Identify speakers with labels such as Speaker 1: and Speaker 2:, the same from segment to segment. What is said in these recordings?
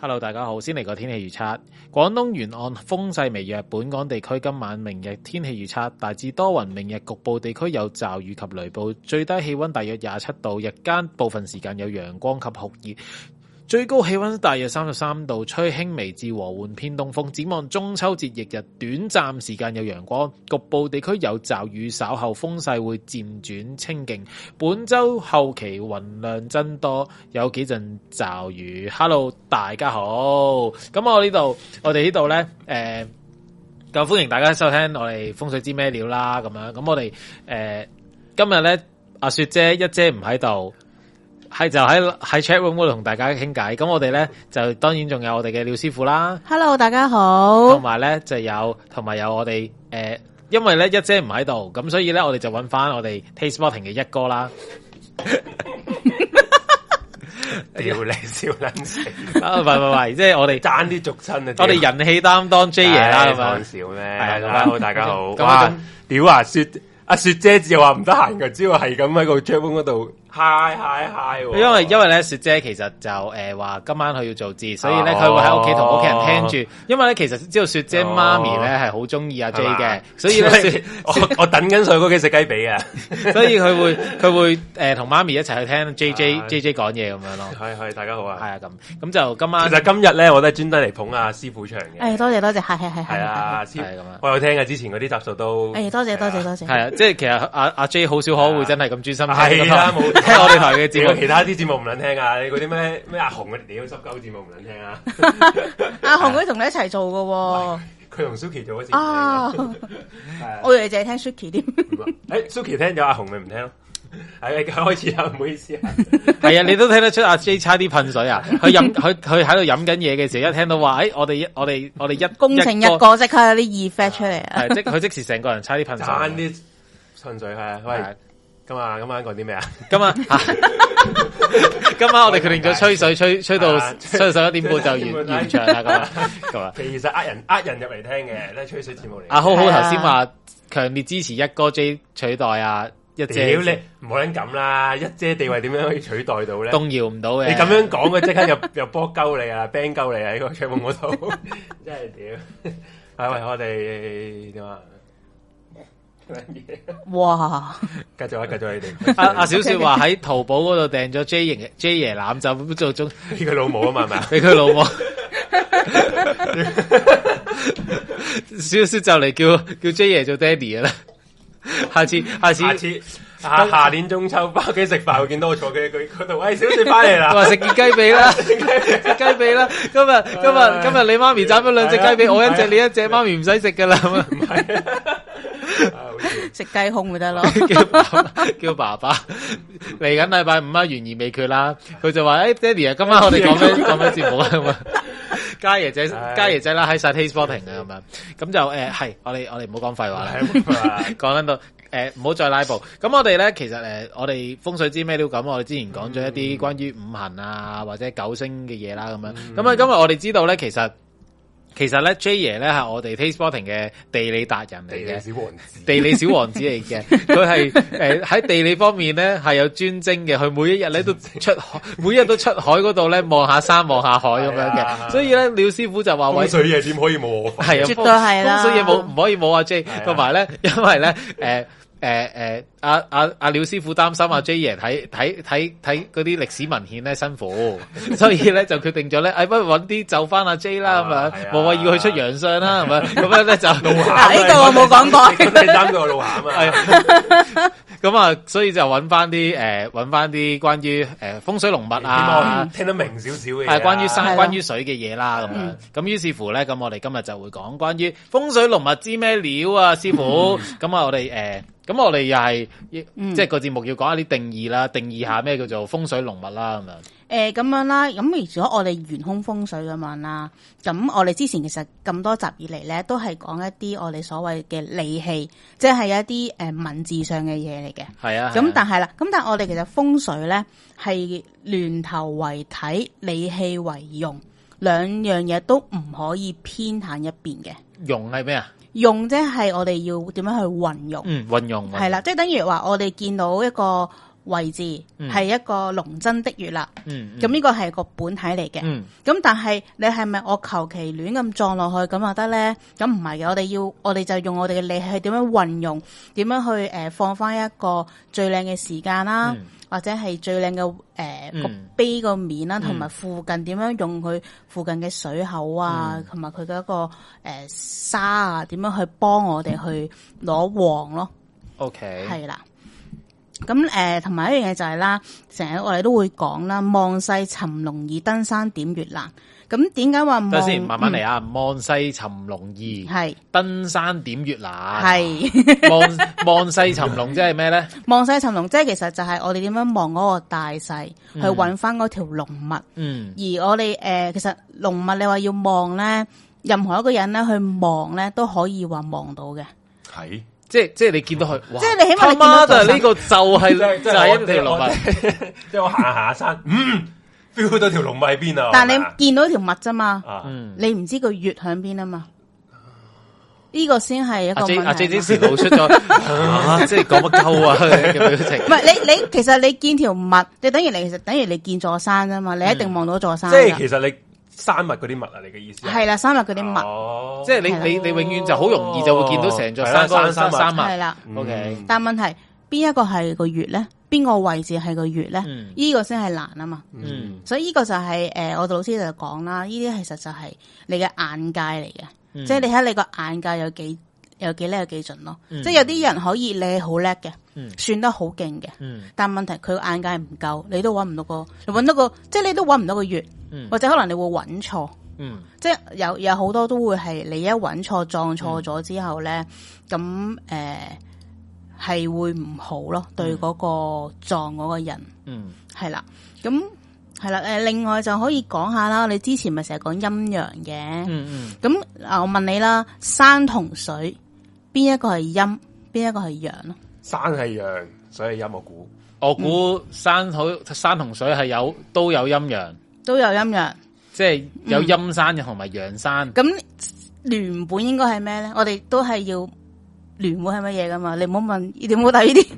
Speaker 1: Hello，大家好，先嚟個天氣預測。廣東沿岸風勢微弱，本港地區今晚、明日天氣預測大致多雲，明日局部地區有驟雨及雷暴，最低氣溫大約廿七度，日間部分時間有陽光及酷熱。最高氣溫大約三十三度，吹輕微至和緩偏東風。展望中秋節翌日，短暫時間有陽光，局部地區有驟雨，稍後風勢會漸轉清勁。本周後期雲量增多，有幾陣驟雨。Hello，大家好。咁我呢度，我哋呢度呢，誒、呃，咁歡迎大家收聽我哋風水知咩料啦。咁樣，咁我哋誒、呃今日呢，阿雪姐一姐唔喺度。係就喺喺 chat room 嗰度同大家傾偈，咁我哋咧就當然仲有我哋嘅廖師傅啦，
Speaker 2: Hello，大家
Speaker 1: 同
Speaker 2: 好。
Speaker 1: 埋咧就有同埋有我哋誒、呃因為咧一姐唔喺度，咁所以咧我哋就揾翻我哋 Taste Spotting 嘅一哥啦，
Speaker 3: 屌你笑 撚死，
Speaker 1: 啊唔係唔係唔係，即係我哋
Speaker 3: 爭啲俗親啊！
Speaker 1: 我哋人氣擔當 J 爺啦
Speaker 3: 唉
Speaker 1: 咁
Speaker 3: 講
Speaker 1: 樣，
Speaker 3: 笑咩？
Speaker 1: 係啊
Speaker 3: 大家好，大家好。
Speaker 1: 咁
Speaker 3: 哇
Speaker 1: 咁！
Speaker 3: 屌啊，雪阿雪姐就話唔得閒嘅，只要係咁喺個 chat room 嗰度嗨嗨嗨喎。
Speaker 1: 因為因為咧雪姐其實就誒話、今晚佢要做節，所以咧
Speaker 3: 哦
Speaker 1: 佢會喺屋企同屋企人聽住，因為咧其實知道雪姐媽咪咧係好中意阿 J
Speaker 3: 係嘛
Speaker 1: 嘅，所以 咧雪。
Speaker 3: 我我等緊上去嗰幾食雞髀 啊！
Speaker 1: 所以佢會佢會诶同媽咪一齊去聽 J J
Speaker 3: 係啊
Speaker 1: J J 講嘢咁樣咯，
Speaker 3: 係係，大家好
Speaker 1: 係
Speaker 3: 啊！
Speaker 1: 啊咁，咁啊就今
Speaker 3: 其
Speaker 1: 晚
Speaker 3: 實今日咧，我都係專登嚟捧阿師傅場嘅。
Speaker 2: 誒，多謝多謝，係係哎係
Speaker 3: 係
Speaker 2: 係。
Speaker 3: 啊，師
Speaker 1: 係咁啊
Speaker 3: 我有聽嘅，之前嗰啲集數
Speaker 2: 誒，
Speaker 3: 都。
Speaker 2: 哎多謝多謝
Speaker 3: 係啊
Speaker 2: 多
Speaker 1: 係
Speaker 2: 謝。
Speaker 1: 啊，即係其實阿阿 J 好少可會真係咁專心聽
Speaker 3: 啊係啦冇
Speaker 1: 聽我哋台嘅節
Speaker 3: 屌
Speaker 1: 目，
Speaker 3: 其他啲節目唔撚聽啊！你嗰啲咩咩阿紅嗰啲屌濕鳩節目唔撚聽啊！
Speaker 2: 阿紅佢同你一齊做㗎
Speaker 3: 佢同 Suki 做嗰次
Speaker 2: 喎。啊，
Speaker 3: 啊唔聽啊。
Speaker 2: 我以為淨係聽 Suki 添。
Speaker 3: 诶，Suki 哎聽咗，阿紅咪唔聽咯。 係開始啦，唔好意 思啊。
Speaker 1: 係啊，你都聽得出阿 J 差啲噴水啊！佢 飲佢佢喺度飲緊嘢嘅時候，一聽到話诶，誒我哋我哋我哋一
Speaker 2: 工程一
Speaker 1: 個
Speaker 2: 個即刻有啲 effect 出嚟啊！
Speaker 1: 係即佢即時成個人差啲噴水，啊
Speaker 3: 爭啲純粹係啊，
Speaker 1: 係啊
Speaker 3: 喂，今晚今晚講 啲咩啊？
Speaker 1: 今晚啊今晚我哋決定咗吹水， 吹吹到
Speaker 3: 啊
Speaker 1: 吹到十一點半就
Speaker 3: 吹到11點
Speaker 1: 完
Speaker 3: 半
Speaker 1: 完場啦，咁啊咁啊。
Speaker 3: 其實呃人呃人入嚟聽嘅，都係吹水節目嚟嘅。
Speaker 1: 阿好好
Speaker 2: 係啊
Speaker 1: 頭先話強烈支持一哥 J 取代啊一姐，
Speaker 3: 屌你，唔好撚咁啦！一姐地位點樣可以取代到咧？
Speaker 1: 動搖唔到嘅。
Speaker 3: 你咁樣講佢即刻又 又波鳩你啊，ban 鳩你啊！喺個 c h a 嗰度， 真係屌！ 係喂，我哋點啊？
Speaker 2: 哇，
Speaker 3: 繼續啊，繼續啊你哋。
Speaker 1: 阿阿小雪話喺淘寶嗰度訂咗 J 型 J 爺攬就做中
Speaker 3: 呢個老母啊嘛，係咪啊？
Speaker 1: 俾佢老母。小雪就嚟叫叫 J 爺做爹哋嘅啦，下次下次
Speaker 3: 下次下下年中秋翻屋企食飯，會見到我坐嘅佢嗰度，喂，哎小雪翻嚟啦！
Speaker 1: 話食件雞髀啦，食雞髀啦。今日今日今日你媽咪斬咗兩隻雞髀，
Speaker 3: 係啊
Speaker 1: 我一
Speaker 3: 係
Speaker 1: 隻
Speaker 3: 啊
Speaker 1: 你一隻，媽咪唔使食噶啦。咁啊
Speaker 3: 唔係
Speaker 1: 哎
Speaker 3: 啊，好似
Speaker 2: 食雞胸咪得咯。
Speaker 1: 叫爸爸叫爸爸嚟緊禮拜五啊，懸而未決啦。佢就話：，誒、爹哋啊，今晚我哋講 咩講咩節目啊？咁啊，家爺仔
Speaker 3: 唉
Speaker 1: 家爺仔啦，喺晒 Taste Sporting 啊，咁樣咁就誒係、我哋我哋唔好講廢話啦。
Speaker 3: 係冇錯啊
Speaker 1: 講緊到誒，唔好再拉布。咁我哋咧，其實誒、呃我哋風水知咩料咁，我哋之前講咗一啲關於五行啊或者九星嘅嘢啦，咁樣。
Speaker 3: 嗯
Speaker 1: 咁啊，今日我哋知道咧，其實其實咧，J 爺咧係我哋 Taste Sporting 嘅地理達人嚟
Speaker 3: 地
Speaker 1: 嘅
Speaker 3: 理。小王子，
Speaker 1: 地理小王子嚟嘅，佢 係诶喺地理方面咧係有專精嘅，佢每一日咧 都出海，每一日都出海嗰度咧望下山望下海咁樣
Speaker 3: 係啊
Speaker 1: 嘅，所以咧廖師傅就話喂
Speaker 3: 風。水嘢點可以冇我份？
Speaker 1: 係啊，
Speaker 2: 絕對係啦
Speaker 1: 所以冇唔可以冇阿 J，
Speaker 3: 係啊
Speaker 1: 同埋咧，因為咧，誒誒誒，阿阿阿廖師傅擔心
Speaker 3: 嗯
Speaker 1: 阿 J 爺睇睇睇睇嗰啲歷史文獻咧辛苦， 所以咧就決定咗咧，哎誒不如揾啲就翻阿 J 啦咁
Speaker 3: 啊
Speaker 1: 樣
Speaker 3: 係啊，
Speaker 1: 無謂要佢出洋相啦，係 咪？咁樣咧就
Speaker 2: 啊呢度我冇講過。
Speaker 3: 你擔到我老 鹹
Speaker 1: 哎
Speaker 3: 啊！
Speaker 1: 咁啊，所以就揾翻啲誒，揾翻啲關於誒風水龍脈
Speaker 3: 起碼我
Speaker 1: 啊，
Speaker 3: 聽得明少少嘅嘢啊。
Speaker 1: 係關於山、
Speaker 2: 係咯嗯
Speaker 1: 關於水嘅嘢啦，咁樣。咁於是乎咧，咁我哋今日就會講關於風水龍脈知咩料啊，師傅。咁啊，我哋誒，咁我哋又係
Speaker 2: 嗯
Speaker 1: 即係個節目要講一啲定義啦，定義下咩叫做風水龍脈啦，咁樣。
Speaker 2: 誒咁樣啦，咁如果我哋玄空風水咁樣啦，咁我哋之前其實咁多集以嚟咧，都係講一啲我哋所謂嘅理氣，即係一啲誒文字上嘅嘢嚟嘅。
Speaker 1: 係啊。係
Speaker 2: 咁
Speaker 1: 啊
Speaker 2: 但係啦，咁但係我哋其實風水咧係亂頭為體，理氣為用，兩樣嘢都唔可以偏袒一邊嘅。
Speaker 1: 用係咩啊？
Speaker 2: 用即係我哋要點樣去運用，
Speaker 1: 嗯，運用。
Speaker 2: 係啦、即係等於話我哋見到一個位置係
Speaker 1: 嗯
Speaker 2: 一個龍真的月啦。
Speaker 1: 嗯，
Speaker 2: 咁呢個係個本體嚟嘅。
Speaker 1: 嗯
Speaker 2: 咁但係你係咪我求其亂咁撞落去咁就得咧？咁唔係嘅，我哋要我哋就用我哋嘅力氣去點樣運用，點樣去诶、呃放翻一個最靚嘅時間啦，
Speaker 1: 嗯
Speaker 2: 或者係最靚嘅诶
Speaker 1: 嗯
Speaker 2: 个碑個面啦，
Speaker 1: 嗯
Speaker 2: 同埋附近點樣用佢附近嘅水口
Speaker 1: 嗯
Speaker 2: 啊，同埋佢嘅一個诶、呃沙啊，點樣去幫我哋去攞黃咯。
Speaker 1: ，OK，
Speaker 2: 系啦。咁誒，呃同、埋一樣嘢就係、啦，成日我哋都會講啦，望世尋龍易登山點月難。咁點解話望？
Speaker 1: 等陣先，慢慢嚟啊！望世尋龍
Speaker 2: 嗯。
Speaker 1: 二，
Speaker 2: 係
Speaker 1: 登山點月難。
Speaker 2: 係
Speaker 1: 望 望世尋龍即係咩咧？
Speaker 2: 望世尋龍，即係其實就係我哋點樣望嗰個大勢，
Speaker 1: 嗯
Speaker 2: 去揾翻嗰條龍脈。
Speaker 1: 嗯
Speaker 2: 而我哋誒、呃其實龍脈你話要望咧，任何一個人咧去望咧，都可以話望到嘅。
Speaker 1: 哦
Speaker 3: 系
Speaker 1: 即係即系你見到佢，哇
Speaker 2: 嗯即係你起
Speaker 1: 他
Speaker 2: 碼你見到
Speaker 1: 媽
Speaker 2: 座
Speaker 1: 就
Speaker 2: 山
Speaker 1: 呢個就係
Speaker 3: 係
Speaker 1: 就
Speaker 3: 係
Speaker 1: 係
Speaker 3: 我
Speaker 1: 一條龍
Speaker 3: 我
Speaker 1: 啊！
Speaker 3: 即系我行下山，嗯，feel 到条龙脉喺边啊！
Speaker 2: 但
Speaker 3: 係
Speaker 2: 係
Speaker 3: 咪啊
Speaker 2: 你見到條脈啫嘛，
Speaker 3: 啊，
Speaker 1: 嗯，
Speaker 2: 你唔知個月響邊啊嘛。呢、個先係一個
Speaker 1: 阿 J
Speaker 2: 問題
Speaker 1: 阿 J
Speaker 2: 嘛
Speaker 1: 之時露出咗 啊，即係講乜鳩啊嘅表情
Speaker 2: 唔。係你你其實你見條物，你等於你其實等於你見座山啫嘛，你一
Speaker 1: 嗯
Speaker 2: 定望到座山
Speaker 3: 即系
Speaker 2: 㗎。
Speaker 3: 其实你山脉嗰啲物啊，你嘅意思哦
Speaker 2: 係啦，三日嗰啲
Speaker 1: 哦
Speaker 2: 物，
Speaker 3: 物
Speaker 1: 即係你
Speaker 2: 係啊
Speaker 1: 你你永遠就好容易就會見到成座
Speaker 3: 哦係啦
Speaker 1: 山山山
Speaker 3: 山山
Speaker 1: 山
Speaker 2: 係
Speaker 1: 脈。
Speaker 2: 啦。
Speaker 3: 嗯
Speaker 1: O K，
Speaker 2: 但問題邊一個係個月咧？邊個位置係個月
Speaker 3: 啊
Speaker 2: 咧？
Speaker 1: 嗯
Speaker 2: 呢個先係難啊嘛。
Speaker 1: 嗯
Speaker 2: 所以呢個就係、呃我哋老師就講啦，呢啲其實就係你嘅眼界嚟嘅，
Speaker 1: 嗯
Speaker 2: 即係你睇下你個眼界有幾有幾叻有幾準咯。
Speaker 1: 嗯
Speaker 2: 即係有啲人可以你好叻嘅，
Speaker 1: 嗯
Speaker 2: 算得好勁嘅，
Speaker 1: 嗯
Speaker 2: 但問題佢個眼界唔夠，你都揾唔到個，你揾到個即係你都揾唔到個月，
Speaker 1: 嗯
Speaker 2: 或者可能你會揾錯。
Speaker 1: 嗯
Speaker 2: 即係有有好多都會係你一揾錯撞錯咗之後咧，咁誒係會唔好咯，對嗰個撞嗰個人
Speaker 1: 嗯
Speaker 2: 係啦，咁係啦誒，另外就可以講下啦，你之前咪成日講陰陽嘅，
Speaker 1: 嗯
Speaker 2: 咁啊、我問你啦，山同水邊一個係陰，邊一個係陽咯？
Speaker 3: 山系阳，所以音乐鼓
Speaker 1: 嗯，我估山好山同水係有都有陰陽，
Speaker 2: 都有陰陽，
Speaker 1: 即係有陰山同埋陽山。
Speaker 2: 咁聯本應該係咩咧？我哋都係要聯本係乜嘢噶嘛？你唔好問，你唔好睇呢啲。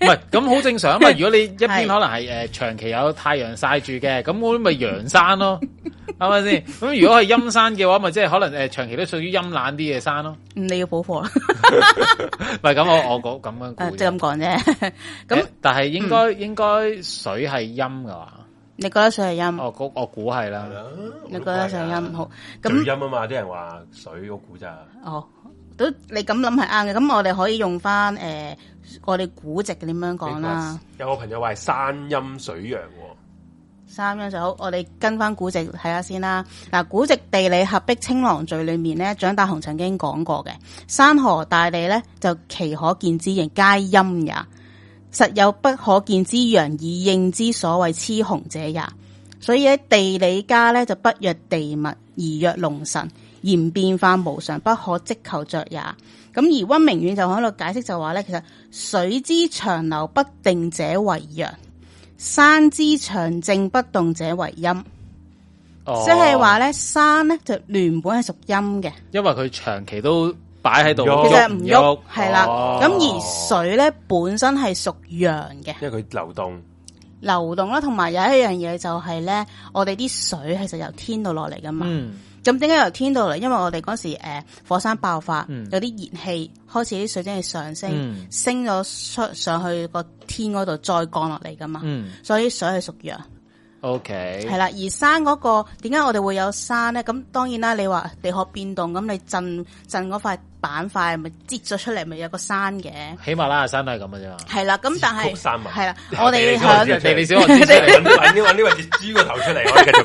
Speaker 1: 唔係咁好正 常啊嘛！如果你一邊
Speaker 2: 係
Speaker 1: 可能係诶、呃、长期有太陽曬住嘅，咁嗰啲咪陽山 咯，係咪先？咁如果係陰山嘅話，咪即係可能诶、呃、长期都屬於陰冷啲嘅山咯。
Speaker 2: 嗯你要補課啦，
Speaker 1: 唔係咁，我我講咁樣
Speaker 2: 誒
Speaker 1: 估
Speaker 2: 即
Speaker 1: 啫。
Speaker 2: 係呃咁講啫。啊 咁
Speaker 1: 呃但係應該應該水係陰噶嘛？
Speaker 2: 你覺得水係陰，
Speaker 1: 我估我估係啦
Speaker 3: 系。
Speaker 2: 啊
Speaker 3: 啦，
Speaker 2: 你覺得水係陰唔好？
Speaker 3: 咁
Speaker 2: 咁
Speaker 3: 啊音啊嘛，啲人话水我估咋，
Speaker 2: 哦，都你咁諗係啱嘅。咁我哋可以用翻诶、誒我哋古籍點樣講啦。
Speaker 3: 有個朋友話係山陰水陽喎，
Speaker 2: 三樣就好，我哋跟翻古籍睇下先啦。嗱，古籍地理合璧青囊序裏面咧，蔣大雄曾經講過嘅，山河大地咧就其可見之形皆陰也，實有不可見之陽以應之所謂雌雄者也。所以咧，地理家咧就不曰地物，而曰龍神，言變化無常，不可即求着也。咁而温明遠就喺度解釋就話咧，其實水之長流不定者為陽。山之長靜不動者為陰，
Speaker 1: 哦
Speaker 2: 即係話，咧山咧就原本係屬陰嘅，
Speaker 1: 因為佢長期都擺喺度，
Speaker 3: 其
Speaker 2: 其實唔
Speaker 1: 喐
Speaker 2: 喐係啦。
Speaker 1: 哦
Speaker 2: 咁、而水咧本身係屬陽嘅，
Speaker 3: 因為佢流 動，
Speaker 2: 流動啦，同埋有一樣嘢就係咧，我哋啲水其實由天度落嚟噶嘛。
Speaker 1: 嗯
Speaker 2: 咁點解由天度嚟？因為我哋嗰時诶、呃火山爆發，
Speaker 1: 嗯
Speaker 2: 有啲熱氣開始啲水蒸氣上升，
Speaker 1: 嗯
Speaker 2: 升咗出上去個天嗰度，再降落嚟噶嘛。
Speaker 1: 嗯
Speaker 2: 所以水係屬陽。
Speaker 1: ，OK，
Speaker 2: 系啦，
Speaker 3: 嗯
Speaker 2: 而山嗰、個點解我哋會有山咧？咁當然啦，你話地殼變動，咁你震震嗰塊板塊咪擠咗出嚟，咪有個山嘅。
Speaker 1: 喜馬拉雅山都係咁嘅啫嘛。
Speaker 2: 係啦，咁但
Speaker 3: 曲
Speaker 2: 係
Speaker 3: 山啊
Speaker 2: 係 啦，我哋
Speaker 3: 我
Speaker 2: 響
Speaker 3: 知
Speaker 1: 地理小學知識嚟
Speaker 3: 揾呢揾呢位豬個頭出嚟，我哋繼續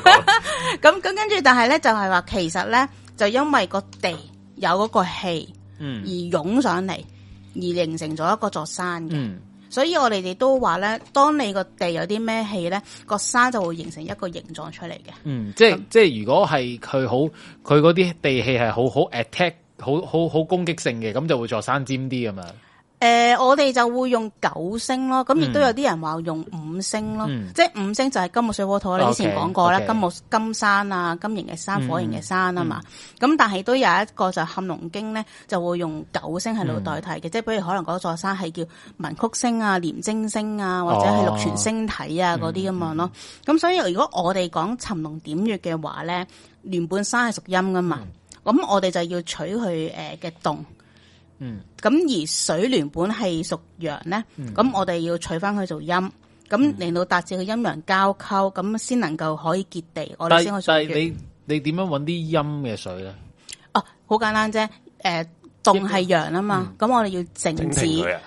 Speaker 3: 講。
Speaker 2: 咁咁跟住，但係咧就係話其實咧就因為個地有嗰個氣而
Speaker 1: 嗯
Speaker 2: 湧上嚟，而形成咗一個座山嘅。
Speaker 1: 嗯
Speaker 2: 所以我哋哋都話咧，當你個地有啲咩氣咧，個山就會形成一個形狀出嚟嘅。
Speaker 1: 嗯，即係即係如果係佢好，佢嗰啲地氣係好好啊 attack，好好好攻擊性嘅，咁就會坐山尖啲咁樣。
Speaker 2: 诶、呃我哋就會用九星咯，咁亦都
Speaker 1: 嗯
Speaker 2: 有啲人話用五星咯，
Speaker 1: 嗯
Speaker 2: 即系五星就係金木水火土，我哋之前
Speaker 1: OK，
Speaker 2: 講過啦
Speaker 1: OK
Speaker 2: 金木金山啊，金型嘅山，
Speaker 1: 嗯
Speaker 2: 火型嘅山啊嘛，咁、但係都有一個就冚龍經咧，就會用九星喺度代替嘅，即係比如可能嗰座山係叫文曲星啊、廉精星啊，或者係六全星體
Speaker 1: 嗯
Speaker 2: 啊嗰啲咁樣咯，咁、所以如果我哋講尋龍點穴嘅話咧，連半山係屬陰噶嘛，咁、我哋就要取佢诶嘅動。
Speaker 1: 嗯
Speaker 2: 咁而水聯本係屬陽咧，咁、我哋要取翻佢做陰，
Speaker 1: 嗯
Speaker 2: 咁令到達至佢陰陽交溝，咁先能夠可以結地，我
Speaker 1: 但
Speaker 2: 哋
Speaker 1: 系
Speaker 2: 哦先可
Speaker 1: 但
Speaker 2: 以屬
Speaker 1: 系
Speaker 2: 月。
Speaker 1: 你你点样搵啲陰嘅水咧？
Speaker 2: 哦，好簡單啫，诶、動係陽啊嘛，
Speaker 1: 嗯
Speaker 2: 咁、我哋要
Speaker 3: 整
Speaker 2: 靜
Speaker 3: 停
Speaker 2: 止
Speaker 3: 佢啊！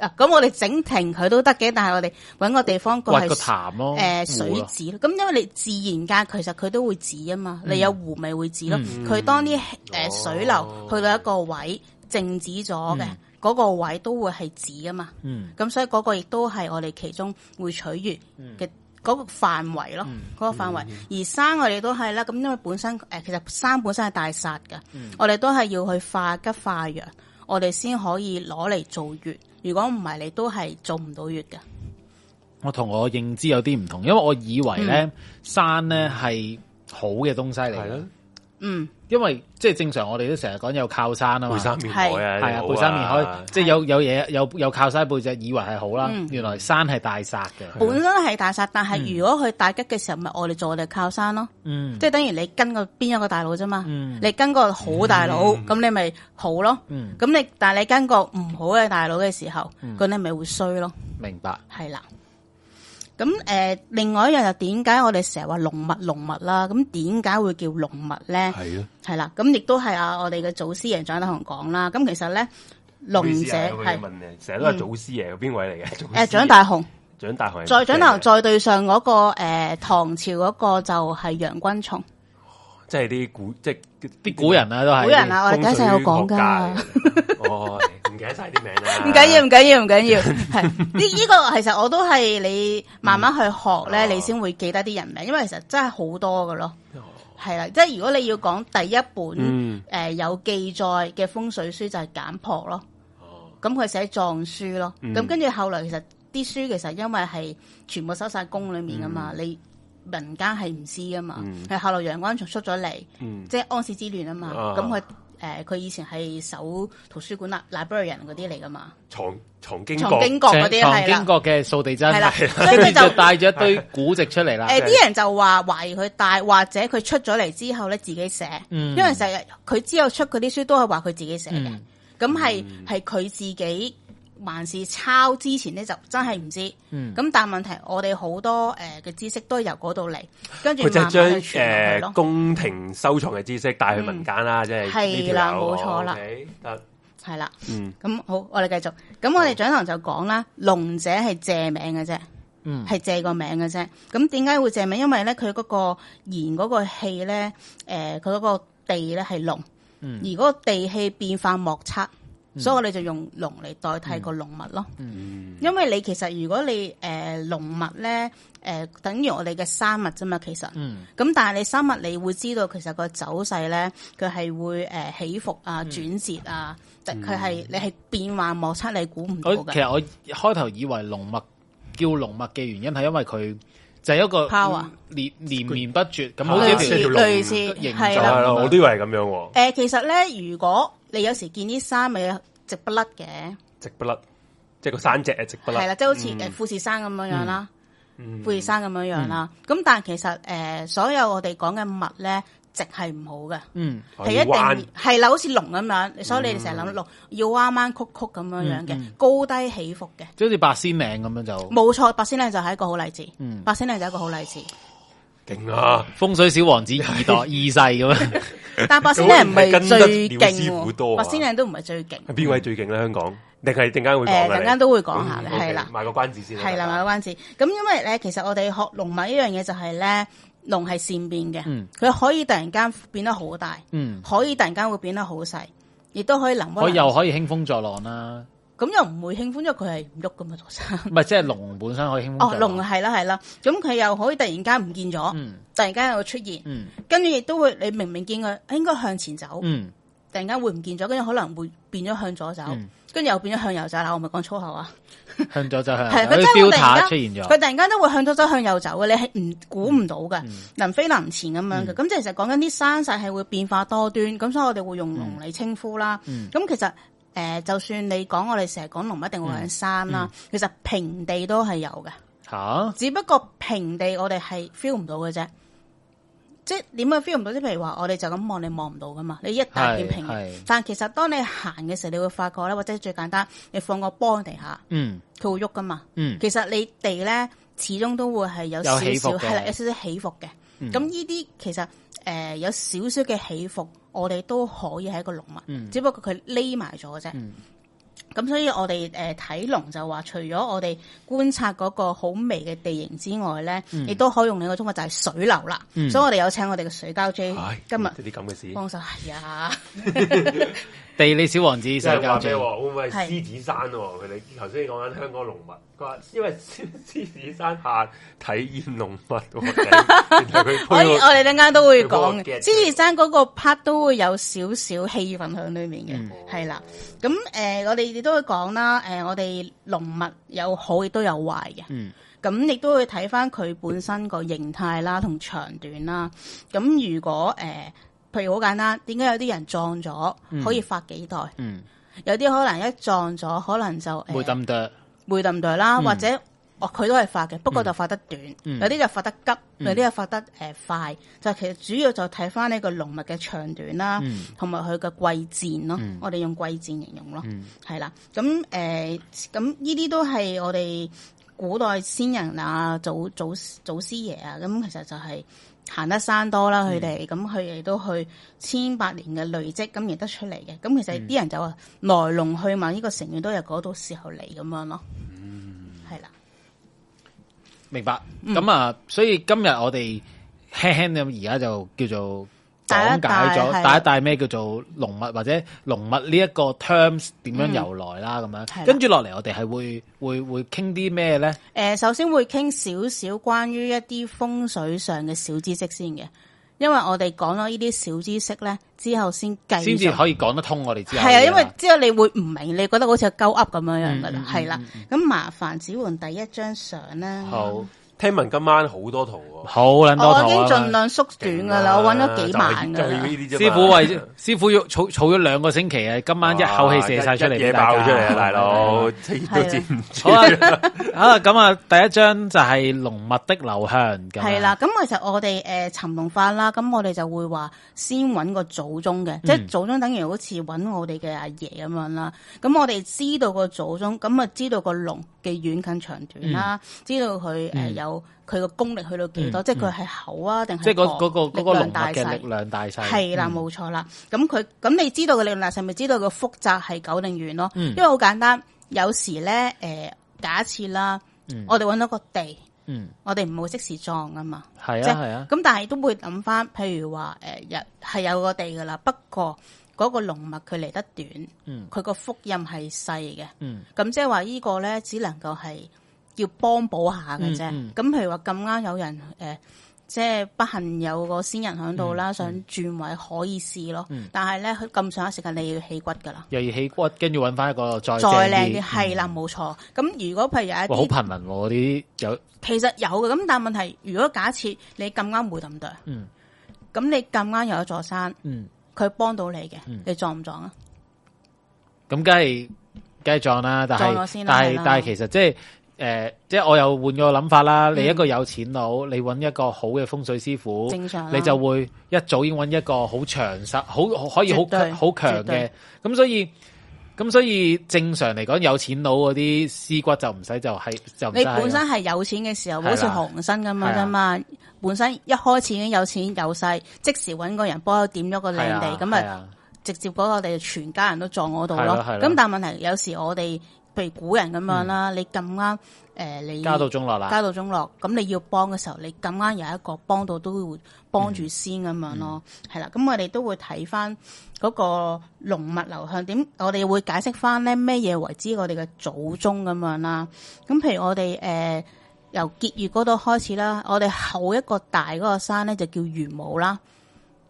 Speaker 2: 啊，咁我哋整停佢都得嘅，但係我哋搵個地方個
Speaker 1: 掘個
Speaker 2: 係
Speaker 1: 潭咯，湖
Speaker 2: 诶呃
Speaker 1: 啊
Speaker 2: 水
Speaker 1: 咯
Speaker 2: 止咯，咁因為你自然界其實佢都會止啊嘛，你有湖咪會止咯。佢、當啲诶水流去到一個位靜止咗嘅，嗰、個位都會係止啊嘛。
Speaker 1: 嗯
Speaker 2: 咁所以嗰個亦都係我哋其中會取穴嘅嗰個範圍咯，嗰、個範圍。而山我哋都係啦，咁因為本身誒、呃其實山本身係大煞嘅，我哋都係要去化吉化陽，我哋先可以攞嚟做穴。如果唔係，你都係做唔到穴嘅。
Speaker 1: 我同我認知有啲唔同，因為我以為咧、
Speaker 2: 嗯
Speaker 1: 山咧係好嘅東西嚟
Speaker 3: 係
Speaker 1: 嘅
Speaker 3: 咯，，
Speaker 2: 嗯，
Speaker 1: 因為即係正常我哋都成日講有靠山啊嘛
Speaker 3: 背。山面海啊，
Speaker 1: 係啊，
Speaker 3: 呢個好
Speaker 1: 背山面海，即係有有嘢有有靠山背脊，以為係好啦，
Speaker 2: 嗯
Speaker 1: 原來山係大煞嘅。
Speaker 2: 本身係大煞，但係如果佢大吉嘅時候，咪我哋做我哋靠山咯。
Speaker 1: 嗯，
Speaker 2: 即係等於你跟個邊一個大佬啫嘛，
Speaker 1: 嗯
Speaker 2: 你跟個好大佬，咁、你咪好咯。
Speaker 1: 嗯
Speaker 2: 咁你但係你跟個唔好嘅大佬嘅時候，咁、你咪會衰咯，
Speaker 1: 明白。
Speaker 2: 係啦。咁诶、呃另外一樣就點解我哋成日話龍脈龍脈啦？咁點解會叫龍脈咧？
Speaker 3: 係咯，
Speaker 2: 係啦，咁亦都係啊，我哋嘅祖師爺蔣德雄講啦。咁其實咧，龍者
Speaker 3: 係
Speaker 2: 係
Speaker 3: 問你，成日都係祖師爺，邊位嚟嘅？祖師
Speaker 2: 诶
Speaker 3: 爺
Speaker 2: 蔣大雄，
Speaker 3: 蔣大雄係
Speaker 2: 再蔣大雄
Speaker 3: 咩嚟嘅，
Speaker 2: 再對上嗰、個个呃唐朝嗰個就係楊君松。
Speaker 3: 即係啲古即係
Speaker 1: 啲古人啊，都係
Speaker 2: 古人啊我哋等一陣有講㗎
Speaker 3: 風水學家嚟嘅。哦，唔記得晒啲名啦，
Speaker 2: 唔緊要，唔緊要，唔緊要。 係呢呢個其實我都係你慢慢去學咧，
Speaker 3: 嗯
Speaker 2: 你先會記得啲人名，因為其實真係好多噶咯。
Speaker 3: 哦。
Speaker 2: 係啦，即係如果你要講第一本
Speaker 3: 嗯，
Speaker 2: 诶、呃有記載嘅風水書就係簡朴咯，
Speaker 3: 哦，
Speaker 2: 咁佢寫藏書咯，
Speaker 3: 嗯
Speaker 2: 咁跟住後來其實啲書其實因為係全部收晒宮里面噶嘛，你民間係唔知噶嘛，
Speaker 3: 嗯
Speaker 2: 係、後來楊君松出咗嚟。
Speaker 3: 嗯，
Speaker 2: 即係安史之亂啊嘛，
Speaker 3: 啊
Speaker 2: 咁佢誒佢以前係守圖書館啦、librarian 嗰啲嚟噶嘛，
Speaker 3: 藏藏經
Speaker 2: 藏
Speaker 3: 閣
Speaker 2: 經閣嗰啲
Speaker 1: 藏
Speaker 2: 係
Speaker 1: 經
Speaker 2: 啦，
Speaker 1: 閣嘅掃地
Speaker 2: 係啦
Speaker 1: 僧，，
Speaker 2: 所
Speaker 1: 跟
Speaker 2: 以佢
Speaker 1: 住就
Speaker 2: 就
Speaker 1: 帶咗一堆古籍出嚟啦。
Speaker 2: 誒啲人就話懷疑佢帶，或者佢出咗嚟之後咧自己寫，
Speaker 1: 嗯
Speaker 2: 因為成日佢之後出嗰啲書都係話佢自己寫嘅
Speaker 1: 嗯，
Speaker 2: 咁係係佢自己。還是抄之前咧就真係唔知，咁、
Speaker 1: 嗯
Speaker 2: 但問題我哋好多誒嘅、知識都係由嗰度嚟，跟住
Speaker 3: 佢就
Speaker 2: 慢
Speaker 3: 係
Speaker 2: 慢去傳落
Speaker 3: 將
Speaker 2: 去
Speaker 3: 诶
Speaker 2: 咯。
Speaker 3: 宫廷收藏嘅知識帶去民間啦，即係呢條
Speaker 2: 係啦
Speaker 3: 友
Speaker 2: 冇錯啦
Speaker 3: 哦，OK，得，
Speaker 2: 系啦，
Speaker 3: 嗯
Speaker 2: 咁好，我哋繼續。咁我哋掌堂就講啦，龍者係借名嘅啫，
Speaker 1: 嗯
Speaker 2: 係借個名嘅啫。咁點解會借名？因為咧佢嗰個言嗰個氣咧，诶、呃佢嗰個地咧係龍，
Speaker 1: 嗯
Speaker 2: 而嗰個地氣變化莫測，所以我哋就用龍嚟代替個龍脈咯。
Speaker 3: 嗯，
Speaker 2: 因為你其實如果你呃诶龍脈咧，诶、呃等於我哋嘅山脈啫嘛，其實。
Speaker 1: 嗯
Speaker 2: 咁但係你生物你會知道其實個走勢咧，佢係會誒、呃起伏
Speaker 1: 嗯
Speaker 2: 啊、轉折啊，但佢係你係變幻莫測，你估唔到
Speaker 1: 我其
Speaker 2: 嘅。
Speaker 1: 實我開頭以為龍脈叫龍脈嘅原因係因為佢就係一嗯個
Speaker 2: Power
Speaker 1: 連連綿不絕，咁好
Speaker 3: 好
Speaker 1: 似一嗯
Speaker 2: 類
Speaker 1: 條
Speaker 2: 似
Speaker 3: 條龍
Speaker 2: 類似
Speaker 1: 形
Speaker 2: 係
Speaker 3: 就
Speaker 1: 狀
Speaker 2: 啦
Speaker 1: 咁
Speaker 3: 係啦，
Speaker 1: 樣
Speaker 3: 我都以為係咁樣喎，
Speaker 2: 誒，呃其實咧，如果你有時見啲衫咪直不甩嘅，
Speaker 3: 直不甩，即係個山脊啊，直不
Speaker 2: 係
Speaker 3: 甩
Speaker 2: 啦，，即係好似誒富士山咁樣樣啦，
Speaker 3: 嗯
Speaker 2: 富士山咁樣樣啦。咁但係其實誒、呃所有我哋講嘅物咧，直係唔好嘅。
Speaker 1: 嗯
Speaker 3: 哦
Speaker 2: 係一定係啦，好似龍咁
Speaker 3: 嗯
Speaker 2: 樣，所以你哋成日諗龍要彎彎曲曲咁樣樣嘅，高低起伏嘅。
Speaker 1: 即好似八仙嶺咁樣就
Speaker 2: 冇錯，八仙嶺就係一個好例子。
Speaker 3: 嗯
Speaker 2: 八仙嶺就係一個好例子，
Speaker 3: 勁啊！
Speaker 1: 風水小王子二 代二世咁樣，
Speaker 2: 但八仙 嶺唔係最
Speaker 3: 跟得廖
Speaker 2: 勁
Speaker 3: 師
Speaker 2: 喎，
Speaker 3: 傅多啊
Speaker 2: 八仙嶺都唔係最勁。
Speaker 3: 係邊位最勁咧？香港定係陣間會講
Speaker 2: 誒，
Speaker 3: 嘅？
Speaker 2: 陣
Speaker 3: 你
Speaker 2: 間都會講下嘅，
Speaker 3: 嗯
Speaker 2: 係啦
Speaker 3: OK，，賣個關子先啦。
Speaker 2: 係啦，
Speaker 3: 大家
Speaker 2: 賣個關子。咁因為咧，其實我哋學龍脈呢樣嘢就係咧，龍係善變嘅
Speaker 1: 嗯，
Speaker 2: 佢可以突然間變得好大，
Speaker 1: 嗯，
Speaker 2: 可以突然間會變得好細，亦都可以能屈
Speaker 1: 我
Speaker 2: 能
Speaker 1: 又可以興風作浪啦，
Speaker 2: 咁又唔會興歡，因為佢係唔喐噶嘛，座山。
Speaker 1: 唔係即係龍本身可以興風
Speaker 2: 哦，
Speaker 1: 作浪
Speaker 2: 龍，係啦係啦，咁佢又可以突然間唔見咗，
Speaker 1: 嗯
Speaker 2: 突然間又出現，
Speaker 1: 嗯
Speaker 2: 哦跟住亦都會你明明見佢應該向前走。
Speaker 1: 嗯
Speaker 2: 突然間會唔見咗，跟住可能會變咗向左走
Speaker 1: 嗯，
Speaker 2: 跟住、又變咗向右走啦。我咪講粗口啊！
Speaker 1: 向左就向右，
Speaker 2: 係
Speaker 1: 有
Speaker 2: 佢真
Speaker 1: 啲
Speaker 2: 係會
Speaker 1: 標
Speaker 2: 突然
Speaker 1: 塔
Speaker 2: 間
Speaker 1: 出現咗
Speaker 2: 佢。突然間都會向左走向右走嘅，你係唔估唔到
Speaker 1: 嗯
Speaker 2: 嘅，能飛能前咁樣嘅。咁、即係其實講緊啲山勢係會變化多端，咁所以我哋會用龍嚟稱呼啦。咁、
Speaker 1: 嗯
Speaker 2: 其實誒、呃就算你講我哋成日講龍，一定會講山啦，
Speaker 1: 嗯
Speaker 2: 其實平地都係有嘅。
Speaker 1: 吓，
Speaker 2: 只不過平地我哋係 feel 唔到嘅啫，即係點解 feel 唔到？即係譬如話我哋就咁望你望唔到噶嘛，你一大片平
Speaker 1: 係
Speaker 2: 嘅
Speaker 1: 係，
Speaker 2: 但係其實當你行嘅時候，你會發覺咧，或者最簡單，你放個波喺地下，
Speaker 1: 嗯
Speaker 2: 佢會喐噶嘛。
Speaker 1: 嗯，
Speaker 2: 其實你地咧始終都會係有
Speaker 1: 有
Speaker 2: 少
Speaker 1: 起伏
Speaker 2: 少
Speaker 1: 嘅嗯
Speaker 2: 係啦，有少少起伏嘅。咁呢啲其實誒、呃有少少嘅起伏，我哋都可以係一個龍物，
Speaker 1: 嗯
Speaker 2: 只不過佢匿埋咗嘅啫。咁所以我哋誒睇龍就話，除咗我哋觀察嗰個好微嘅地形之外咧，
Speaker 1: 嗯
Speaker 2: 亦都可以用另一個中法就係水流啦。所以我哋有請我哋嘅水膠 J 今日
Speaker 3: 啲咁嘅事，
Speaker 2: 幫手。係啊，
Speaker 1: 地理小王子世
Speaker 3: 即係
Speaker 1: 界
Speaker 3: 話咩
Speaker 1: 最
Speaker 3: 喎？會唔會係
Speaker 2: 係
Speaker 3: 獅子山喎？佢哋頭先講緊香港龍脈，佢話 因為獅獅子山下體驗龍脈 喎，原來佢
Speaker 2: 我
Speaker 3: 推
Speaker 2: 我
Speaker 3: 個
Speaker 2: 哦哋陣間都會
Speaker 3: 佢幫我
Speaker 2: 講嘅，
Speaker 3: get
Speaker 2: 獅子山嗰個 part 都會有少少氣氛喺裏面嘅，係啦、咁誒、呃我哋亦都會講啦，誒、我哋龍脈有好亦都有壞嘅，
Speaker 1: 嗯
Speaker 2: 咁亦都會睇翻佢本身個形態啦，同長短啦。咁如果誒、呃譬如好簡單，點解有啲人撞咗可以發幾代？
Speaker 1: 嗯，
Speaker 2: 有啲可能一撞咗，可能就誒
Speaker 1: 會抌得
Speaker 2: 梅林隊啦，或者哦佢都係發嘅，不過就發得短，
Speaker 1: 嗯
Speaker 2: 有啲就發得急，有啲就發得誒、呃快。就其實主要就睇翻呢個龍脈嘅長短啦
Speaker 1: 嗯，
Speaker 2: 同埋佢嘅季戰咯。我哋用季戰形容咯，係啦、咁誒咁呢啲都係我哋古代先人啊、祖祖祖師爺啊，咁其實就係、行得山多啦，佢哋咁佢哋都去千百年嘅累積咁而得出嚟嘅，咁其實啲人就話來龍去脈呢個成語都係嗰度時候嚟咁樣咯，係啦，
Speaker 1: 明白。
Speaker 2: 嗯
Speaker 1: 咁啊，所以今日我哋輕輕咁而家就叫做講
Speaker 2: 帶一
Speaker 1: 解咗，
Speaker 2: 帶
Speaker 1: 帶一帶咩叫做龍脈或者龍脈呢一個 terms 點樣由來啦，咁
Speaker 2: 嗯係
Speaker 1: 樣。
Speaker 2: 啦
Speaker 1: 跟住落嚟，我哋係會會會傾啲咩咧？
Speaker 2: 誒、呃首先會傾少少關於一啲風水上嘅小知識先嘅，因為我哋講咗呢啲小知識咧之後先繼
Speaker 1: 先至
Speaker 2: 續。
Speaker 1: 可以講得通我哋之後嘅嘢啦。
Speaker 2: 係啊，因為之後你會唔明，你覺得好似係鳩噏咁樣樣噶
Speaker 1: 嗯嗯
Speaker 2: 啦，係啦。咁麻煩只換第一張相啦。
Speaker 1: 好
Speaker 3: 聽聞今晚好多圖
Speaker 1: 好撚多啊
Speaker 2: 我已
Speaker 1: 圖啊
Speaker 2: 經盡
Speaker 1: 嘛。
Speaker 2: 量縮短噶啦，我揾咗幾萬噶
Speaker 3: 啊就係
Speaker 2: 啦
Speaker 3: 呢。啲啫嘛
Speaker 1: 師傅為師傅要儲儲咗兩個星期啊，今晚一口氣射晒出嚟
Speaker 3: 一
Speaker 1: 俾
Speaker 3: 嘢
Speaker 1: 大
Speaker 3: 爆
Speaker 1: 家，
Speaker 3: 出嚟啊，大 佬，都接唔
Speaker 1: 好啊， 好啦，咁啊，第一張就係龍脈的流向，咁樣
Speaker 2: 係，啦，咁其實我哋誒尋龍法啦，咁我哋就會話先揾個祖宗
Speaker 1: 嗯
Speaker 2: 嘅，即係祖宗等於好似揾我哋嘅阿爺咁樣啦。咁我哋知道個祖宗，咁啊知道個龍嘅遠近長短
Speaker 1: 嗯
Speaker 2: 啦，知道佢誒有佢個功力去到幾多，即係佢係厚啊定係
Speaker 1: 即係嗰
Speaker 2: 薄
Speaker 1: 嗰個嗰個
Speaker 2: 力量
Speaker 1: 龍
Speaker 2: 大
Speaker 1: 脈嘅
Speaker 2: 細
Speaker 1: 力量大細，嗯
Speaker 2: 係啦，冇錯啦。咁佢咁你知道嘅力量係咪知道個複雜係久定遠咯？
Speaker 1: 嗯
Speaker 2: 因為好簡單，有時咧誒、呃假設啦，我哋揾到個地，
Speaker 1: 嗯，
Speaker 2: 我哋唔會即時撞噶嘛，
Speaker 1: 係
Speaker 2: 即
Speaker 1: 啊係啊，
Speaker 2: 咁但係都會諗翻，譬如話誒有係有個地噶啦，不過嗰個龍脈佢嚟得短，佢個複音係細嘅，
Speaker 1: 嗯
Speaker 2: 咁即係話呢個咧只能夠係要幫補下嘅啫。咁、
Speaker 1: 嗯
Speaker 2: 譬如話咁啱有人誒、呃即係不幸有個先人喺度啦，
Speaker 1: 嗯
Speaker 2: 想轉位可以試咯。但係咧，佢咁上下時間你要起骨㗎啦，
Speaker 1: 又要起骨，跟住揾翻一個再
Speaker 2: 再
Speaker 1: 正
Speaker 2: 靚嘅
Speaker 1: 啲，嗯
Speaker 2: 係啦，冇錯。咁如果譬如
Speaker 1: 哇，好
Speaker 2: 有一啲
Speaker 1: 頻能喎嗰啲有，
Speaker 2: 其實有嘅，咁但係問題，如果假設你咁啱會抌對，
Speaker 1: 嗯
Speaker 2: 啊咁你咁啱有一座山，
Speaker 1: 嗯，
Speaker 2: 佢幫到你嘅，你撞唔撞啊？
Speaker 1: 咁梗係梗係撞啦，但
Speaker 2: 撞咗
Speaker 1: 係
Speaker 2: 先啦
Speaker 1: 但
Speaker 2: 係
Speaker 1: 係
Speaker 2: 啦
Speaker 1: 但係其實即係。誒、即係我又換個諗法啦。
Speaker 2: 嗯
Speaker 1: 你一個有錢佬，你揾一個好嘅風水師傅，
Speaker 2: 正常啦啊
Speaker 1: 你就會一早已經揾一個好長實、好可以好
Speaker 2: 絕對
Speaker 1: 強好強
Speaker 2: 絕
Speaker 1: 嘅
Speaker 2: 對。
Speaker 1: 咁所以咁所以正常嚟講，有錢佬嗰啲屍骨就唔使就係就唔使
Speaker 2: 你
Speaker 1: 係
Speaker 2: 本身係有錢嘅時候，
Speaker 1: 啊係啦啊
Speaker 2: 好似洪生咁樣啫嘛。本身一開始已經有錢有勢，即時揾個人幫我點咗個
Speaker 1: 係
Speaker 2: 靚
Speaker 1: 啊
Speaker 2: 地，咁
Speaker 1: 係
Speaker 2: 啊
Speaker 1: 啊
Speaker 2: 直接嗰個地全家人都撞我度
Speaker 1: 係
Speaker 2: 咯
Speaker 1: 啦係。啦嗯
Speaker 2: 咁但係問題有時我哋譬如古人咁樣啦，你咁啱誒你
Speaker 1: 家道中落啦。
Speaker 2: 家道中落，咁你要幫嘅時候，你咁啱有一個幫到都會幫
Speaker 1: 嗯
Speaker 2: 住先咁樣咯，係啦、咁我哋都會睇翻嗰個龍脈流向點，我哋會解釋翻咧咩嘢為之我哋嘅祖宗咁樣啦。咁譬如我哋誒、呃由結月嗰度開始啦，我哋後一個大嗰個山咧就叫玄武啦。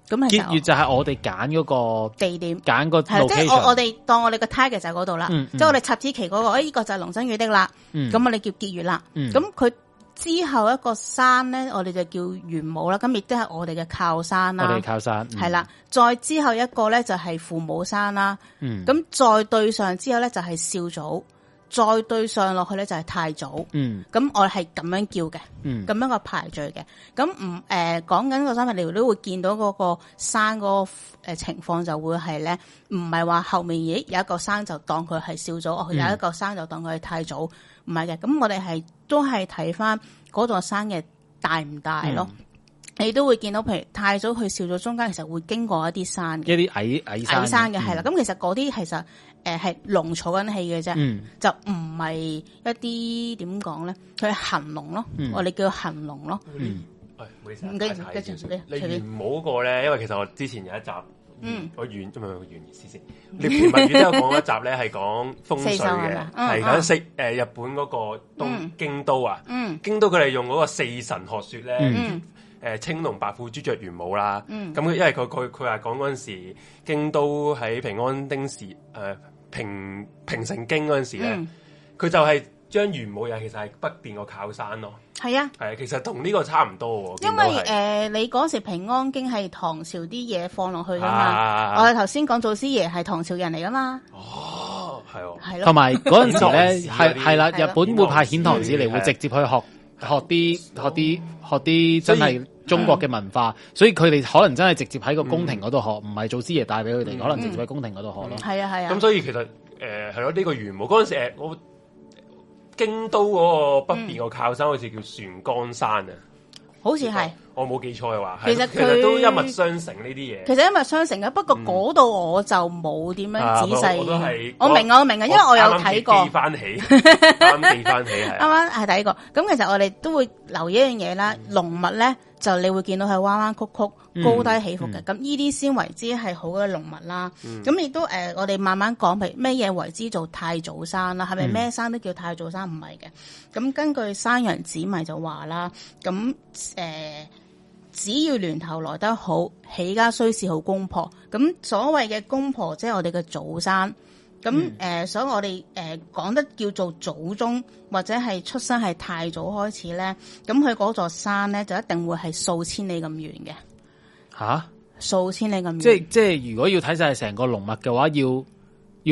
Speaker 2: 咁其
Speaker 1: 結月
Speaker 2: 實
Speaker 1: 就係我哋揀嗰個
Speaker 2: 地點
Speaker 1: 揀個
Speaker 2: 係啦即係我
Speaker 1: location，
Speaker 2: 我哋當我哋個 target 就係嗰度啦，
Speaker 1: 嗯嗯
Speaker 2: 即係我哋插支旗嗰個，诶呢個就係龍生魚的啦，
Speaker 1: 嗯
Speaker 2: 咁我哋叫結月啦，
Speaker 1: 嗯
Speaker 2: 咁佢之後一個山咧，我哋就叫玄武啦，咁亦都係我哋嘅靠山
Speaker 1: 我
Speaker 2: 啦
Speaker 1: 哋，靠山嗯
Speaker 2: 係，啦，再之後一個咧就係父母山啦，
Speaker 1: 嗯
Speaker 2: 咁再對上之後咧就係少祖，再對上落去咧就係太祖，
Speaker 1: 嗯
Speaker 2: 咁我係咁樣叫嘅。
Speaker 1: 嗯
Speaker 2: 咁樣個排序嘅。咁唔誒講緊個三分療都會見到嗰個山嗰、個、呃、情況就會係咧，唔係話後面咦有一個山就當佢係少祖，哦有一個山就當佢係太祖，唔係嘅。咁我哋係都係睇翻嗰座山嘅大唔大咯。你都會見到，譬如太祖去少祖中間，其實會經過一啲山嘅
Speaker 1: 一啲矮矮
Speaker 2: 矮山嘅，
Speaker 1: 嗯
Speaker 2: 係啦。咁其實嗰啲其實誒係龍儲緊氣嘅啫。
Speaker 1: 嗯
Speaker 2: 就唔係一啲點講咧，佢係行龍咯，
Speaker 1: 嗯
Speaker 2: 我哋叫行龍咯，
Speaker 1: 嗯
Speaker 3: 哎唔好意思啊
Speaker 2: 唔緊要
Speaker 3: 打岔
Speaker 2: 繼續
Speaker 3: 少少
Speaker 2: 你
Speaker 3: 你
Speaker 2: 隨便
Speaker 3: 元武嗰個咧，因為其實我之前有一集，
Speaker 2: 嗯，
Speaker 3: 我元唔係唔係元 先先，獵奇物語都有講一集咧，係講風
Speaker 2: 四
Speaker 3: 水
Speaker 2: 獸係咪
Speaker 3: 嘅，
Speaker 2: 嗯
Speaker 3: 係
Speaker 2: 嗯
Speaker 3: 講四誒日本嗰個
Speaker 2: 嗯
Speaker 3: 東京都啊，
Speaker 2: 嗯
Speaker 3: 京都佢哋用嗰個四神學說咧，
Speaker 1: 嗯
Speaker 2: 嗯
Speaker 3: 誒青龍白虎朱雀玄武啦，
Speaker 2: 嗯
Speaker 3: 咁佢因為佢佢佢話講嗰陣時，京都喺平安丁時誒、呃平平城京嗰陣時咧，
Speaker 2: 嗯，
Speaker 3: 佢、就係將玄武又其實係北邊個靠山咯，
Speaker 2: 係啊，
Speaker 3: 係其實同呢個差唔多喎，
Speaker 2: 因為誒、
Speaker 3: 見到係
Speaker 2: 呃你嗰時平安經係唐朝啲嘢放落去噶嘛，
Speaker 3: 啊
Speaker 2: 我哋頭先講祖師爺係唐朝人嚟噶嘛，
Speaker 3: 哦係喎，
Speaker 2: 係
Speaker 1: 同
Speaker 2: 咯，
Speaker 1: 埋嗰陣時
Speaker 3: 遣
Speaker 1: 咧，
Speaker 3: 唐使嗰
Speaker 1: 係
Speaker 3: 啲
Speaker 1: 係啦，
Speaker 2: 係
Speaker 1: 日
Speaker 2: 啦
Speaker 1: 本會派遣唐
Speaker 3: 遣
Speaker 1: 使
Speaker 3: 唐使
Speaker 1: 嚟，會直接去學學啲學啲學啲真係中國嘅文化，所以佢哋可能真係直接喺個宮廷嗰度學，唔係祖師爺帶俾佢哋，可能直接喺宮廷嗰度學咯。
Speaker 2: 係啊係
Speaker 3: 咁
Speaker 2: 啊，
Speaker 3: 所以其實呃誒係咯，呢個玄武嗰陣時誒我。京都嗰個北邊個靠山好似叫船江山啊，
Speaker 2: 好似嗯係，
Speaker 3: 我冇記錯嘅話，
Speaker 2: 其實
Speaker 3: 係其實都
Speaker 2: 佢
Speaker 3: 一脈相承呢啲
Speaker 2: 其
Speaker 3: 嘢。
Speaker 2: 實因為雙城嘅，不過嗰度我就冇點樣
Speaker 3: 嗯啊
Speaker 2: 仔細，
Speaker 3: 我我都係
Speaker 2: 我明啊我明啊，因為我有睇過
Speaker 3: 啱啱記。翻起，啱啱記 翻起係
Speaker 2: 啱啱
Speaker 3: 啊。
Speaker 2: 係第一個，咁其實我哋都會留意一樣嘢啦，
Speaker 3: 嗯
Speaker 2: 龍脈咧就你會見到佢彎彎曲曲、高低起伏嘅，咁呢啲先為之係好嘅龍脈啦。咁亦都誒、呃我哋慢慢講，譬如咩嘢為之做太祖山啦，係咪咩山都叫太祖山？唔係嘅。咁根據《山羊子迷》就話啦，咁誒、呃只要聯頭來得好，起家雖是好公婆。咁所謂嘅公婆，即係我哋嘅祖山。咁誒、呃所以我哋誒講得叫做祖宗，或者係出生係太祖開始咧，咁佢嗰座山咧就一定會係數千里咁遠嘅，
Speaker 1: 吓，
Speaker 2: 數千里咁遠。
Speaker 1: 即係即係如果要睇晒成個龍脈嘅話，要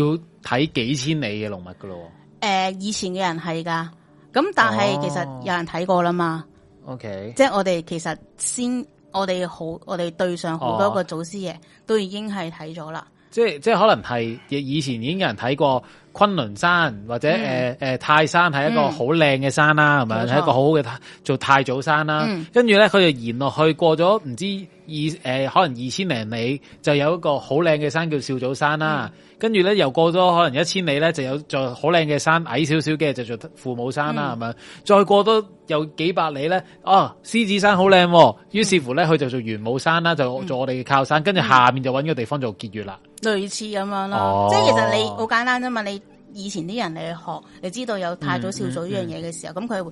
Speaker 1: 要睇幾千里嘅龍脈噶咯
Speaker 2: 誒、以前嘅人係㗎，咁但係
Speaker 1: 哦
Speaker 2: 其實有人睇過啦
Speaker 1: 喎。
Speaker 2: 嘛，
Speaker 1: OK，
Speaker 2: 即係我哋其實先我哋好，我哋對上好
Speaker 1: 哦
Speaker 2: 多個祖師爺都已經係睇咗啦，
Speaker 1: 即係即係可能係以以前已經有人睇過昆崙山或者誒誒、呃呃泰山係一個
Speaker 2: 嗯
Speaker 1: 好靚嘅山啦，係咪
Speaker 2: 冇錯
Speaker 1: 係一個好好嘅泰做太祖山啦
Speaker 2: 嗯？
Speaker 1: 跟住咧佢就沿落去過咗唔知二誒、呃可能二千零里就有一個好靚嘅山叫少祖山啦。
Speaker 2: 嗯
Speaker 1: 跟住咧又過咗可能一千里咧就有座好靚嘅山矮少少嘅就做父母山
Speaker 2: 嗯
Speaker 1: 啦，係咪、再過多有幾百里咧，哦獅子山好靚喎，於是乎咧佢就做玄武山啦，
Speaker 2: 嗯
Speaker 1: 就做我哋嘅靠山，跟住下面就揾個地方做結月啦。
Speaker 2: 類似咁樣啦。
Speaker 1: 哦
Speaker 2: 即係其實你好簡單啫嘛，你以前啲人你去學，你知道有太祖、少祖呢樣
Speaker 1: 嗯
Speaker 2: 嘢嘅時候，咁佢、會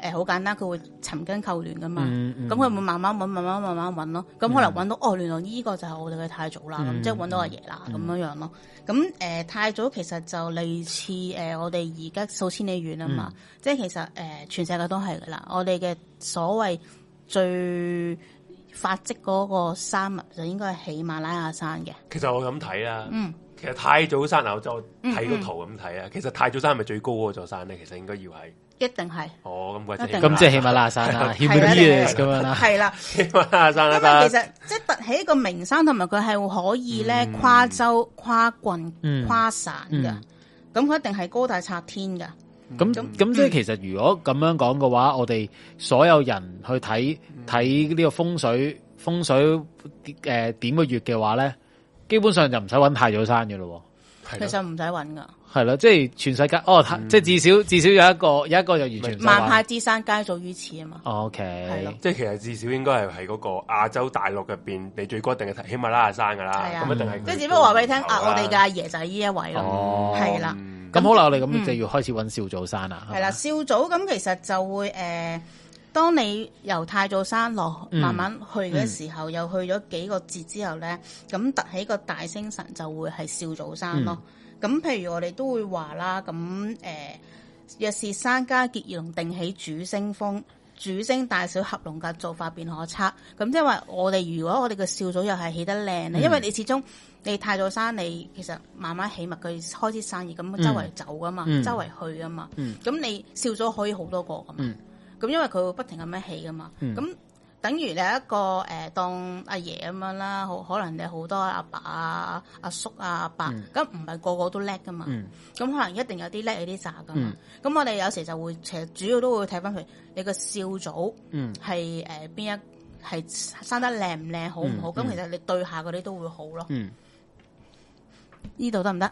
Speaker 2: 誒好、簡單，佢會尋根扣亂㗎嘛。
Speaker 1: 嗯嗯
Speaker 2: 咁佢咪慢慢揾，慢慢慢慢揾咯。咁可能揾到、哦，原來呢個就係我哋嘅太祖啦，咁、
Speaker 1: 嗯
Speaker 2: 即係揾到阿爺啦咁、樣樣咯。咁誒、呃太祖其實就類似誒、呃我哋而家數千里遠啊嘛，
Speaker 1: 嗯
Speaker 2: 即係其實誒、呃全世界都係噶啦。我哋嘅所謂最發跡嗰個山脈就應該係喜馬拉雅山嘅。
Speaker 3: 其實我咁睇啦，
Speaker 2: 嗯
Speaker 3: 其實太祖山嗱，我就睇個圖咁睇啊。其實太祖山係咪最高嗰座山咧？其實應該要係，
Speaker 2: 一定係
Speaker 3: 哦咁鬼
Speaker 2: 一定
Speaker 1: 咁即係喜馬
Speaker 3: 啦，
Speaker 1: 拉雅山啦 h i
Speaker 2: 係
Speaker 1: m a l
Speaker 2: 啦
Speaker 1: a y 啊咁樣啦。
Speaker 2: 係啊啦，
Speaker 3: 喜馬拉雅山
Speaker 2: 因
Speaker 3: 啦，
Speaker 2: 為
Speaker 3: 得
Speaker 2: 其實即係突起一個名山，同埋佢係可以咧
Speaker 3: 嗯
Speaker 2: 跨州、跨郡、
Speaker 1: 嗯
Speaker 2: 跨省嘅
Speaker 1: 嗯，
Speaker 2: 咁佢一定係高大拆天嘅。
Speaker 1: 咁
Speaker 2: 啊嗯
Speaker 1: 咁即係其實如果咁樣講嘅話，我哋所有人去睇
Speaker 2: 嗯
Speaker 1: 睇呢個風水風水誒點個月嘅話咧，基本上就唔使揾太祖山嘅咯
Speaker 3: 係
Speaker 2: 其
Speaker 3: 咯
Speaker 2: 實唔使揾噶，
Speaker 1: 喎。係啦，即係全世界哦，太
Speaker 2: 嗯
Speaker 1: 即係至少至少有一個有一個就完全唔使
Speaker 2: 萬
Speaker 1: 玩
Speaker 2: 派。之山皆屬於此啊嘛。
Speaker 1: O
Speaker 2: 係咯
Speaker 1: K，
Speaker 3: 即係其實至少應該係喺嗰個亞洲大陸入邊，你最高一定係喜馬拉雅山噶啦
Speaker 2: 係，啊
Speaker 3: 咁一定係
Speaker 2: 即係只不過話俾你聽
Speaker 3: 佢高
Speaker 2: 啊，
Speaker 3: 頭
Speaker 2: 我
Speaker 3: 啦
Speaker 2: 哋嘅阿爺就係呢一位咯，
Speaker 1: 哦，
Speaker 2: 係啦，嗯
Speaker 1: 咁好啦，我哋咁就要開始揾少祖山啦。
Speaker 2: 係啦，少祖咁其實就會誒當你由太祖山落
Speaker 1: 嗯
Speaker 2: 慢慢去嘅時候，又去咗幾個節之後咧，咁突起個大星神就會係少祖山
Speaker 1: 嗯
Speaker 2: 咯。咁、譬如我哋都會話啦，咁誒、呃、若是山家結義龍定起主星風。主星大小合龍嘅做法便可測，咁即係話我哋如果我哋嘅少祖又係起得靚
Speaker 1: 嗯
Speaker 2: 咧，因為你始終你太祖山你其實慢慢起密，佢開始散熱，咁周圍走噶嘛，
Speaker 1: 嗯
Speaker 2: 周圍去噶嘛，
Speaker 1: 嗯
Speaker 2: 咁、你少祖可以好多個噶嘛。
Speaker 1: 嗯
Speaker 2: 咁因為佢會不停咁樣起噶嘛，
Speaker 1: 嗯
Speaker 2: 咁、等於你一個誒、呃、當阿爺咁樣啦，好可能你好多阿爸啊、阿叔啊、阿伯，咁唔係個個都叻噶嘛，咁、
Speaker 1: 嗯
Speaker 2: 可能一定有啲叻有啲渣噶
Speaker 1: 嗯，
Speaker 2: 嘛咁、我哋有時就會其實主要都會睇翻佢你個少祖
Speaker 1: 嗯
Speaker 2: 係誒邊一係生得靚唔靚好唔好，
Speaker 1: 嗯
Speaker 2: 咁、
Speaker 1: 嗯
Speaker 2: 其實你對下嗰啲都會好咯，
Speaker 1: 嗯，
Speaker 2: 呢度得唔得？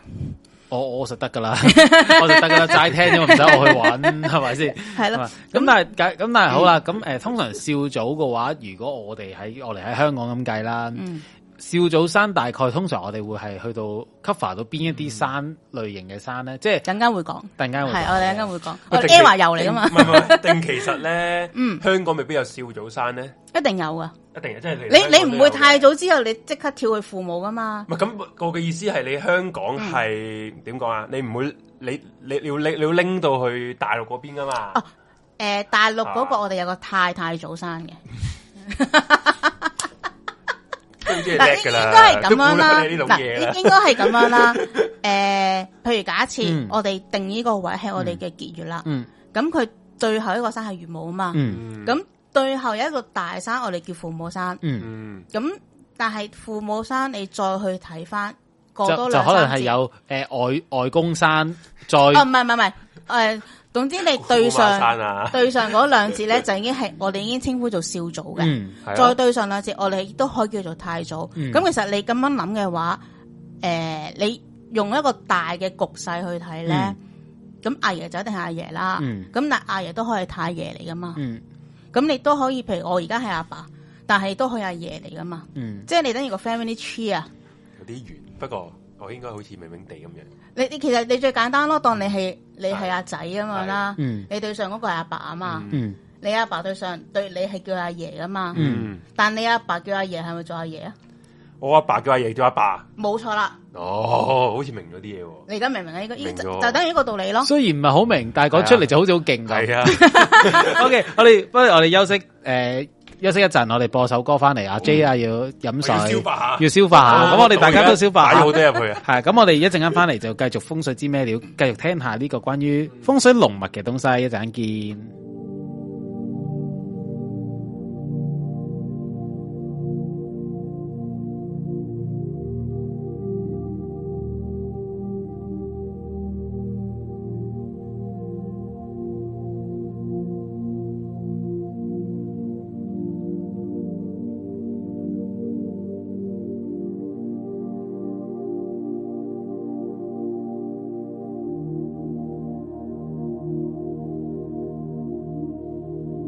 Speaker 1: 我我實得噶啦， 我實得噶啦，齋聽啫嘛，唔使我去揾，係咪先？
Speaker 2: 係嗯咯，
Speaker 1: 咁但係計咁但係好啦，咁誒通常少祖嘅話，如果我哋喺我哋喺香港咁計啦，
Speaker 2: 嗯
Speaker 1: 少祖山大概通常我哋會係去到 cover 到邊一啲山類型嘅山咧，即係啊
Speaker 2: 陣間會講，
Speaker 1: 突然間
Speaker 2: 嗯係啊
Speaker 1: 會
Speaker 2: 我哋陣間會講，我
Speaker 3: 喂
Speaker 2: 哋
Speaker 3: 定期
Speaker 2: A 華油嚟噶嘛
Speaker 3: 唔，係唔 係，定其實咧，
Speaker 2: 嗯
Speaker 3: 香港未必有少祖山咧，
Speaker 2: 一定有噶。
Speaker 3: 一定係真係
Speaker 2: 你你唔會太
Speaker 3: 早。
Speaker 2: 早知道你即刻跳去父母噶嘛？
Speaker 3: 唔係咁，我嘅意思係你香港
Speaker 2: 嗯
Speaker 3: 係點講啊？你唔會你你你要拎你要拎到去大陸嗰邊噶嘛？
Speaker 2: 哦诶、大陸嗰個
Speaker 3: 啊
Speaker 2: 我哋有個太太早生嘅，嗱應應
Speaker 3: 都知你叻噶啦，
Speaker 2: 該係咁樣啦，
Speaker 3: 都估得你呢
Speaker 2: 嗱
Speaker 3: 種嘢啦
Speaker 2: 應。應該係咁樣啦。诶、譬如假設
Speaker 1: 嗯
Speaker 2: 我哋定呢個位係我哋嘅結月啦，
Speaker 1: 嗯
Speaker 2: 咁佢、最後一個山係玄武啊嘛，
Speaker 1: 嗯
Speaker 2: 咁、最後一個大山我哋叫父母山，
Speaker 1: 嗯，
Speaker 3: 嗯，
Speaker 2: 咁但係父母山你再去睇翻過
Speaker 1: 就
Speaker 2: 多
Speaker 1: 就
Speaker 2: 兩
Speaker 1: 可能
Speaker 2: 三
Speaker 1: 係
Speaker 2: 節
Speaker 1: 有誒外外公山再
Speaker 2: 哦，唔係唔係唔係，诶、總之你對
Speaker 3: 古馬山
Speaker 2: 上
Speaker 3: 啊，
Speaker 2: 對上嗰兩節咧就已經係我哋已經稱呼做少祖嘅。
Speaker 1: 嗯
Speaker 3: 係啊
Speaker 2: 再對上兩節，我哋都可以叫做太早。咁、
Speaker 1: 嗯
Speaker 2: 其實你咁樣諗嘅話，誒、你用一個大嘅局勢去睇咧，咁阿爺就一定係阿爺啦。咁、
Speaker 1: 嗯
Speaker 2: 但阿爺都可以係太爺嚟噶嘛。
Speaker 1: 嗯
Speaker 2: 咁、你都可以，譬如我而家係阿爸，但係都可以阿爺嚟噶嘛。
Speaker 1: 嗯
Speaker 2: 即係你等於個 family tree 啊。
Speaker 3: 有啲遠，不過我應該好似明明地咁樣。
Speaker 2: 你你其實你最簡單咯，當你係你係阿仔咁樣啦，
Speaker 1: 嗯
Speaker 2: 你對上嗰個係阿爸啊嘛，
Speaker 1: 嗯
Speaker 2: 你阿爸對上對你係叫阿爺噶嘛，
Speaker 1: 嗯，
Speaker 2: 但你阿爸叫阿爺係咪做阿爺啊？
Speaker 3: 我阿爸叫阿爺叫阿爸，
Speaker 2: 冇錯啦。
Speaker 3: 哦，好似明咗啲嘢喎。
Speaker 2: 你而家明唔明啊？呢個呢
Speaker 3: 明
Speaker 2: 個
Speaker 3: 咗
Speaker 2: 就就等於呢個道理咯。
Speaker 1: 雖然唔係好明，但係講出嚟就好似好勁咁。
Speaker 3: 啊係啊，
Speaker 1: O、k 我哋不如我哋休息诶、休息一陣，我哋播首歌翻嚟。阿 J 啊，要飲
Speaker 3: 我要
Speaker 1: 水，
Speaker 3: 消 化下
Speaker 1: 要消化啊下。咁我哋大家都消化
Speaker 3: 打咗
Speaker 1: 下
Speaker 3: 好。多入去啊。
Speaker 1: 系咁，我哋一陣間翻嚟就繼續風水知咩料，繼續聽下呢個關於風水龍脈嘅東西。一陣間見。
Speaker 4: Hãy subscribe cho kênh Ghiền Mì Gõ Để không bỏ lỡ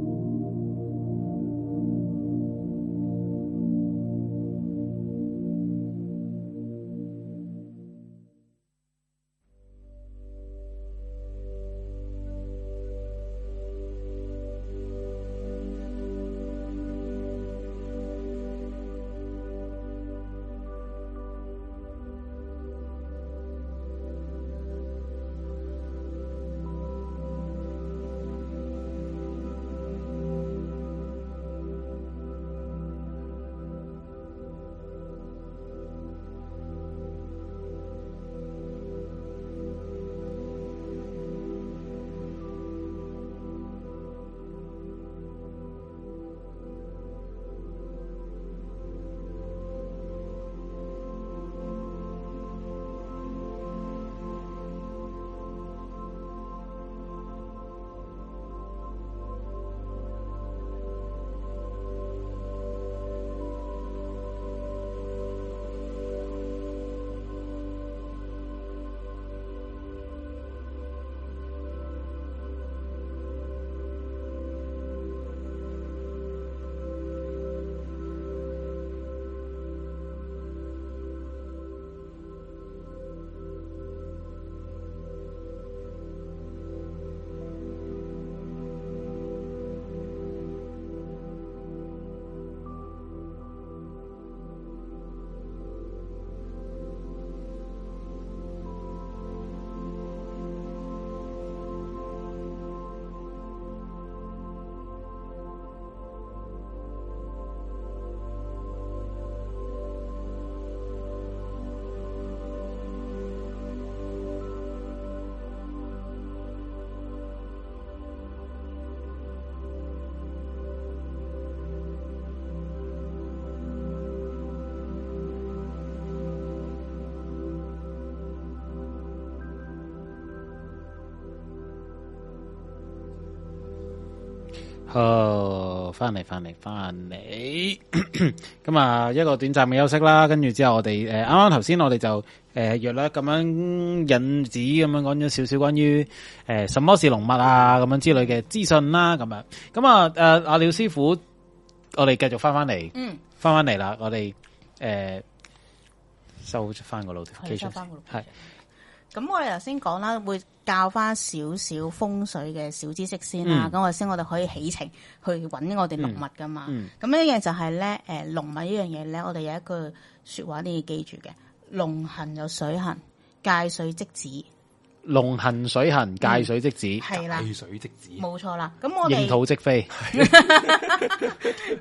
Speaker 1: 好，翻嚟翻嚟翻嚟， 咁啊一個短暫嘅休息啦，跟住之後我哋誒啱啱頭先我哋就誒約略咁樣引子咁樣講咗少少關於誒、呃、什麼是龍脈啊咁樣之類嘅資訊啦，咁樣咁啊誒阿廖師傅，我哋繼續翻翻嚟，
Speaker 2: 嗯，
Speaker 1: 翻翻嚟啦，我哋誒、呃收翻個 notification
Speaker 2: 係收返個 notification
Speaker 1: 係
Speaker 2: 咁我哋頭先講啦，會教翻少少風水嘅小知識先
Speaker 1: 嗯
Speaker 2: 啦。咁、我先我哋可以起程去揾我哋龍脈噶嘛。咁、
Speaker 1: 嗯
Speaker 2: 一樣就係咧，誒龍脈呢樣嘢咧，我哋有一句説話你要記住嘅：
Speaker 1: 嗯
Speaker 2: 龍行有水行，界水即止。
Speaker 1: 龍行水行，界水即止，
Speaker 2: 係啦，
Speaker 3: 滴水即止，
Speaker 2: 冇錯啦。咁嗯我
Speaker 1: 認
Speaker 2: 哋
Speaker 1: 土即飛，
Speaker 2: 咁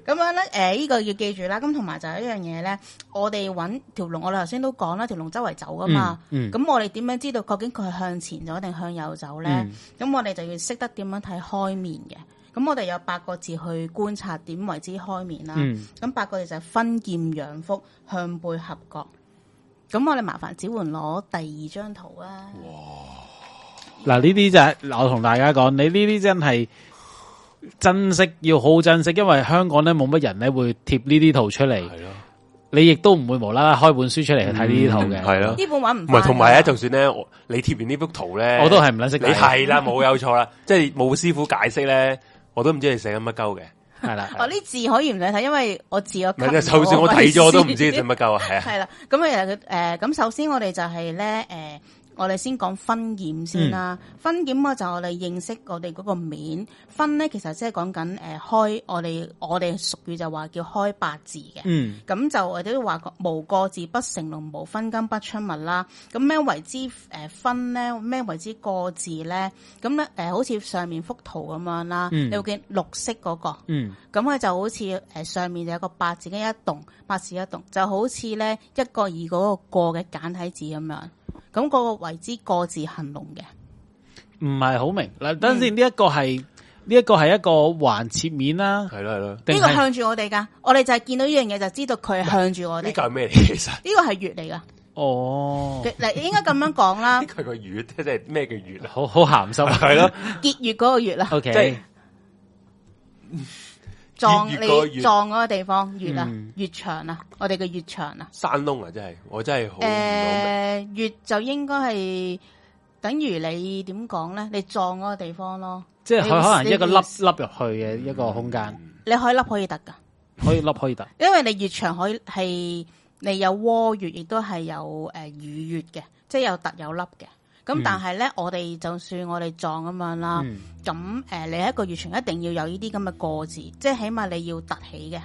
Speaker 2: 樣咧，誒、呢、個要記住啦。咁同埋就係一樣嘢咧，我哋揾條龍，我哋頭先都講啦，條龍周圍走噶嘛。
Speaker 1: 嗯嗯
Speaker 2: 咁、我哋點樣知道究竟佢係向前走定向右走咧？
Speaker 1: 嗯
Speaker 2: 咁、我哋就要識得點樣睇開面嘅。咁我哋有八個字去觀察點為之開面啦。
Speaker 1: 嗯
Speaker 2: 咁、八個字就係分劍養腹、向背合角。咁我哋麻煩子桓攞第二張圖啊。
Speaker 1: 嗱，呢啲就係嗱我同大家講，你呢啲真係珍惜，要好好珍惜，因為香港咧冇乜人咧會貼呢啲圖出嚟，
Speaker 3: 係咯。
Speaker 1: 你亦都唔會無啦啦開本書出嚟去睇呢啲圖嘅，
Speaker 3: 嗯係咯
Speaker 2: 呢本揾唔啊
Speaker 3: 唔係，
Speaker 2: 返
Speaker 3: 同埋咧，
Speaker 2: 㗎
Speaker 3: 就算咧，我你貼完呢幅圖咧，
Speaker 1: 我都係唔撚識睇
Speaker 3: 你係啦，冇有錯啦， 即係冇師傅解釋咧，我都唔知你寫緊乜 鳩嘅。
Speaker 1: 係啦，
Speaker 2: 哦我呢字可以唔使睇，因為我字我
Speaker 3: 唔係，即係就算我睇咗，我都唔 知你
Speaker 2: 點
Speaker 3: 寫乜鳩啊。係啊，
Speaker 2: 系啦，咁啊誒，呃咁首先我哋就係咧誒，我哋先講分檢先啦。分檢我就我哋認識我哋嗰個面分咧，其實即係講緊誒開呃我哋我哋俗語就話叫開八字嘅。
Speaker 1: 嗯
Speaker 2: 咁就我哋都話過無個字不成龍，無分金不出物啦。咁咩為之誒、呃分咧？咩為之個字咧？咁咧呃誒，好似上面幅圖咁樣啦，
Speaker 1: 嗯
Speaker 2: 你會見綠色嗰、個。
Speaker 1: 嗯
Speaker 2: 咁佢就好似誒、呃上面有一個八字嘅一棟，八字一棟就好似咧一個二嗰個個嘅簡體字咁樣，咁、嗰個為之個字行龍嘅，
Speaker 1: 唔係好明嗱，等陣先呢一個係呢一個係一個橫切面啦，
Speaker 3: 係咯係咯，
Speaker 1: 定
Speaker 2: 呢個
Speaker 1: 係
Speaker 2: 向住我哋噶，我哋就係見到呢樣嘢就知道佢係向住我哋，
Speaker 3: 呢
Speaker 2: 呢、
Speaker 3: 個係咩嚟？ 其實呢
Speaker 2: 個係月嚟噶，
Speaker 1: 哦，
Speaker 2: 嘅嗱應該咁樣講 啦，
Speaker 3: 個係個月，即係咩叫 月啊？
Speaker 1: 好好鹹濕 係咯
Speaker 2: 結月嗰個月啦，
Speaker 1: ，OK，
Speaker 3: 即係
Speaker 2: 撞
Speaker 3: 結月嗰個月
Speaker 2: 你撞嗰個地方月啊
Speaker 1: 嗯，
Speaker 2: 月長啊，我哋嘅月長啊，
Speaker 3: 山窿啊，真係我真係好
Speaker 2: 誒、
Speaker 3: 唔到明。
Speaker 2: 月就應該係等於你點講咧，你撞嗰個地方咯，
Speaker 1: 即係佢可能一個
Speaker 2: 你嗯
Speaker 1: 粒粒
Speaker 2: 會
Speaker 1: 入去嘅一個空間，
Speaker 2: 你可以凹可以凸噶。
Speaker 1: 可以粒可以突，
Speaker 2: 因為你月長可以係你有窩月，亦都係有誒魚月嘅，即係有凸有粒嘅。咁
Speaker 3: 嗯
Speaker 2: 但係咧，我哋就算我哋撞咁樣啦，
Speaker 1: 嗯
Speaker 2: 咁誒、你一個月長一定要有呢啲咁嘅個字，即係起碼你要凸起嘅，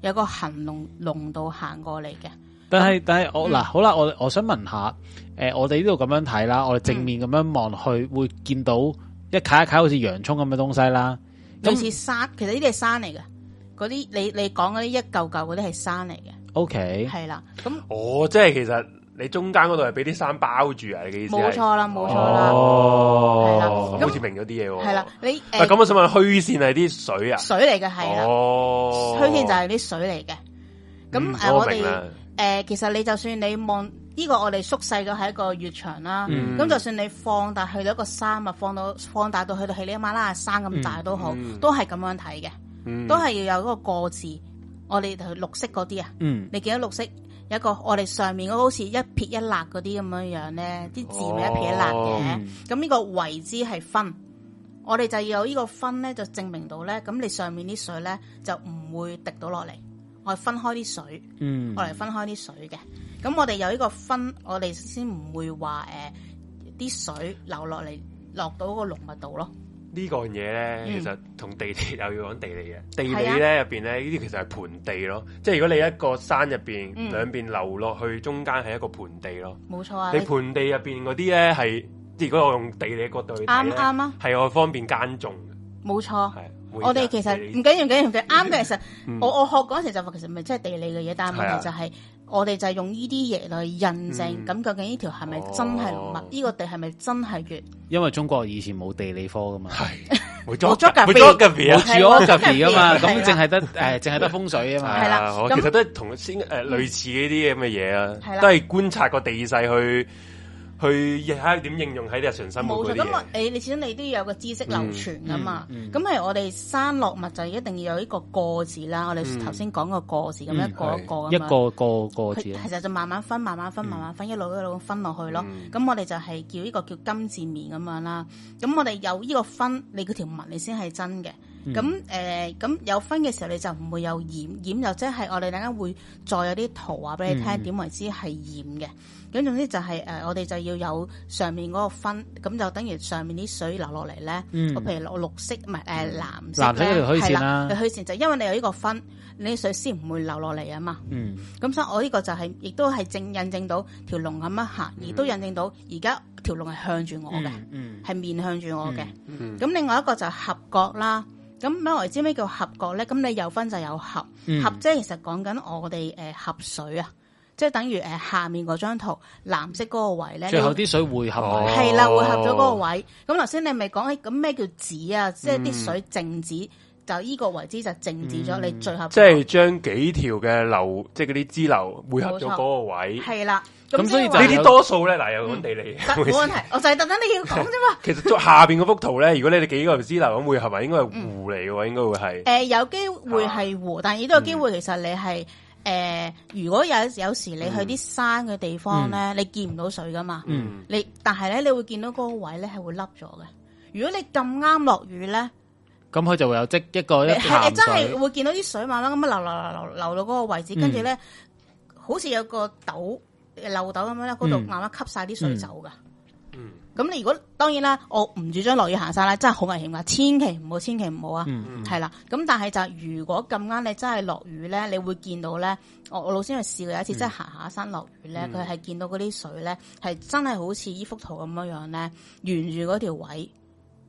Speaker 2: 有個行龍龍道行過嚟嘅。
Speaker 1: 但係但係我嗱、好啦，我我想問下，诶、我哋呢度咁樣睇啦，我哋正面咁樣望去，會見到一卡一卡好似洋葱咁嘅東西啦。
Speaker 2: 類
Speaker 1: 咁
Speaker 2: 似山，其實呢啲係山嚟嘅，嗰啲你你講嗰啲一嚿嚿嗰啲係山嚟嘅，
Speaker 1: OK，
Speaker 2: 係啦，咁
Speaker 3: 哦，即係其實你中間嗰度係俾啲山包住啊！你嘅意思係
Speaker 2: 冇錯啦，冇錯啦，係啦
Speaker 3: 哦，
Speaker 2: 咁
Speaker 3: 好似明咗啲嘢喎。
Speaker 2: 係啦，，你
Speaker 3: 但
Speaker 2: 誒
Speaker 3: 咁我想問，虛線係啲水啊？
Speaker 2: 水嚟嘅係啦。
Speaker 3: 哦，
Speaker 2: 虛線就係啲水嚟嘅。咁
Speaker 3: 嗯
Speaker 2: 誒、呃
Speaker 3: 我
Speaker 2: 我
Speaker 3: 明
Speaker 2: 哋
Speaker 3: 啦
Speaker 2: 誒、呃其實你就算你望呢、個，我哋縮細咗係一個月長啦。
Speaker 3: 嗯
Speaker 2: 咁、就算你放大去到一個山啊，放到放大到去到喜里馬拉雅山咁大都好，
Speaker 3: 嗯
Speaker 2: 都係咁樣睇嘅，
Speaker 3: 嗯
Speaker 2: 都係要有嗰個個字。我哋就綠色嗰啲啊，
Speaker 1: 嗯，
Speaker 2: 你見到綠色有一個我哋上面嗰個好似一撇一捺嗰啲咁樣樣咧，啲字咪一撇一捺
Speaker 3: 哦
Speaker 2: 嘅。咁呢、個為之係分，我哋就要有呢個分咧，就證明到咧，咁你上面啲水咧就唔會滴到落嚟。我係分開啲水，
Speaker 1: 嗯
Speaker 2: 我，嚟分開啲水嘅。咁我哋有呢個分，我哋先唔會話誒啲水流落嚟落到個龍脈度咯。
Speaker 3: 呢個嘢咧，
Speaker 2: 嗯啊
Speaker 3: 其實同地理又要講地理嘅。地理咧入邊咧，呢啲其實係盆地咯。即係如果你一個山入邊
Speaker 2: 嗯
Speaker 3: 兩邊流落去，中間係一個盆地咯。
Speaker 2: 冇錯啊，
Speaker 3: 你
Speaker 2: 你
Speaker 3: 盆地入邊嗰啲咧係，即係如果我用地理角度去睇
Speaker 2: 啱
Speaker 3: 咧，
Speaker 2: 啱啊，
Speaker 3: 係我方便耕種嘅。
Speaker 2: 冇錯。
Speaker 3: 係會
Speaker 2: 我哋
Speaker 3: 㗎
Speaker 2: 其實
Speaker 3: 地
Speaker 2: 唔
Speaker 3: 理
Speaker 2: 緊要，唔緊 要，唔緊要啱嘅。其實
Speaker 3: 嗯
Speaker 2: 我我學嗰陣時就話，其實咪真係地理嘅嘢，但係
Speaker 3: 係啊
Speaker 2: 問題就係我哋就係用呢啲嘢來印證，
Speaker 3: 嗯
Speaker 2: 咁究竟呢條係咪真係龍
Speaker 3: 哦
Speaker 2: 脈？呢個地係咪真係月？
Speaker 1: 因為中國以前冇地理科噶嘛，
Speaker 3: 冇
Speaker 2: 冇
Speaker 3: geography-
Speaker 2: geography
Speaker 3: 冇 geography 啊
Speaker 1: 冇
Speaker 2: 係喎
Speaker 1: geography 噶嘛，
Speaker 2: 係
Speaker 1: 咁
Speaker 2: 啦
Speaker 1: 淨係得诶，净系得風水啊嘛。
Speaker 2: 係啦
Speaker 3: 啊我
Speaker 2: 咁
Speaker 3: 其呃實都係同先誒類似呢啲咁嘅嘢啊
Speaker 2: 係，啦
Speaker 3: 都係觀察個地勢去去睇下點應用喺你日常生活
Speaker 2: 冇錯，
Speaker 3: 嗰啲
Speaker 2: 咁我
Speaker 3: 嘢。
Speaker 2: 你你始終你都要有個知識流傳噶嘛。咁係、
Speaker 1: 嗯嗯
Speaker 2: 我哋生落物就一定要有呢個個字啦。我哋頭先講個個字咁、
Speaker 1: 嗯
Speaker 2: 一個一個咁
Speaker 1: 一
Speaker 2: 樣
Speaker 1: 個個個
Speaker 2: 佢
Speaker 1: 字啊
Speaker 2: 其實就慢慢分、慢慢
Speaker 1: 嗯
Speaker 2: 分、慢慢分，一路一路咁分落去咯。
Speaker 3: 嗯
Speaker 2: 咁、我哋就係叫呢個叫金字面咁樣啦。咁我哋有呢個分，你嗰條紋你先係真嘅。
Speaker 1: 嗯
Speaker 2: 咁誒、呃咁有分嘅時候，你就唔會有染染，又即係我哋等間會再有啲圖話俾
Speaker 1: 嗯
Speaker 2: 你聽點為之係染嘅。咁總之就係、呃我哋就要有上面嗰個分，咁就等於上面啲水流落嚟咧。
Speaker 1: 嗯
Speaker 2: 我譬如綠綠色唔係誒藍色
Speaker 1: 藍色
Speaker 2: 咧
Speaker 1: 嗰條虛線
Speaker 2: 係
Speaker 1: 啦
Speaker 2: 條虛線就因為你有呢個分，你啲水先唔會流落嚟啊嘛。
Speaker 1: 嗯
Speaker 2: 咁所以我呢個就係、亦都係正印證到條龍咁樣行，亦都印證到而家條龍係向住我嘅，
Speaker 1: 嗯嗯
Speaker 2: 係、面向住我嘅。
Speaker 3: 嗯
Speaker 2: 咁、另外一個就係合角啦。咁乜為知咩叫合角咧？咁你有分就有合，
Speaker 1: 嗯
Speaker 2: 合即係其實講緊我哋誒、呃合水啊，即係等於誒、呃下面嗰張圖藍色嗰個位咧，
Speaker 1: 最後啲水匯合埋
Speaker 3: 哦
Speaker 2: 係啦，會合咗嗰個位。咁頭先你咪講誒，哎咁咩叫止啊？即係啲水靜止，就呢個為之就靜止咗，
Speaker 1: 嗯
Speaker 2: 你聚合咗
Speaker 3: 即係將幾條嘅流，即係嗰啲支流匯合咗嗰個位。呢
Speaker 2: 係啦。
Speaker 1: 咁所以
Speaker 2: 即係
Speaker 1: 就
Speaker 2: 話
Speaker 3: 啲多數咧，嗱又講地 理，
Speaker 2: 得冇問題，我就係特登你要講啫嘛。
Speaker 3: 其實下邊嗰幅圖咧，如果你哋幾個支流咁匯合埋，應該係湖嚟嘅喎，應該會係
Speaker 2: 誒、有機會係湖，但係亦都有機會其實你係誒、如果有有時你去啲山嘅地方咧，你見唔到水噶嘛。
Speaker 1: 嗯
Speaker 2: 你但係咧，你會見到嗰個位咧係會凹咗嘅。如果你咁啱落雨咧，
Speaker 1: 咁佢就會有即一個
Speaker 2: 你
Speaker 1: 一
Speaker 2: 係
Speaker 1: 潭
Speaker 2: 你真係
Speaker 1: 水
Speaker 2: 會見到啲水慢慢咁啊樣流流流流流到嗰個位置，
Speaker 1: 嗯
Speaker 2: 跟住咧好似有個斗漏斗咁樣咧，嗰度
Speaker 1: 嗯
Speaker 2: 慢慢吸晒啲水走噶。
Speaker 3: 嗯
Speaker 2: 咁你如果當然啦，我唔主張落雨行山啦，真係好危險噶，千祈唔好，千祈唔好啊！
Speaker 1: 嗯
Speaker 2: 係啦，咁但係就係如果咁啱你真係落雨咧，你會見到咧，我我老師去試過有一
Speaker 1: 嗯
Speaker 2: 次，即係行下山落雨咧，佢係見到嗰啲水咧係真係好似依幅圖咁樣樣咧，沿住嗰條位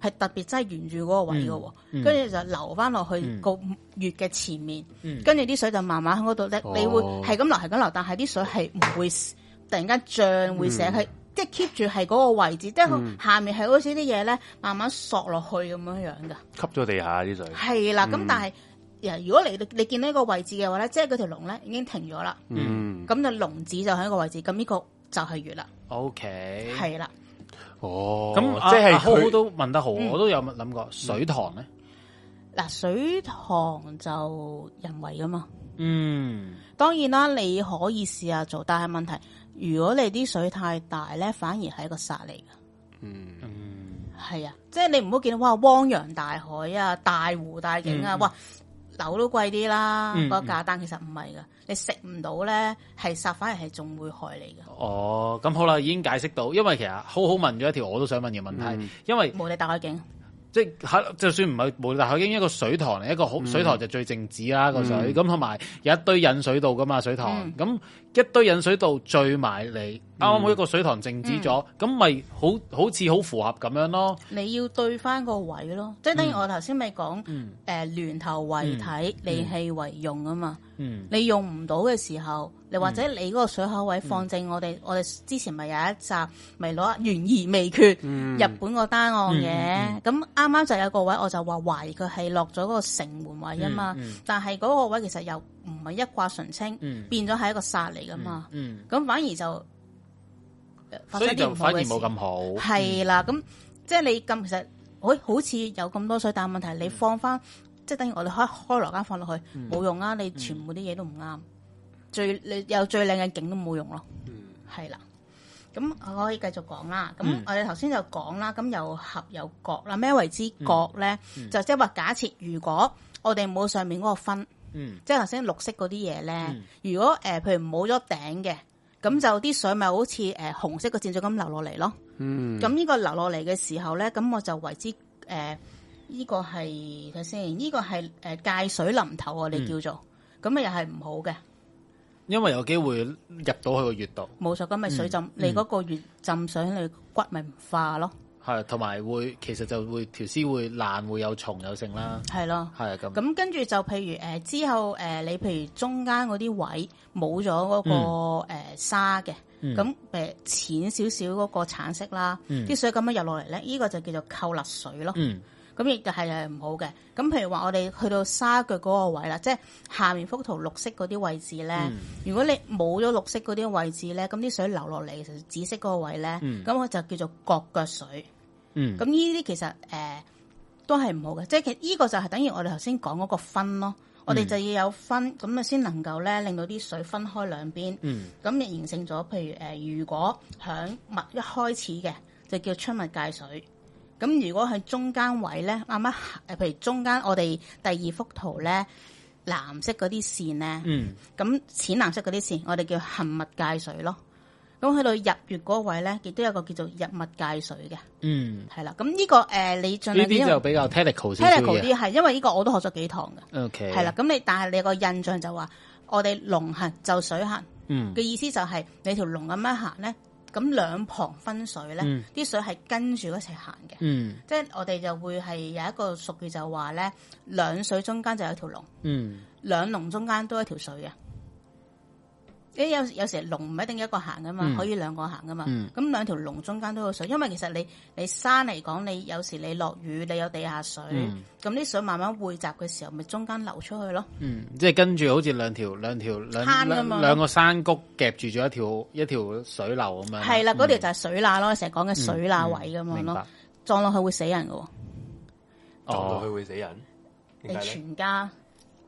Speaker 2: 係特別真係沿住嗰個位嘅喎，
Speaker 1: 嗯嗯
Speaker 2: 跟住、就流翻落去個月嘅前面
Speaker 1: 嗯，
Speaker 2: 跟住啲水就慢慢喺嗰度咧，
Speaker 3: 哦
Speaker 2: 你會係咁流係咁流，但係啲水係唔會 s- 突然間漲會寫係。即係 keep 住係嗰個位置，即係下面係好似啲嘢咧，慢慢索落去咁樣樣㗎。
Speaker 3: 吸咗地下啲水。
Speaker 2: 係啦，咁但係。誒如果你你見到呢個位置嘅話咧，即係嗰條龍咧已經停咗啦，
Speaker 3: 嗯，
Speaker 2: 咁就龍子就喺一個位置，咁呢個就係月啦，
Speaker 1: O K
Speaker 2: 係啦。
Speaker 3: 哦，
Speaker 1: 咁
Speaker 3: 咁
Speaker 1: 啊
Speaker 3: 即
Speaker 1: 阿
Speaker 3: 係
Speaker 1: 好好
Speaker 3: 佢
Speaker 1: 都問得好，
Speaker 2: 嗯
Speaker 1: 我都有諗過水塘咧，
Speaker 2: 嗱，水塘就人為噶嘛，
Speaker 1: 嗯
Speaker 2: 當然啦，你可以試下做，但係問題如果你啲水太大咧，反而係一個殺嚟嘅，
Speaker 3: 嗯
Speaker 1: 嗯
Speaker 2: 係啊，即係你唔好見到哇汪洋大海啊、大湖大景啊，
Speaker 1: 嗯
Speaker 2: 哇樓都貴啲啦，
Speaker 1: 嗯
Speaker 2: 個價單其實唔係噶，你食唔到咧係殺，反而係仲會害你噶，
Speaker 1: 哦，咁好啦，已經解釋到，因為其實好好問咗一條我都想問嘅問題，
Speaker 3: 嗯
Speaker 1: 因為
Speaker 2: 無敵大海景。
Speaker 1: 即係就算唔係無理大海經一個水塘嚟，一個
Speaker 3: 嗯
Speaker 1: 好水塘就最靜止啦個水，咁同埋有一堆引水道噶嘛水塘，
Speaker 2: 嗯
Speaker 1: 咁、一堆引水道聚埋嚟，啱啱好一個水塘靜止咗，咁咪、好好似好符合咁樣咯。
Speaker 2: 你要對翻個位咯，即係等於我頭先咪講
Speaker 1: 嗯
Speaker 2: 誒聯頭為體，利氣為用啊嘛。
Speaker 1: 嗯
Speaker 2: 你用唔到嘅時候，你或者你嗰個水口位放正我哋，
Speaker 1: 嗯
Speaker 2: 我哋之前咪有一集咪攞懸疑未決、
Speaker 1: 嗯
Speaker 3: 嗯
Speaker 2: 日本個單案嘅，咁啱啱就有個位我就話懷疑佢係落咗嗰個城門位啊嘛，
Speaker 1: 嗯嗯
Speaker 2: 但係嗰個位其實又唔係一掛純清，
Speaker 1: 嗯
Speaker 2: 變咗係一個煞嚟噶嘛，
Speaker 1: 嗯，
Speaker 2: 咁、反而就呃發
Speaker 1: 所
Speaker 2: 生
Speaker 1: 以
Speaker 2: 啲
Speaker 1: 就
Speaker 2: 唔好
Speaker 1: 反而
Speaker 2: 嘅事
Speaker 1: 冇咁好。嗯
Speaker 2: 係啦，咁即係你咁其實，喂，好似有咁多水，但係問
Speaker 1: 嗯
Speaker 2: 題你放翻，即係等於我哋開開羅間放落去冇用
Speaker 1: 嗯
Speaker 2: 啊！你全部啲嘢都唔啱，最你有最靚嘅景都冇用咯，
Speaker 1: 嗯
Speaker 2: 係啦。咁我可以繼續講啦。咁
Speaker 1: 嗯
Speaker 2: 我哋頭先就講啦，咁有合有角啦。咩為之
Speaker 1: 嗯
Speaker 2: 角咧？就即係話假設如果我哋冇上面嗰個分，
Speaker 1: 嗯
Speaker 2: 即係頭先綠色嗰啲嘢咧，如果誒、呃譬如冇咗頂嘅，咁就啲水咪好似誒、呃、紅色個箭嘴咁流落嚟咯。
Speaker 3: 嗯
Speaker 2: 咁呢個流落嚟嘅時候咧，咁我就為之誒，呃呢、個係睇先，呢、個係誒界水淋頭啊，你叫做，咁啊又係唔好嘅，
Speaker 1: 因為有機會入到去個穴度，
Speaker 2: 冇錯，咁咪水浸，你嗰個月浸水，你骨咪唔化咯，
Speaker 1: 係同埋會其實就會條絲會爛，會有蟲有剩啦，
Speaker 2: 係咯。
Speaker 1: 係啊咁。
Speaker 2: 咁跟住就譬如誒、呃之後誒、呃你譬如中間嗰啲位冇咗嗰個、呃沙嘅，咁誒、呃淺少少嗰個橙色啦，啲、水咁樣入落嚟咧，呢、個就叫做扣勒水咯。
Speaker 1: 嗯
Speaker 2: 咁亦就係係唔好嘅。咁譬如話我哋去到沙腳嗰個位啦，即係下面幅圖綠色嗰啲位置咧，如果你冇咗綠色嗰啲位置咧，咁啲水流落嚟，其實紫色嗰個位咧，
Speaker 1: 嗯
Speaker 2: 咁我就叫做角腳水。
Speaker 1: 嗯
Speaker 2: 咁呢啲其實誒、呃都係唔好嘅，即係其實呢個就係等於我哋頭先講嗰個分咯。
Speaker 1: 嗯
Speaker 2: 我哋就要有分，咁啊先能夠咧令到啲水分開兩邊，
Speaker 1: 嗯
Speaker 2: 咁就形成咗譬如誒、呃如果響物一開始嘅就叫出物界水。咁如果喺中間位咧，啱啱誒譬如中間我哋第二幅圖咧，藍色嗰啲線咧。
Speaker 1: 嗯
Speaker 2: 咁淺藍色嗰啲線，我哋叫行物界水咯。咁去到日月嗰位咧，亦都有個叫做日物界水嘅，
Speaker 1: 嗯，
Speaker 2: 係啦。咁呢、個誒、呃你盡
Speaker 1: 呢
Speaker 2: 量
Speaker 1: 啲就比較 technical 少少嘅
Speaker 2: technical 啲，係因為呢個我都學咗幾堂嘅，
Speaker 1: ，OK，
Speaker 2: 係啦。，咁你但係你個印象就話，我哋龍行就水行
Speaker 1: 嗯
Speaker 2: 嘅意思就係你條龍咁樣行咧，咁兩旁分水咧，
Speaker 1: 嗯
Speaker 2: 啲、水係跟住一齊行嘅。
Speaker 1: 嗯
Speaker 2: 即係我哋就會係有一個俗語就話咧，兩水中間就有條龍。
Speaker 1: 嗯
Speaker 2: 兩龍中間都一條水嘅。因為有有時龍唔一定一個行噶嘛，
Speaker 1: 嗯
Speaker 2: 可以兩個行噶嘛。
Speaker 1: 嗯
Speaker 2: 咁兩條龍中間都有水，因為其實你你山嚟講，你有時你落雨，你有地下水，
Speaker 1: 嗯
Speaker 2: 咁啲、水慢慢匯集嘅時候，咪中間流出去咯。
Speaker 1: 嗯，即係跟住好似兩條兩條兩
Speaker 2: 慳㗎嘛
Speaker 1: 兩兩個山谷夾住咗一條一條水流咁樣，
Speaker 2: 係啦、嗰條就係水罅咯，成日講嘅水罅位咁樣
Speaker 1: 明
Speaker 2: 咯，
Speaker 1: 白
Speaker 2: 撞落去會死人嘅喎，
Speaker 3: 撞落去
Speaker 1: 哦，
Speaker 3: 會死人，
Speaker 2: 你
Speaker 3: 點解咧？
Speaker 2: 全家
Speaker 3: 嗯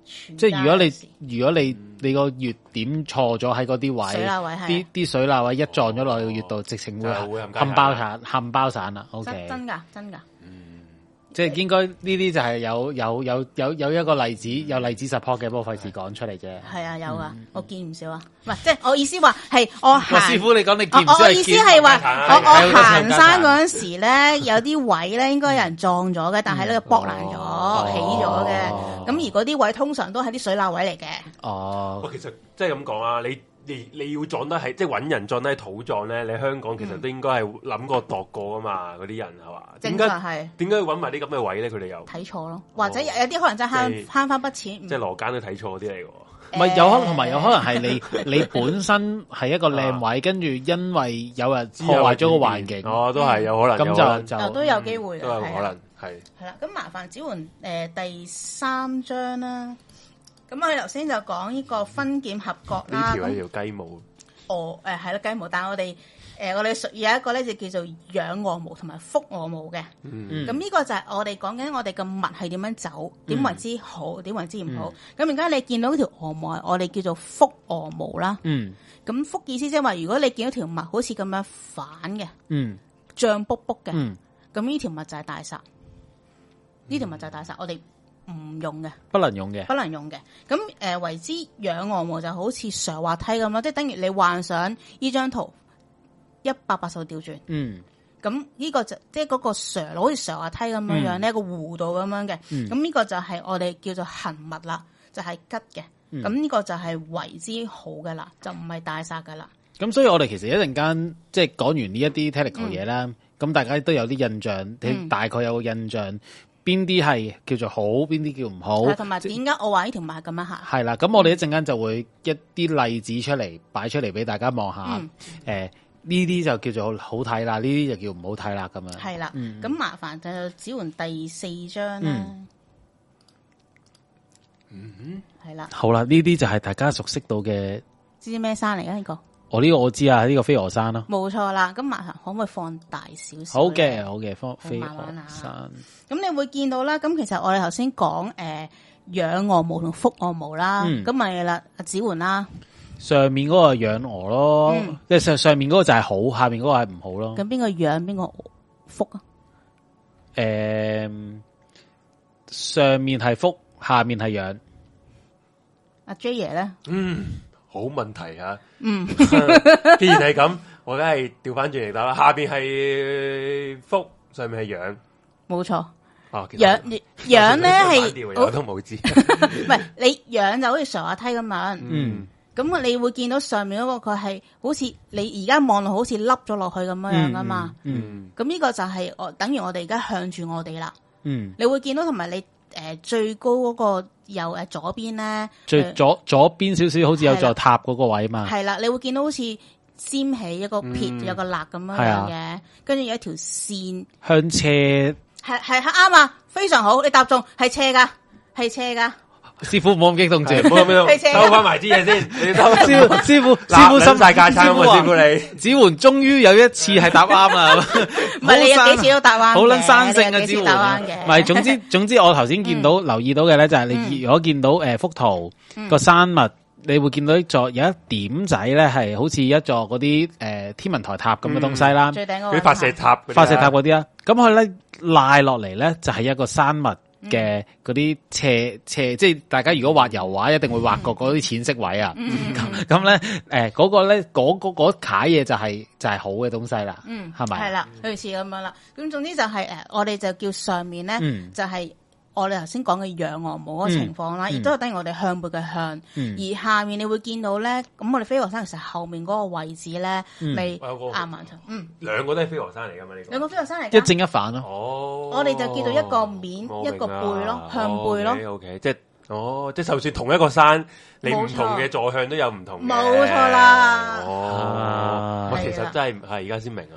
Speaker 2: 全
Speaker 1: 即係如果
Speaker 2: 啊家有事
Speaker 1: 你如果你你個月點錯咗喺嗰啲
Speaker 2: 水
Speaker 1: 位，
Speaker 2: 罅位係啊
Speaker 1: 啲啲水罅位一撞咗落去個月度，直情會
Speaker 3: 就會冚家
Speaker 1: 冚包散冚包散啦
Speaker 2: 真
Speaker 1: ，OK。
Speaker 2: 真㗎真㗎，
Speaker 3: 嗯
Speaker 1: 即係應該呢啲就係有有有有有一個例子有例子 support 嘅，不過費事講出嚟啫。
Speaker 2: 係啊有啊，
Speaker 1: 嗯
Speaker 2: 我見唔少啊，唔係即係我意思話係我
Speaker 1: 哇，
Speaker 2: 行。
Speaker 1: 師傅你
Speaker 3: 啊
Speaker 1: 講你
Speaker 2: 我
Speaker 1: 見唔知
Speaker 2: 哦我意思係話，我我行山嗰
Speaker 1: 陣，
Speaker 2: 陣時咧，有啲位咧應該有人撞咗嘅，但係咧
Speaker 3: 哦
Speaker 2: 搏爛咗、起咗嘅。
Speaker 1: 哦
Speaker 2: 咁而嗰啲位通常都係啲水罅位嚟嘅，
Speaker 1: 哦
Speaker 3: 喂，，其實即係咁講啊，你你你要撞得係即係揾人撞得係土葬咧，你香港其實都應該係諗過度過噶嘛，嗰啲人係嘛？點
Speaker 2: 嗯正
Speaker 3: 解
Speaker 2: 常係
Speaker 3: 點解要揾埋啲咁嘅位咧？佢哋又
Speaker 2: 睇錯咯，或者有有啲可能真係慳
Speaker 3: 哦即係
Speaker 2: 慳翻筆錢，
Speaker 3: 即係羅間都睇錯嗰啲嚟嘅
Speaker 1: 唔係有可能，同埋有可能係 你你本身係一個靚
Speaker 3: 啊
Speaker 1: 位，跟住因為有人
Speaker 3: 喎，
Speaker 1: 破壞咗個環境，
Speaker 3: 哦，都係有可能，有可
Speaker 1: 咁
Speaker 3: 能
Speaker 1: 就
Speaker 2: 能哦都
Speaker 1: 就
Speaker 2: 有機會嘅，
Speaker 3: 都
Speaker 2: 係
Speaker 3: 有
Speaker 2: 啊
Speaker 3: 可能係
Speaker 2: 係啦，咁麻煩子桓誒第三章啦。咁我哋頭先就講呢個分劍合角
Speaker 3: 呢
Speaker 2: 啦，
Speaker 3: 條
Speaker 2: 咁
Speaker 3: 係條雞毛。
Speaker 2: 鵝誒係啦雞毛，但係我哋誒、呃我哋屬有一個咧就叫做養鵝毛同埋覆鵝毛嘅。
Speaker 1: 嗯
Speaker 2: 咁呢個就係我哋講緊我哋嘅物係點樣走，點為之好，點為之唔好。
Speaker 1: 嗯
Speaker 2: 咁而家你見到條鵝毛係，我哋叫做覆鵝毛啦。
Speaker 1: 嗯
Speaker 2: 咁覆意思即係話，如果你見到條物好似咁樣反嘅，
Speaker 1: 嗯
Speaker 2: 脹卜卜嘅，
Speaker 1: 嗯，
Speaker 2: 咁呢條物就係大煞。呢條物就係
Speaker 1: 嗯
Speaker 2: 大煞，我哋唔用嘅，
Speaker 1: 不能用嘅，
Speaker 2: 不能用嘅。咁誒、呃、為之養鵝毛就好似上滑梯咁咯，即係等於你幻想呢張圖一百八十度調轉。
Speaker 1: 嗯
Speaker 2: 咁呢個就即係嗰個上好似上下梯咁
Speaker 1: 嗯
Speaker 2: 樣樣咧，個弧度咁樣嘅。咁呢個就係我哋叫做行物啦，就係吉嘅。
Speaker 1: 嗯
Speaker 2: 咁呢個就係為之好嘅啦，就唔係大殺嘅啦。
Speaker 1: 咁所以我哋其實一陣間即係講完呢一啲
Speaker 2: 嗯
Speaker 1: technical 嘢啦，咁大家都有啲印象，你大概有個印象，邊啲係叫做好，邊啲叫唔好，
Speaker 2: 同埋點解我話呢條物係咁樣行？
Speaker 1: 係啦。咁我哋一陣間就會一啲例子出嚟擺出嚟俾大家望下
Speaker 2: 嗯，
Speaker 1: 誒呢啲就叫做好睇啦，呢啲就叫唔好睇啦咁樣。
Speaker 2: 係啦，
Speaker 1: 嗯
Speaker 2: 咁麻煩就只換第四章啦。係啦，
Speaker 1: 好啦，呢啲就係大家熟悉到嘅，
Speaker 2: 知唔知咩山嚟嘅呢個？
Speaker 1: 我呢個我知啊，呢個飛鵝山啦。
Speaker 2: 冇錯啦。咁麻煩可唔可以放大少少？
Speaker 1: 好嘅，。好嘅，方飛
Speaker 2: 慢慢啊
Speaker 1: 鵝山，
Speaker 2: 咁你會見到啦，咁其實我哋頭先講誒養鵝毛同覆鵝毛啦，
Speaker 1: 嗯
Speaker 2: 咁咪啦，阿子桓啦，
Speaker 1: 上面嗰個養鵝咯
Speaker 2: 嗯，
Speaker 1: 即係上上面嗰個就係好，下面嗰個係唔好咯。
Speaker 2: 咁邊個養邊個覆啊？
Speaker 1: 诶、呃上面係福，下面係養，
Speaker 2: 阿 J 爺咧，
Speaker 3: 嗯，好問題啊！
Speaker 2: 嗯，
Speaker 3: 既然係咁，我梗係調翻轉嚟打啦。下邊係福，上面係羊
Speaker 2: 冇錯，
Speaker 3: 啊。其實
Speaker 2: 養養咧
Speaker 3: 反調
Speaker 2: 係
Speaker 3: 嘅我
Speaker 2: 好，
Speaker 3: 都冇知。
Speaker 2: 唔係你養就好似上下梯咁樣，
Speaker 1: 嗯
Speaker 2: 咁你會見到上面嗰個佢係好似你而家望落好似凹咗落去咁樣樣噶嘛，
Speaker 1: 嗯
Speaker 2: 咁呢個就係我等於我哋而家向住我哋啦，
Speaker 1: 嗯，
Speaker 2: 你會見到同埋你誒最高嗰個右誒左邊咧，
Speaker 1: 最
Speaker 2: 誒
Speaker 1: 左左邊少少好似有
Speaker 2: 呃係
Speaker 1: 座
Speaker 2: 啦
Speaker 1: 塔嗰個位嘛，
Speaker 2: 係啦，你會見到好似掀起一個撇，有個罅咁樣
Speaker 1: 嗯係
Speaker 2: 樣
Speaker 1: 啊
Speaker 2: 嘅，跟住有一條線
Speaker 1: 向斜
Speaker 2: 系系啱啊，非常好，你答中，係斜噶，係斜噶，
Speaker 1: 師傅唔好咁激動住，
Speaker 3: 係唔好咁
Speaker 2: 佢請
Speaker 3: 樣收翻埋啲嘢先，你收
Speaker 1: 師 傅師傅
Speaker 3: 嗱
Speaker 1: 師傅心
Speaker 3: 撚晒架撐
Speaker 1: 師傅
Speaker 3: 喎，
Speaker 1: 話
Speaker 3: 師傅你
Speaker 1: 子桓終於有一次係答啱啊啦，
Speaker 2: 唔係你有幾次都答啱嘅，
Speaker 1: 好撚生性
Speaker 2: 你
Speaker 1: 嘅
Speaker 2: 有幾
Speaker 1: 子
Speaker 2: 次答
Speaker 1: 桓
Speaker 2: 啱嘅，嗯
Speaker 1: 唔係總之總之我頭先見到留意到嘅咧就係你如果見到誒幅圖個山脈，你會見到一座有一點仔咧係好似一座嗰啲誒天文台塔咁嘅東西啦，
Speaker 2: 最頂嗰
Speaker 3: 佢發射塔嗰啲啊，
Speaker 1: 發射塔嗰啲啊，咁佢咧賴落嚟咧就係一個山脈嘅嗰啲斜斜，即係大家如果畫油畫一定會畫過嗰啲淺色位啊。
Speaker 2: 嗯，嗯
Speaker 1: 咁咁咧，誒嗰個咧，嗰嗰嗰楷嘢就係就係好嘅東西啦，
Speaker 2: 嗯，
Speaker 1: 係咪？
Speaker 2: 係，啦，類似咁樣啦。咁總之就係、呃我哋就叫上面咧，
Speaker 1: 嗯
Speaker 2: 就係我哋頭先講嘅仰卧冇嗰個情況啦，
Speaker 1: 嗯
Speaker 2: 亦都係等於我哋向背嘅向。
Speaker 1: 嗯，
Speaker 2: 而下面你會見到咧，咁我哋飛鵝山其實後面嗰個位置咧，
Speaker 1: 嗯
Speaker 2: 未
Speaker 3: 我有個
Speaker 2: 亞萬層，嗯，
Speaker 3: 兩個都係飛鵝山嚟㗎嘛？呢個
Speaker 2: 兩個飛鵝山嚟
Speaker 1: 一
Speaker 2: 㗎。
Speaker 1: 正一反咯，
Speaker 3: 哦，
Speaker 2: 我哋就叫做一個面
Speaker 3: 我明啦
Speaker 2: 一個背咯向背咯
Speaker 3: 哦，OK，OK，即係哦，即係就算同一個山，你唔
Speaker 2: 冇錯
Speaker 3: 同嘅坐向都有唔同嘅。
Speaker 2: 冇錯啦
Speaker 3: 哦
Speaker 1: 啊，
Speaker 3: 我其
Speaker 2: 係啦
Speaker 3: 實真係係而家先明啊，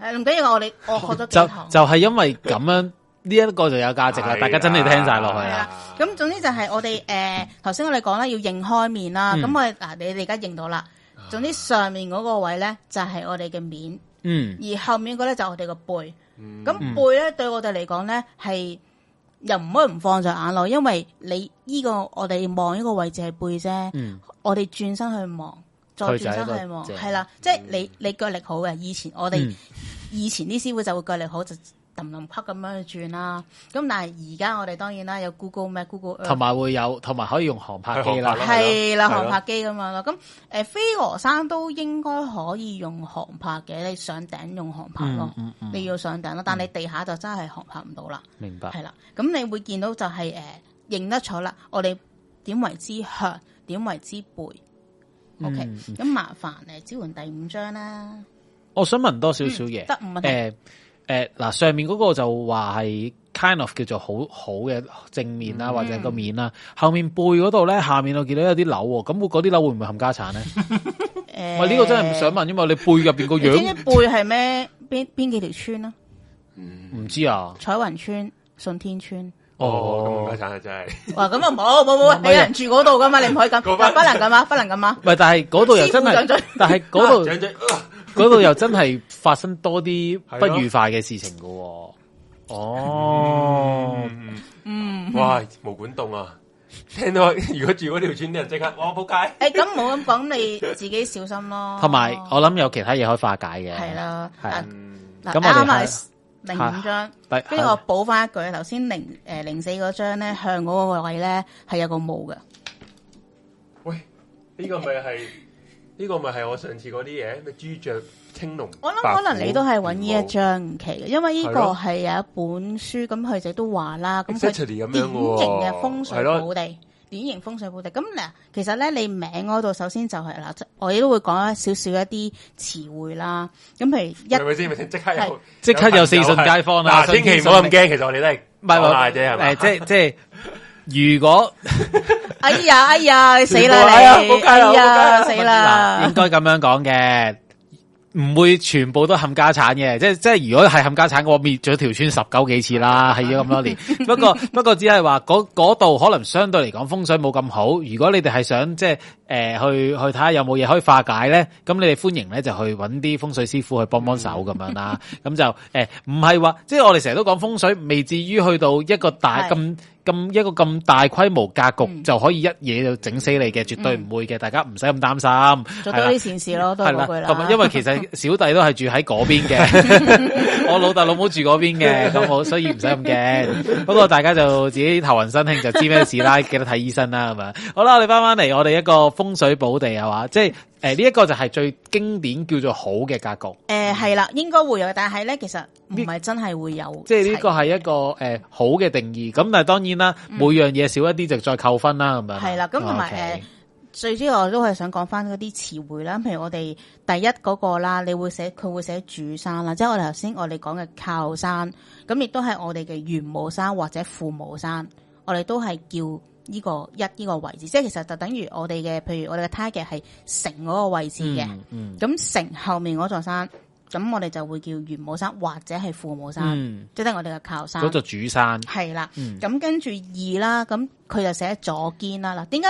Speaker 2: 係唔緊要，我哋我學
Speaker 1: 就
Speaker 2: 咗幾堂。
Speaker 1: 就係因為咁樣呢一個就有價值啦，
Speaker 3: 係
Speaker 1: 大家真係啊聽晒落去
Speaker 2: 係啊
Speaker 1: 啦，
Speaker 2: 啦，咁總之就係我哋誒頭先我哋講啦，要認開面啦。
Speaker 1: 嗯
Speaker 2: 咁我哋嗱，你哋而家認到啦。總之上面嗰個位咧，就係我哋嘅面。
Speaker 1: 嗯
Speaker 2: 而後面嗰咧就係我哋個背。
Speaker 3: 嗯
Speaker 2: 咁、背咧對我哋嚟講咧係又唔可以唔放在眼內，因為你依個我哋望呢個位置係背啫，
Speaker 1: 嗯
Speaker 2: 我哋轉身去望。再轉身去望，
Speaker 1: 佢就係一個
Speaker 2: 係啦，即係你你腳力好嘅。以前我哋、
Speaker 1: 嗯
Speaker 2: 以前啲師傅就會腳力好，就揼揼匹咁樣去轉啦。咁但係而家我哋當然啦，有 Google Map、Google
Speaker 1: 同埋會有，同埋可以用航拍機啦
Speaker 3: 係，航拍
Speaker 2: 係啦，
Speaker 3: 係咯
Speaker 2: 航拍機咁樣咯。咁誒飛鵝山都應該可以用航拍嘅，你上頂用航拍咯
Speaker 1: 嗯，嗯嗯
Speaker 2: 你要上頂咯。但你地下就真係航拍唔到啦，
Speaker 1: 明白？
Speaker 2: 係啦。咁你會見到就係、誒、呃認得咗啦，我哋點為之向，點為之背。OK，
Speaker 1: 嗯
Speaker 2: 咁、麻煩誒，支援第五張啦，
Speaker 1: 我想問多少少嘢，
Speaker 2: 嗯得五問題。
Speaker 1: 誒誒嗱，上面嗰個就話係 kind of 叫做好好嘅正面
Speaker 2: 嗯
Speaker 1: 啦，或者個面啦，後面背嗰度咧，下面我見到有啲樓喎，咁嗰啲樓會唔會冚家產咧？
Speaker 2: 誒
Speaker 1: 我呢個真係唔想。問，因為你背入邊個
Speaker 2: 你知唔知
Speaker 1: 樣
Speaker 2: 背係咩？邊邊幾條村啊？
Speaker 1: 唔知啊。
Speaker 2: 彩雲村、順天村。
Speaker 3: 哦，咁家產啊真係，
Speaker 2: 哇，咁啊冇冇冇，
Speaker 1: 唔係啊
Speaker 2: 你有人住嗰度噶嘛？你唔可 以咁，不
Speaker 3: 嗰班
Speaker 2: 能咁啊，不能咁啊！
Speaker 1: 唔係，但係嗰度又真
Speaker 2: 師傅掌
Speaker 1: 係
Speaker 2: 嘴，
Speaker 1: 但係嗰 度
Speaker 3: 長仔啊
Speaker 1: 嗰度又真係發生多啲
Speaker 3: 係
Speaker 1: 不
Speaker 3: 咯
Speaker 1: 愉快嘅事情噶。哦，
Speaker 3: 嗯
Speaker 2: 嗯，
Speaker 3: 哇，毛管凍啊！聽到如果住嗰條村啲人即刻，哇仆街！
Speaker 2: 誒，咁冇咁講，你自己小心咯。
Speaker 1: 同埋我諗有其他嘢可以化解嘅。
Speaker 2: 係，啦，
Speaker 1: 係啊
Speaker 2: 嗱
Speaker 3: 嗯
Speaker 2: 嗱
Speaker 1: 咁我哋
Speaker 2: 啱埋
Speaker 1: 下
Speaker 2: 零五張，
Speaker 1: 但
Speaker 2: 跟住我補翻一句，頭先零誒零四嗰張咧，向嗰個位咧係有個霧嘅，
Speaker 3: 喂，呢個咪係呢個咪係我上次嗰啲嘢咩豬雀青龍白虎。
Speaker 2: 我諗可能你都係揾呢一張唔奇嘅，因為呢個
Speaker 3: 係咯
Speaker 2: 係有一本書，咁佢哋都話啦，咁佢
Speaker 3: Exactly 咁樣
Speaker 2: 典
Speaker 3: 嘅喎
Speaker 2: 型嘅風水
Speaker 3: 係咯
Speaker 2: 寶地，典型風水寶地。咁嗱，其實咧你名嗰度首先就係、啦，我亦都會講一少少一啲詞彙啦。咁譬如一
Speaker 3: 係咪先？咪先即刻
Speaker 2: 係
Speaker 3: 有
Speaker 1: 即刻有四信街坊啦
Speaker 3: 嗱，
Speaker 1: 信
Speaker 3: 千
Speaker 1: 天
Speaker 3: 祈唔好咁驚，其實我哋都係
Speaker 1: 唔係
Speaker 3: 講下
Speaker 1: 話
Speaker 3: 啫，係咪？
Speaker 1: 誒，即即如果
Speaker 2: 哎呀哎呀你死
Speaker 3: 哎
Speaker 2: 啦
Speaker 3: 呀
Speaker 2: 你，
Speaker 3: 冇計啦
Speaker 2: 哎呀
Speaker 3: 冇
Speaker 2: 死
Speaker 1: 嗱
Speaker 2: 啦
Speaker 1: 應！該咁樣講嘅。唔會全部都冚家產嘅，即係即係如果係冚家產嘅話，我滅咗條村十九幾次 啦，係咗咁多年。不過不過只係話嗰嗰度可能相對嚟講風水冇咁好。如果你哋係想即係誒、呃去去睇下有冇嘢可以化解咧，咁你哋歡迎咧就去揾啲風水師傅去幫幫手咁樣啦。咁就誒唔係話即係我哋成日都講風水，未至於去到一個大
Speaker 2: 係
Speaker 1: 咁咁一個咁大規模格局
Speaker 2: 嗯
Speaker 1: 就可以一嘢就整死你嘅，絕對唔會嘅，大家唔使咁擔心。
Speaker 2: 做
Speaker 1: 係
Speaker 2: 多
Speaker 1: 啦
Speaker 2: 啲善事咯，都係
Speaker 1: 係
Speaker 2: 嗰句
Speaker 1: 同
Speaker 2: 啦
Speaker 1: 埋。因為其實 小弟都係住喺嗰邊嘅，我老豆老母住嗰邊嘅，咁我所以唔使咁 驚。不過大家就自己頭暈身興就知咩事啦，記得睇醫生啦，係咪？好啦，我哋翻翻嚟，我哋一個風水寶地係嘛，即係誒呢一個就係最經典叫做好嘅格局，
Speaker 2: 誒係啦，應該會有，但係咧其實唔係真係會有，
Speaker 1: 即係呢個係一個誒、呃好嘅定義。咁但係當然啦，每樣嘢少一啲就再扣分啦，咁樣。
Speaker 2: 嗯係啦咁同埋
Speaker 1: OK
Speaker 2: 最主要我都係想講翻嗰啲詞彙啦，譬如我哋第一嗰個啦，你會寫佢會寫主山啦，即係我哋頭先我哋講嘅靠山，咁亦都係我哋嘅玄武山或者父母山，我哋都係叫呢個一呢個位置，即係其實就等於我哋嘅，譬如我哋嘅 target 係城嗰個位置嘅，
Speaker 1: 嗯嗯
Speaker 2: 咁、城後面嗰座山，咁我哋就會叫玄武山或者係父母山，
Speaker 1: 嗯，
Speaker 2: 即係我哋嘅靠山
Speaker 1: 嗰。座主山，
Speaker 2: 係啦，
Speaker 1: 嗯
Speaker 2: 咁跟住二啦，咁佢就寫左肩啦。嗱，點解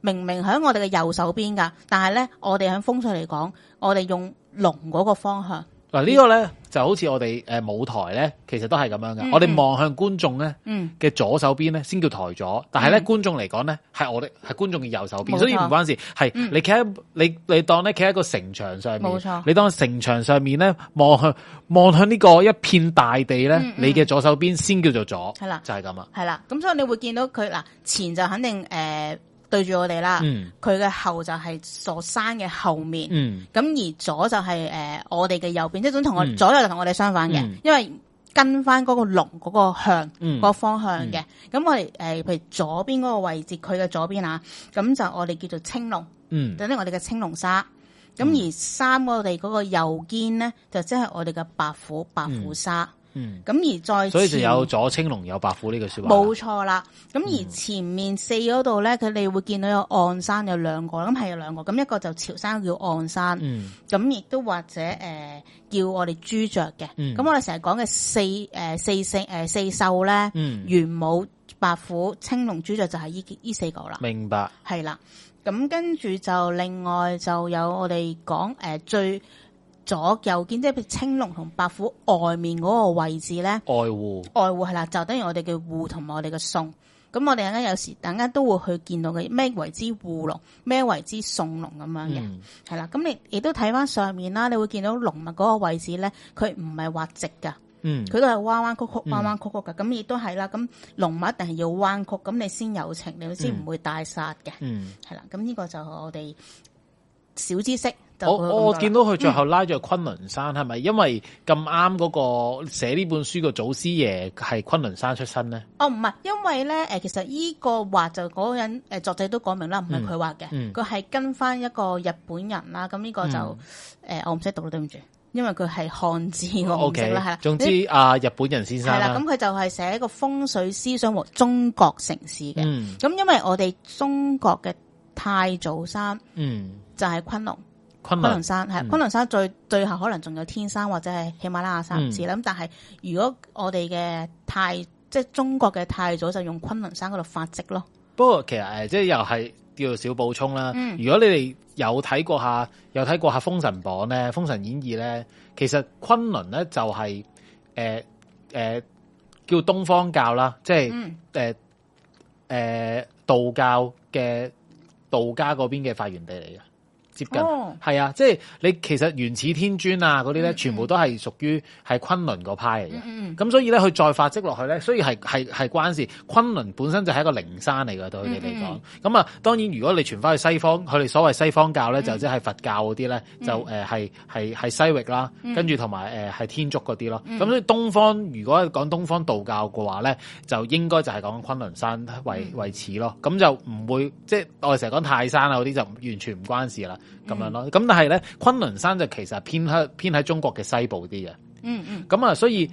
Speaker 2: 明明喺我哋嘅右手邊㗎？但係咧，我哋喺風水嚟講，我哋用龍嗰個方向，
Speaker 1: 嗱呢個咧就好似我哋诶舞台咧，其實都係咁樣嘅。
Speaker 2: 嗯
Speaker 1: 我哋望向觀眾咧
Speaker 2: 嗯，
Speaker 1: 嘅左手邊咧，先叫台左。但係咧
Speaker 2: 嗯
Speaker 1: 觀眾嚟講咧，係我哋係觀眾嘅右手
Speaker 2: 冇
Speaker 1: 邊，
Speaker 2: 錯
Speaker 1: 所以唔關事。係
Speaker 2: 嗯
Speaker 1: 你企喺你你当咧企喺個城牆上面
Speaker 2: 冇錯，
Speaker 1: 你當城牆上面咧望向望向呢個一片大地咧
Speaker 2: 嗯，嗯
Speaker 1: 你嘅左手邊先叫做左，
Speaker 2: 係啦
Speaker 1: 就係咁啊。
Speaker 2: 係啦。咁所以你會見到佢嗱前就肯定誒、呃、對住我哋啦，
Speaker 1: 嗯
Speaker 2: 佢嘅、後就係座山嘅後面。
Speaker 1: 嗯
Speaker 2: 咁而左就係诶我哋嘅右邊，即係總同我
Speaker 1: 嗯
Speaker 2: 左右就同我哋相反嘅
Speaker 1: 嗯，
Speaker 2: 因為跟翻嗰個龍嗰個向
Speaker 1: 嗯
Speaker 2: 個方向嘅。咁我哋诶譬如左邊嗰個位置，佢嘅左邊啊，咁就我哋叫做青龍，
Speaker 1: 嗯
Speaker 2: 等於我哋嘅青龍沙。咁而三我哋嗰個右肩咧，就即係我哋嘅白虎白虎沙。
Speaker 1: 嗯，
Speaker 2: 咁而再
Speaker 1: 所以就
Speaker 2: 前
Speaker 1: 有嗯左青龍右白虎呢句说話。
Speaker 2: 冇錯啦，咁而前面四嗰度咧，佢哋會見到有岸山有兩個，咁係有兩個，咁一個就潮山叫岸山，
Speaker 1: 嗯
Speaker 2: 咁亦都或者誒、呃叫我哋朱雀嘅。咁、
Speaker 1: 嗯
Speaker 2: 我哋成日講嘅四誒、呃四聖誒、呃四獸咧，
Speaker 1: 嗯，
Speaker 2: 玄武、白虎、青龍、朱雀就係依依四個啦，
Speaker 1: 明白。
Speaker 2: 係啦。咁跟住就另外就有我哋講誒最左右肩，即係譬如青龍同白虎外面嗰個位置咧，
Speaker 1: 愛護
Speaker 2: 外户係啦，就等於我哋嘅户同埋我哋嘅送。咁我哋陣間有時，陣間都會去見到嘅咩為之户龍，咩為之送龍咁樣嘅。
Speaker 1: 嗯
Speaker 2: 係啦，咁你亦都睇翻上面啦，你會見到龍脈嗰個位置咧，佢唔係畫直噶，
Speaker 1: 嗯
Speaker 2: 佢都係彎彎曲曲、彎彎曲曲噶，咁亦都係啦。咁龍脈一定係要彎曲，咁你先有情，你先唔會大殺嘅。
Speaker 1: 嗯。
Speaker 2: 係啦，咁呢個就我哋小知識就
Speaker 1: 我
Speaker 2: 會
Speaker 1: 我
Speaker 2: 咁多啦
Speaker 1: 見到佢最後拉咗昆崙山，係咪因為咁啱嗰個寫呢本書個祖師爺係昆崙山出身咧？
Speaker 2: 哦，唔係，因為咧，誒，其實依個畫就嗰個人，誒，作者都講明啦，唔係佢畫嘅，
Speaker 1: 嗯嗯
Speaker 2: 佢係、跟翻一個日本人啦。咁呢個就誒、
Speaker 1: 嗯
Speaker 2: 我唔識讀啦，對唔住，因為佢係漢字，我
Speaker 1: O
Speaker 2: 唔識
Speaker 1: K，
Speaker 2: 啦，係啦。
Speaker 1: 哦總之啊，日本人先
Speaker 2: 係
Speaker 1: 生
Speaker 2: 啦，
Speaker 1: 啦，
Speaker 2: 咁佢就係寫一個風水思想和中國城市嘅。咁、
Speaker 1: 嗯
Speaker 2: 因為我哋中國嘅太祖山
Speaker 1: 嗯，
Speaker 2: 就係昆龍。
Speaker 1: 昆
Speaker 2: 昆崙
Speaker 1: 崙
Speaker 2: 山係
Speaker 1: 嗯
Speaker 2: 昆崙山最最後可能仲有天山或者係喜馬拉雅山唔知啦。咁、但係如果我哋嘅太即係中國嘅太祖就用昆崙山嗰度發跡咯。
Speaker 1: 不過其實誒、呃即係又係叫做小補充啦。
Speaker 2: 嗯
Speaker 1: 如果你哋有睇過下，有睇過下《封神榜》咧，《封神演義》咧，其實昆崙咧就係誒誒叫東方教啦，即係
Speaker 2: 嗯
Speaker 1: 誒誒道教嘅道家嗰邊嘅發源地嚟嘅，接近。
Speaker 2: 哦
Speaker 1: 係啊，即係你其實原始天尊啊嗰啲咧，全部都係屬於係昆崙嗰派嚟嘅。
Speaker 2: 嗯
Speaker 1: 咁所以咧，佢再發跡落去咧，所以係係係關事。昆崙本身就係一個靈山嚟嘅，對佢哋嚟講。咁啊、當然如果你傳翻去西方，佢哋所謂西方教咧，就即係佛教嗰啲咧，就誒係係係西域啦，跟住同埋誒呃係天竺嗰啲咯。咁、所以東方如果講東方道教嘅話咧，就應該就係講昆崙山為為始咯。咁就唔會即係我哋成日講泰山啊嗰啲就完全唔關事啦，咁樣咯。咁但係咧，昆崙山就其實偏向偏喺中國嘅西部啲嘅。
Speaker 2: 嗯嗯，
Speaker 1: 咁啊，所以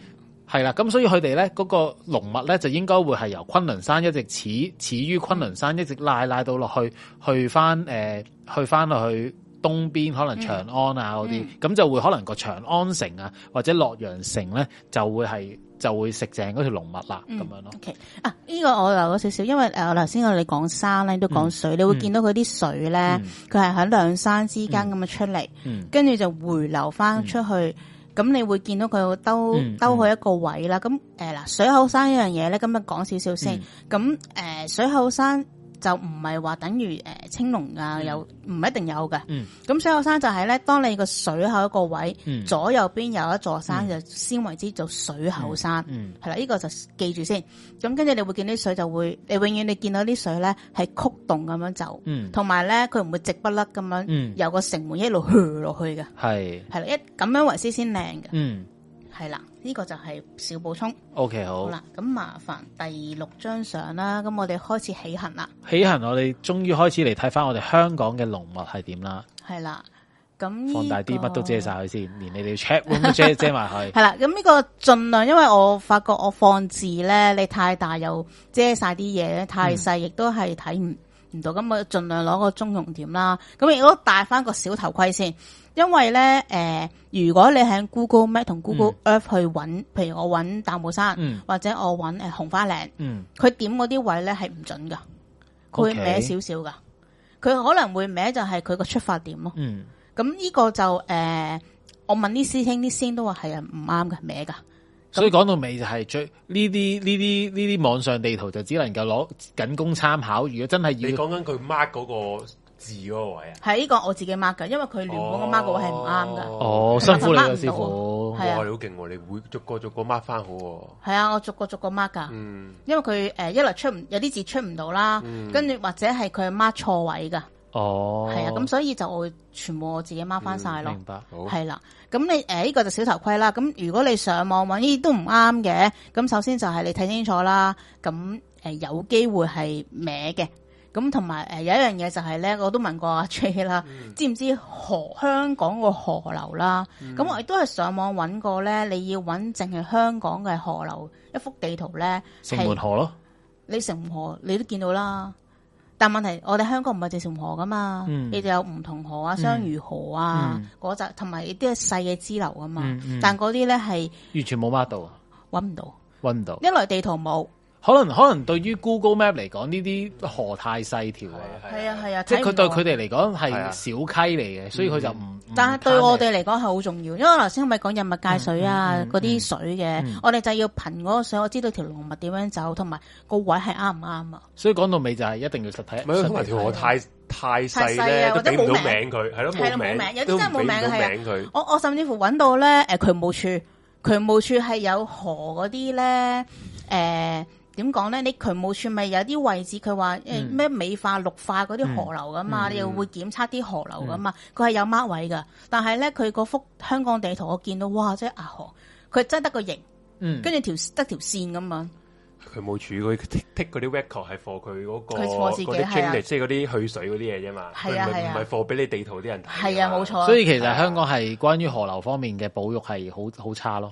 Speaker 1: 係啦，咁所以佢哋咧嗰個龍脈咧就應該會係由昆崙山一直始始於昆崙山，一直拉拉到落去去翻誒、呃去翻落去東邊可能長安啊嗰啲，咁、就會可能個長安城啊或者洛陽城咧就會係就會食正嗰條龍脈啦
Speaker 2: 嗯
Speaker 1: 咁、樣咯。
Speaker 2: OK 啊，呢、個我留咗少少，因為誒我頭先我哋講山咧，都講水，你會見到佢啲水咧，佢係喺兩山之間咁樣出嚟，
Speaker 1: 嗯
Speaker 2: 跟住就回流翻出去。咁你會見到佢會兜、
Speaker 1: 嗯
Speaker 2: 兜去一個位啦。咁誒嗱，水口山一樣嘢咧，今日講少少先。咁
Speaker 1: 嗯
Speaker 2: 誒、水口山就唔係話等於誒、青龍啊，有唔一定有嘅。咁、
Speaker 1: 嗯
Speaker 2: 水口山就係咧，當你個水口一個位、
Speaker 1: 嗯
Speaker 2: 左右邊有一座山，就先為之做水口山。
Speaker 1: 嗯
Speaker 2: 係啦，呢、個就記住先。咁跟住你會見啲水就會，你永遠你見到啲水咧係曲動咁樣走，
Speaker 1: 嗯
Speaker 2: 同埋咧佢唔會直不甩咁樣、
Speaker 1: 嗯
Speaker 2: 由個城門一路去落去嘅，
Speaker 1: 係
Speaker 2: 係啦，一咁樣為之先靚嘅，
Speaker 1: 嗯
Speaker 2: 係啦，呢、個就係小補充。
Speaker 1: OK 好
Speaker 2: 好啦，咁麻煩第六張相啦，咁我哋開始起行啦，
Speaker 1: 起行，我哋終於開始嚟睇翻我哋香港嘅龍脈係點啦，
Speaker 2: 係啦，咁呢
Speaker 1: 放大啲乜都遮
Speaker 2: 個
Speaker 1: 晒佢先，連你哋 check room 都 遮遮埋佢。
Speaker 2: 系啦，咁呢個盡量，因為我發
Speaker 1: 嗯
Speaker 2: 覺我放字咧，你太大又遮晒啲嘢，太細亦都係睇唔唔到，咁我盡量攞個中庸點啦。咁亦都戴翻個小頭盔先，因為咧誒、呃如果你喺 Google Map 同 Google Earth 去揾，譬如我揾大帽山、
Speaker 1: 嗯
Speaker 2: 或者我揾誒、呃、紅花嶺，
Speaker 1: 嗯，
Speaker 2: 佢點嗰啲位咧係唔準噶，佢會
Speaker 1: OK
Speaker 2: 歪少少噶，佢可能會歪就係佢個出發點咯。
Speaker 1: 嗯，
Speaker 2: 咁呢個就誒、呃我問啲師兄，啲師兄都話係啊唔啱嘅，歪噶。
Speaker 1: 所以講到尾就係最呢啲呢啲呢啲網上地圖就只能夠攞僅供參考。如果真係
Speaker 3: 你
Speaker 1: 要
Speaker 3: 講緊佢 mark 嗰個字嗰個位啊？
Speaker 2: 係呢個我自己 mark 嘅，因為佢原本
Speaker 3: 哦
Speaker 2: 個 mark 個位係唔啱噶。
Speaker 1: 哦，辛苦你啦，
Speaker 2: 我就
Speaker 1: 師
Speaker 2: mark 唔
Speaker 1: 傅
Speaker 2: 到。係啊
Speaker 3: 哇，你好勁喎！你會逐個逐個 mark 翻好喎。
Speaker 2: 係啊，我逐個逐個 mark 噶，
Speaker 3: 嗯，
Speaker 2: 因為佢誒、呃一來出唔有啲字出唔到啦，跟住、或者係佢 mark 錯位噶，
Speaker 1: 哦，
Speaker 2: 係啊，咁所以就我會全部我自己 mark 翻晒咯。
Speaker 1: 明白。
Speaker 3: 好。
Speaker 2: 係啊啦，咁你誒呢個就小頭盔啦。咁如果你上網揾呢啲都唔啱嘅，咁首先就係你睇清楚啦。咁誒、呃有機會係歪嘅。咁同埋誒有一樣嘢就係咧，我都問過阿 J 啦，知唔知河香港個河流啦？咁、我亦都係上網揾過咧，你要揾淨係香港嘅河流一幅地圖咧，
Speaker 1: 城門
Speaker 2: 係
Speaker 1: 河咯，
Speaker 2: 你城門河你都見到啦。但問題，我哋香港唔係淨城門河噶嘛，
Speaker 1: 嗯
Speaker 2: 你哋有梧桐河啊、雙魚河啊
Speaker 1: 嗯
Speaker 2: 嗰扎，同埋啲細嘅支流噶嘛。
Speaker 1: 嗯嗯
Speaker 2: 但嗰啲咧係
Speaker 1: 完全冇 mark 到，
Speaker 2: 揾唔到，
Speaker 1: 搵唔到。
Speaker 2: 一來地圖冇，
Speaker 1: 可能可能對於 Google Map 嚟講，呢啲河太細條啊，
Speaker 2: 係啊係啊，
Speaker 1: 即係佢對佢
Speaker 2: 哋。
Speaker 1: 哋嚟講係
Speaker 3: 係啊
Speaker 1: 小溪嚟嘅，所以佢就唔。
Speaker 2: 嗯但係
Speaker 1: 唔
Speaker 2: 對我
Speaker 1: 攤嘅
Speaker 2: 哋嚟講係好重要，因為頭先咪講人物界水啊
Speaker 1: 嗯嗯嗯
Speaker 2: 嗰啲水嘅，我哋就要憑嗰個水，我知道條龍脈點樣走，同埋個位係啱唔啱啊？
Speaker 1: 所以講到尾就係一定要實體。
Speaker 3: 唔係，
Speaker 1: 實
Speaker 3: 同埋
Speaker 1: 體
Speaker 3: 條河太太細
Speaker 2: 太細
Speaker 3: 咧，
Speaker 2: 啊
Speaker 3: 都
Speaker 2: 或者
Speaker 3: 俾唔
Speaker 2: 冇
Speaker 3: 到
Speaker 2: 名
Speaker 3: 名佢，係咯，
Speaker 2: 係啦
Speaker 3: 冇
Speaker 2: 冇名有啲
Speaker 3: 都
Speaker 2: 真係冇
Speaker 3: 俾唔
Speaker 2: 名嘅
Speaker 3: 到
Speaker 2: 係啊
Speaker 3: 名佢。
Speaker 2: 我我甚至乎揾到咧，誒、渠務處，渠務處係有河嗰啲咧，誒點講咧？你渠務處咪有啲位置佢話誒
Speaker 1: 嗯
Speaker 2: 咩美化綠化嗰啲河流噶嘛，你又會檢測啲河流
Speaker 1: 嗯
Speaker 2: 噶嘛，佢係、有 mark 位噶。但係咧，佢嗰幅香港地圖我見到，哇！即係壓河，佢真係得個形，
Speaker 1: 嗯，
Speaker 2: 跟住條得條線咁啊樣。
Speaker 3: 佢冇處，佢剔剔嗰啲 record 係貨佢嗰個
Speaker 2: 佢 for 自己
Speaker 3: 嗰啲
Speaker 2: 係啊
Speaker 3: drainage，即係嗰啲去水嗰啲嘢啫嘛。
Speaker 2: 係啊
Speaker 3: 佢唔
Speaker 2: 係啊
Speaker 3: 唔係貨俾你地圖啲人睇㗎嘛。
Speaker 2: 係啊，冇錯啊。
Speaker 1: 所以其實香港係關於河流方面嘅保育係好好差咯。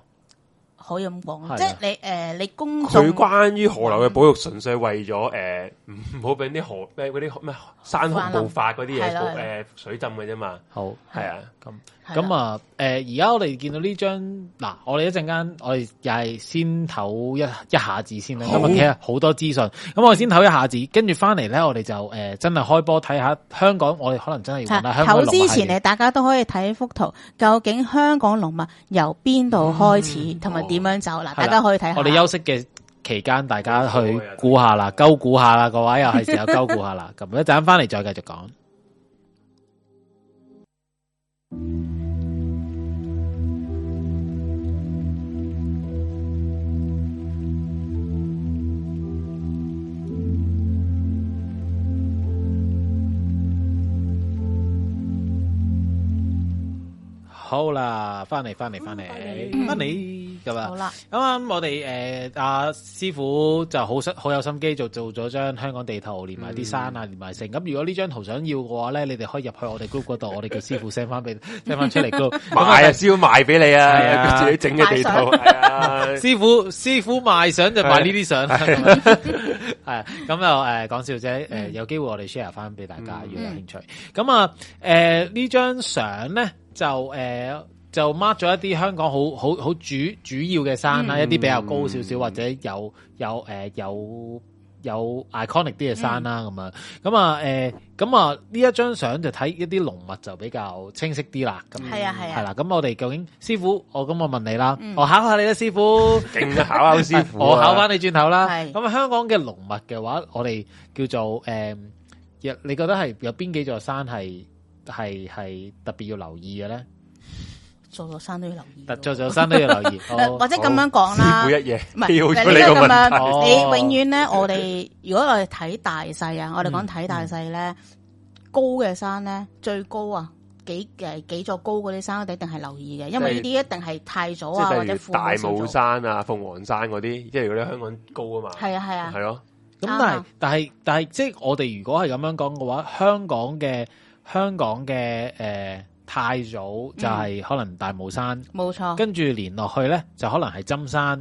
Speaker 2: 可以咁講
Speaker 1: 係啊
Speaker 2: 啊，即係你誒、你公眾
Speaker 3: 佢關於河流嘅保育，純粹為咗誒唔好俾啲河咩嗰啲咩山洪暴發嗰啲嘢
Speaker 2: 係啦係啦
Speaker 3: 誒水浸嘅啫嘛。
Speaker 1: 好，
Speaker 3: 係啊，
Speaker 1: 咁
Speaker 2: 係啦
Speaker 1: 咁啊，誒，而家我哋見到呢張嗱，我哋一陣間我哋又係先唞一一下子先啦，
Speaker 3: 好
Speaker 1: 今日其實好多資訊，咁我哋先唞一下子，跟住翻嚟咧，我哋就誒、真係開波睇下香港，我哋可能真係要揾下香港
Speaker 2: 頭
Speaker 1: 龍
Speaker 2: 之
Speaker 1: 脈
Speaker 2: 啊前，
Speaker 1: 系列
Speaker 2: 你大家都可以睇幅圖，究竟香港龍脈由邊度開
Speaker 1: 嗯
Speaker 2: 始，同埋點樣走嗱，大家可以睇下。
Speaker 1: 哦我哋休息嘅期間，大家去估下啦，鳩估下啦，各位又係時候鳩估下啦， 咁一陣翻嚟再繼續講。好啦，翻嚟，翻嚟，翻嚟，翻嚟咁啊！
Speaker 2: 好啦，
Speaker 1: 咁啱我哋诶阿師傅就好心好有心機做做咗張香港地圖，連埋啲山啊，連埋城。咁如果呢張圖想要嘅話咧，你哋可以入去我哋 group 嗰度，我哋叫師傅 send 翻俾 send 翻出嚟 group。咁啊
Speaker 3: 賣啊，燒賣俾你
Speaker 1: 係
Speaker 3: 啊，
Speaker 1: 啊
Speaker 3: 自己整嘅地圖
Speaker 2: 賣
Speaker 3: 係啊。
Speaker 1: 師傅師傅賣相就賣呢啲相， 係咁就誒講笑啫。誒有機會我哋 share 翻俾大家，如果
Speaker 2: 嗯
Speaker 1: 有興趣。咁啊誒呢張相咧就誒就 mark 咗一啲香港好好好主主要嘅山
Speaker 2: 嗯
Speaker 1: 啦，一啲比較高少少或者有有誒有。有 iconic 啲嘅山啦，
Speaker 2: 嗯
Speaker 1: 咁樣咁啊，誒，咁啊，呢一張相就睇一啲龍脈就比較清晰啲啦，咁樣
Speaker 2: 係啊係啊
Speaker 1: 係啦，咁我哋究竟師傅，哦我咁我問你啦，我考下你啦，師傅，哎
Speaker 3: 勁啊，考考 師傅 啊，
Speaker 1: 我考翻你轉頭啦。
Speaker 2: 係
Speaker 1: 咁香港嘅龍脈嘅話，我哋叫做誒，有你覺得係有邊幾座山係係係特別要留意嘅咧？
Speaker 2: 做咗山都要留意
Speaker 1: 特
Speaker 2: 喎。
Speaker 1: 座座山都要留意，
Speaker 2: 誒或
Speaker 1: 哦
Speaker 2: 者咁樣講
Speaker 3: 師
Speaker 2: 啦
Speaker 3: 傅一，夜
Speaker 2: 唔係
Speaker 3: 跳
Speaker 2: 你
Speaker 3: 咗
Speaker 2: 應該
Speaker 3: 你
Speaker 2: 咁
Speaker 3: 個問題。
Speaker 1: 問
Speaker 2: 樣，
Speaker 1: 題
Speaker 2: 你永遠咧，我哋如果我哋睇大細啊，我哋
Speaker 1: 嗯
Speaker 2: 講睇大細咧，高嘅山咧最高啊。幾誒幾座高嗰啲山，我哋一定係留意嘅，因為呢啲一定係太早
Speaker 3: 即
Speaker 2: 啊，或
Speaker 3: 係
Speaker 2: 者
Speaker 3: 例
Speaker 2: 父
Speaker 3: 如大
Speaker 2: 母少
Speaker 3: 帽
Speaker 2: 做。
Speaker 3: 山啊、鳳凰山嗰啲，即係如果你香港高啊嘛，
Speaker 2: 係啊係啊
Speaker 3: 係，咯，
Speaker 1: 咁
Speaker 2: 啱
Speaker 1: 但係
Speaker 2: 啊
Speaker 1: 但係但係，即係我哋如果係咁樣講嘅話，香港嘅香港嘅誒太早就係可能大帽山，
Speaker 2: 冇錯。
Speaker 1: 跟住連落去咧就可能係針山。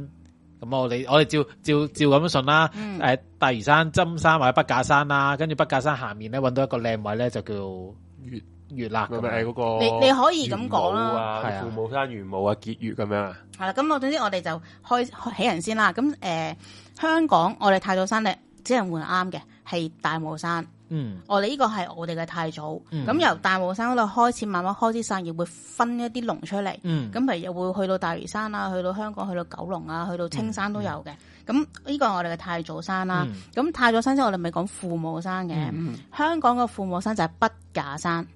Speaker 1: 咁我哋我哋照照照咁樣信啦。誒、
Speaker 2: 嗯
Speaker 1: 大嶼山、針山或者北架山啦，跟住北架山下面咧揾到一個靚位咧，就叫月月lạc
Speaker 3: 咪
Speaker 1: 咁
Speaker 3: 咪
Speaker 1: 樣。
Speaker 3: 嗰個
Speaker 2: 你你可以咁講啦
Speaker 3: 玄武啊
Speaker 1: 係啊
Speaker 3: 父母山玄武啊，結月咁樣啊，
Speaker 2: 系啦，咁我總之我哋就開開起人先啦。咁诶、呃香港我哋太祖山咧，只能換啱嘅係大帽山。
Speaker 1: 嗯
Speaker 2: 我哋呢個係我哋嘅太祖。咁、
Speaker 1: 嗯
Speaker 2: 由大帽山嗰度開始，慢慢開枝散葉，會分一啲龍出嚟。
Speaker 1: 嗯，
Speaker 2: 咁譬如又會去到大嶼山啦，去到香港，去到九龍啊，去到青山都有嘅。咁呢個係我哋嘅太祖山啦。
Speaker 1: 嗯
Speaker 2: 咁、太祖山之後，我哋咪講父母山嘅。香港嘅父母山就係筆架山，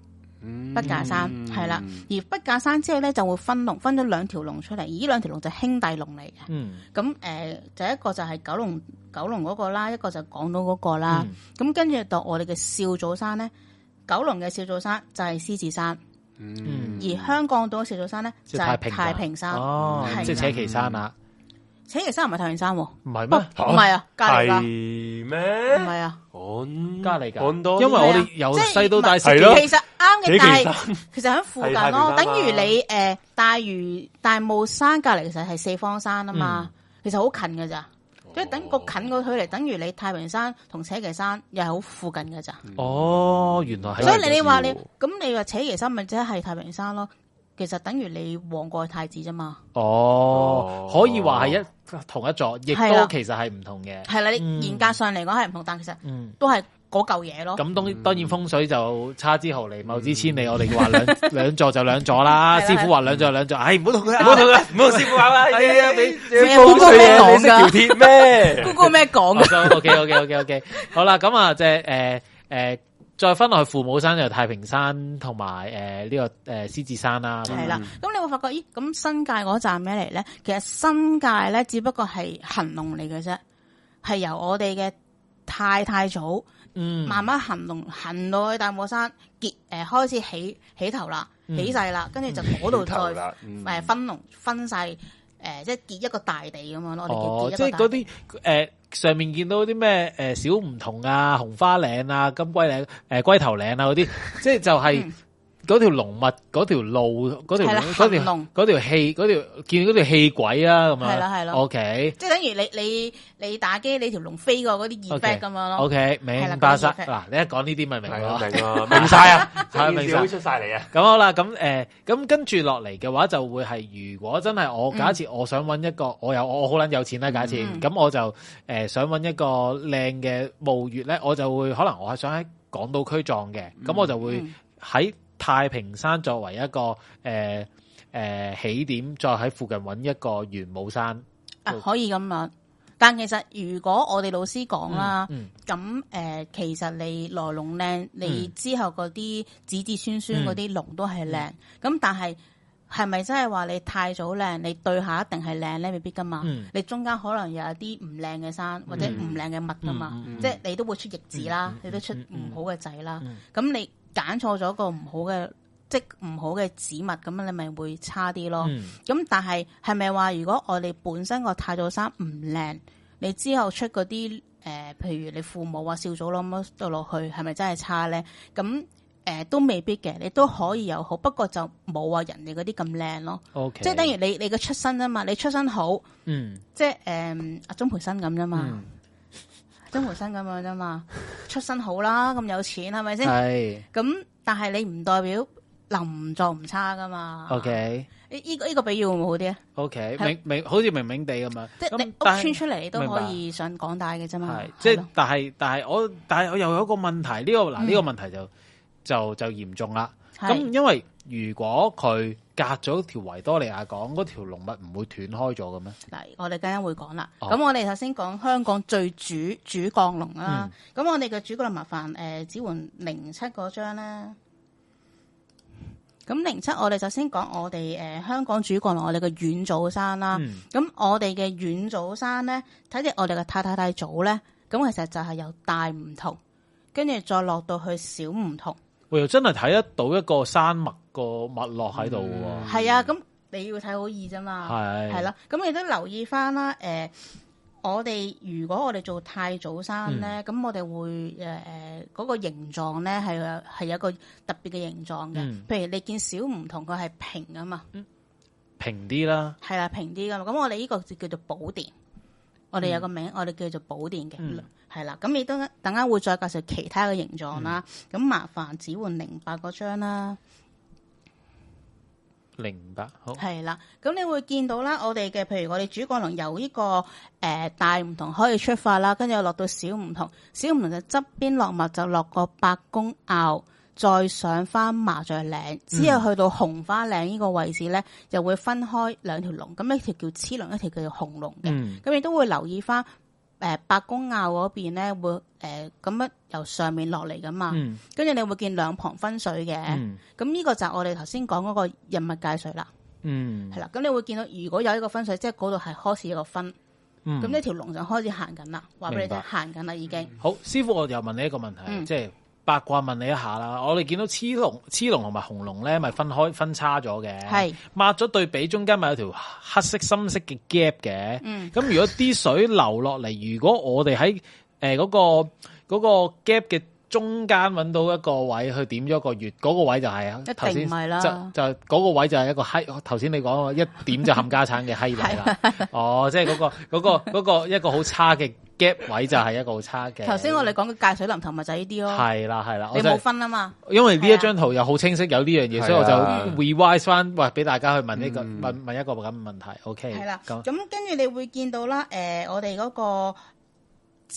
Speaker 3: 嗯
Speaker 2: 筆架山係啦。而筆架山之後咧就會分龍，分咗兩條龍出嚟。而呢兩條龍就係兄弟龍嚟嘅。
Speaker 1: 嗯
Speaker 2: 咁誒、呃就一個就係九龍九龍嗰個啦，一個就港島嗰個啦
Speaker 1: 嗯。
Speaker 2: 咁、跟住到我哋嘅少祖山咧，九龍嘅少祖山就係獅子山，
Speaker 1: 嗯
Speaker 2: 而香港島嘅少祖山咧
Speaker 1: 即
Speaker 2: 就
Speaker 1: 係
Speaker 2: 係
Speaker 1: 太平
Speaker 2: 太平山。
Speaker 1: 哦，
Speaker 2: 係
Speaker 1: 即係
Speaker 2: 啦
Speaker 1: 扯旗山啦，
Speaker 2: 扯旗山唔係太平山喎，
Speaker 1: 唔係
Speaker 2: 不
Speaker 1: 咩？
Speaker 2: 唔係啊，隔離㗎，
Speaker 3: 係
Speaker 2: 唔
Speaker 3: 咩？
Speaker 2: 係啊。
Speaker 3: 講
Speaker 1: 加嚟
Speaker 3: 講
Speaker 1: 㗎，
Speaker 3: 多
Speaker 1: 因為我
Speaker 2: 係
Speaker 1: 哋
Speaker 2: 啊
Speaker 1: 由
Speaker 2: 即係
Speaker 1: 細到大
Speaker 2: 唔係
Speaker 1: 食
Speaker 3: 係咯
Speaker 2: 其實啱嘅，但係
Speaker 3: 山
Speaker 2: 其實喺附近
Speaker 3: 係太平山
Speaker 2: 咯，
Speaker 3: 啊
Speaker 2: 等於你誒、呃大嶼大霧山隔離其實係四方山啊
Speaker 1: 嗯
Speaker 2: 嘛，其實好近㗎咋，
Speaker 1: 哦
Speaker 2: 即係等個近個距離，等於你太平山同扯旗山又係好附近㗎咋。
Speaker 1: 哦，原來係
Speaker 2: 所以你你話你
Speaker 3: 係
Speaker 2: 咁你話扯旗山咪即係太平山咯？其實等於你旺過太子啫嘛。
Speaker 1: 哦
Speaker 3: 哦，
Speaker 1: 可以話係一同一座，亦
Speaker 2: 係啦
Speaker 1: 都其實係唔同嘅。
Speaker 2: 係啦，你
Speaker 1: 嗯
Speaker 2: 嚴格上嚟講係唔同，但其實
Speaker 1: 嗯，
Speaker 2: 都係嗰嚿嘢咯。
Speaker 1: 咁當
Speaker 3: 嗯
Speaker 1: 當然風水就差之毫厘，謬之千里。我哋話兩兩座就兩座啦，
Speaker 2: 係啦
Speaker 1: 師傅話兩座就兩座，唉，唔好同佢
Speaker 3: 唔好
Speaker 1: 拗
Speaker 3: 同佢，唔好同師傅玩啦。哎
Speaker 1: 係啊
Speaker 3: 你
Speaker 2: 你
Speaker 3: 你報
Speaker 2: 報
Speaker 3: 水
Speaker 2: 咩
Speaker 3: 嘢，
Speaker 2: 講
Speaker 3: 你識
Speaker 2: 㗎
Speaker 3: 條鐵咩？
Speaker 2: Google 咩啊講嘅？
Speaker 1: O K O K O K O K，好啦，咁啊，即係诶诶，再分落去父母山就太平山同埋诶呢個诶狮子山啦。咁樣
Speaker 2: 係啦
Speaker 3: 嗯，
Speaker 2: 咁你會發覺，咦？咁新界嗰站咩嚟咧？其實新界咧，只不過係行龍嚟嘅啫，係由我哋嘅太太祖
Speaker 1: 嗯，
Speaker 2: 慢慢行龍行到去大帽山結誒、呃、開始起起頭啦，
Speaker 1: 嗯
Speaker 2: 起勢啦，跟住就 嗰度
Speaker 3: 頭
Speaker 2: 再
Speaker 3: 啦，嗯
Speaker 2: 誒分龍分晒誒、呃即係結一個大地咁樣咯。
Speaker 1: 哦
Speaker 2: 我，哋
Speaker 1: 即
Speaker 2: 叫結一
Speaker 1: 係
Speaker 2: 個大
Speaker 1: 嗰
Speaker 2: 地。
Speaker 1: 啲诶上面見到啲咩诶小梧桐啊、紅花嶺啊、金龜嶺诶龜頭嶺啊嗰啲，即係就係
Speaker 2: 嗯
Speaker 1: 嗰條龍脈嗰條路嗰條
Speaker 2: 係啦
Speaker 1: 嗰
Speaker 2: 行
Speaker 1: 條
Speaker 2: 龍
Speaker 1: 嗰條氣嗰條見嗰條氣軌啊咁樣。
Speaker 2: 係啦係啦
Speaker 1: O K
Speaker 2: 即係等於你你你打機，你條龍飛過嗰啲
Speaker 1: O
Speaker 2: 熱
Speaker 1: K
Speaker 2: back 咁樣咯。
Speaker 1: O K
Speaker 2: 係啦
Speaker 1: 明白晒
Speaker 2: 嗰啲 effect
Speaker 1: 嗱，你一講呢啲咪明
Speaker 3: 係
Speaker 1: 咯
Speaker 3: 啊，。明啊，
Speaker 1: 明 晒啊，係
Speaker 3: 係
Speaker 1: 明
Speaker 3: 明
Speaker 1: 晒
Speaker 3: 晒，。出晒嚟啊！
Speaker 1: 咁好啦，咁诶，呃咁、跟住落嚟嘅話就會係，如果真係我假設我想揾一個，我有我好撚有錢啦，假設
Speaker 2: 嗯
Speaker 1: 咁、我就诶、呃想揾一個靚嘅墓穴咧，我就會可能我係想喺港島區撞嘅，咁、我就會
Speaker 2: 嗯
Speaker 1: 喺太平山作為一個诶诶、呃起點，再喺附近揾一個玄武山。
Speaker 2: 啊，可以咁樣。但其實如果我哋老師講啦，
Speaker 1: 嗯
Speaker 2: 咁誒、呃其實你來龍靚，你之後嗰啲子子孫
Speaker 1: 嗯
Speaker 2: 孫嗰啲龍都係靚。咁、但係係咪真係話你太早靚，你對下一定係靚咧？未必噶嘛。
Speaker 1: 嗯
Speaker 2: 你中間可能有一啲唔靚嘅山或者唔靚嘅物噶嘛，
Speaker 1: 嗯
Speaker 3: 嗯
Speaker 2: 即係你都會出逆子啦，
Speaker 1: 嗯
Speaker 2: 你都出
Speaker 1: 嗯嗯
Speaker 2: 唔好嘅仔啦
Speaker 1: 嗯。
Speaker 2: 咁、你揀錯咗個唔好嘅，即係唔好嘅子物，咁你咪會差啲咯。
Speaker 1: 嗯
Speaker 2: 咁但係係咪話如果我哋本身個太祖衫唔靚，你之後出嗰啲誒，譬如你父母啊、少祖咯咁到落去，係咪真係差咧？咁誒、呃都未必嘅，你都可以有好，不過就冇話人哋嗰啲咁靚咯。
Speaker 1: ，O K，
Speaker 2: 即係等於你你嘅出身啊嘛，你出身好，
Speaker 1: 嗯
Speaker 2: 即係誒阿鍾培生咁啫嘛
Speaker 1: 嗯，
Speaker 2: 鍾培生咁樣啫嘛，出身好啦，咁有錢係咪先？
Speaker 1: 係
Speaker 2: 咁但係你唔代表林作唔差噶嘛。
Speaker 1: O K
Speaker 2: 呢依個呢個比喻會唔會好啲啊？
Speaker 1: O K，
Speaker 2: 啊係
Speaker 1: 明明好似明明地咁樣。
Speaker 2: 即係
Speaker 1: 咁
Speaker 2: 你
Speaker 1: 但
Speaker 2: 屋
Speaker 1: 係
Speaker 2: 村出嚟你都
Speaker 1: 明白
Speaker 2: 可以上港大嘅啫嘛
Speaker 1: 系，，即
Speaker 2: 啊
Speaker 1: 系
Speaker 2: 係咯，
Speaker 1: 但系但系我但系我又有一個問題，呢、個嗱呢、個問題就、就就嚴重啦。
Speaker 2: 嗯係
Speaker 1: 咁因為如果佢隔咗條維多利亞港，嗰條龍脈唔會斷開咗嘅咩？
Speaker 2: 嗱，我哋間會講啦。
Speaker 1: 哦
Speaker 2: 咁、我哋頭先講香港最主主降龍啦。
Speaker 1: 嗯
Speaker 2: 咁、我哋嘅主降龍麻煩誒，指換零七嗰張啦。咁零七，我哋首先講我哋誒、呃香港主降龍，我哋嘅遠祖山啦。
Speaker 1: 嗯
Speaker 2: 咁、我哋嘅遠祖山咧，睇住我哋嘅太太太祖咧，咁其實就係由大唔同，跟住再落到去小唔同。
Speaker 1: 我又真係睇得到一個山脈個脈絡喺度嘅
Speaker 2: 係啊，咁你要睇好易啫嘛。
Speaker 1: 喎，嗯係
Speaker 2: 嗯係啦，咁你都留意翻啦，诶、我哋如果我哋做太祖
Speaker 1: 嗯
Speaker 2: 山咧，咁、我哋會诶诶嗰個形狀咧係係有一個特別嘅形狀嘅，
Speaker 1: 嗯
Speaker 2: 譬如你見小唔同佢係平啊嘛，
Speaker 1: 平啲啦，
Speaker 2: 係啦平啲噶嘛，咁我哋呢個就叫做寶殿，我哋有個
Speaker 1: 嗯
Speaker 2: 名，我哋叫做寶殿嘅，係啦、咁亦都等間會再介紹其他嘅形狀啦。
Speaker 1: 嗯
Speaker 2: 咁、麻煩只換零八嗰張啦，
Speaker 1: 零八好
Speaker 2: 係啦。咁你會見到啦，我哋嘅譬如我哋主角龍由呢、個誒、呃大唔同可以出發啦，跟住又落到小唔同，小唔同就側邊落墨就落個白公坳。再上翻麻雀
Speaker 1: 嗯
Speaker 2: 嶺，之後去到紅花嶺呢個位置咧，又會分開兩條龍，咁一條叫黐龍，一條叫做紅龍嘅。
Speaker 1: 嗯
Speaker 2: 咁亦都會留意翻誒、呃白公坳嗰邊咧，會呃誒咁、樣由上面落嚟噶嘛，
Speaker 1: 嗯
Speaker 2: 跟住、你會見兩旁分水嘅，咁呢
Speaker 1: 嗯、
Speaker 2: 個就係我哋頭先講嗰個人物界水啦，
Speaker 1: 嗯
Speaker 2: 係啦，咁你會見到如果有一個分水，即係嗰度係開始有一個分，
Speaker 1: 嗯
Speaker 2: 咁呢條龍就開始行緊啦，話俾你聽
Speaker 1: 明白
Speaker 2: 行緊啦已經，
Speaker 1: 好，師傅，我又問你一個問題，
Speaker 2: 嗯
Speaker 1: 即係八卦問你一下啦。我哋見到黐龍、黐龍同埋紅龍咧，咪分開分叉咗嘅，
Speaker 2: 係
Speaker 1: 抹咗對比，中間咪有條黑色、深色嘅 gap 嘅。咁、
Speaker 2: 嗯
Speaker 1: 如果啲水流落嚟，如果我哋喺誒嗰個嗰、個 gap 嘅中間揾到一個位去點咗個月，嗰、個位就係、啊
Speaker 2: 一定
Speaker 1: 頭先
Speaker 2: 唔係啦
Speaker 1: 就就嗰、個位就係一個閪，頭先你講一 點就冚家產嘅閪嚟啦。哦，即係嗰、個嗰、個嗰、個一個好差嘅 gap 位就係一個好差嘅。
Speaker 2: 嗯頭先我哋講嘅界水林頭咪就係呢啲咯，
Speaker 1: 系啦系啦，
Speaker 2: 你
Speaker 1: 我就
Speaker 2: 冇分啊嘛，
Speaker 1: 因為呢一張圖又好清晰有呢樣
Speaker 3: 係
Speaker 1: 嘢，
Speaker 3: 啊嗯
Speaker 1: 所以我就 revise 翻，喂，俾大家去問呢個問問一個咁嘅問題。OK，
Speaker 2: 係啦，
Speaker 1: 咁
Speaker 2: 咁跟住你會見到啦，誒、我哋嗰、個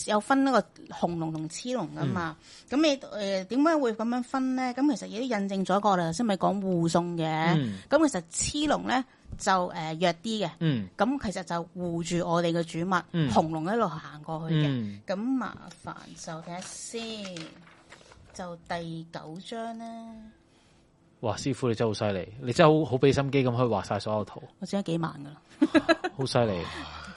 Speaker 2: 有分嗰個紅龍同黐龍噶嘛，
Speaker 1: 嗯
Speaker 2: 咁、你誒點解會咁樣分咧？咁其實亦都印證咗一個我哋頭先咪講護送嘅，
Speaker 1: 嗯
Speaker 2: 咁、其實黐龍咧就誒、弱啲嘅，
Speaker 1: 嗯
Speaker 2: 咁其實就護住我哋嘅主物，
Speaker 1: 嗯
Speaker 2: 紅龍一路行過去嘅。
Speaker 1: 嗯
Speaker 2: 咁麻煩就睇下先，就第九張啦，
Speaker 1: 哇，師傅你真係好犀利，你真係好好俾心機咁去畫晒所有 圖，
Speaker 2: 我整咗幾萬噶啦。
Speaker 1: 好犀利。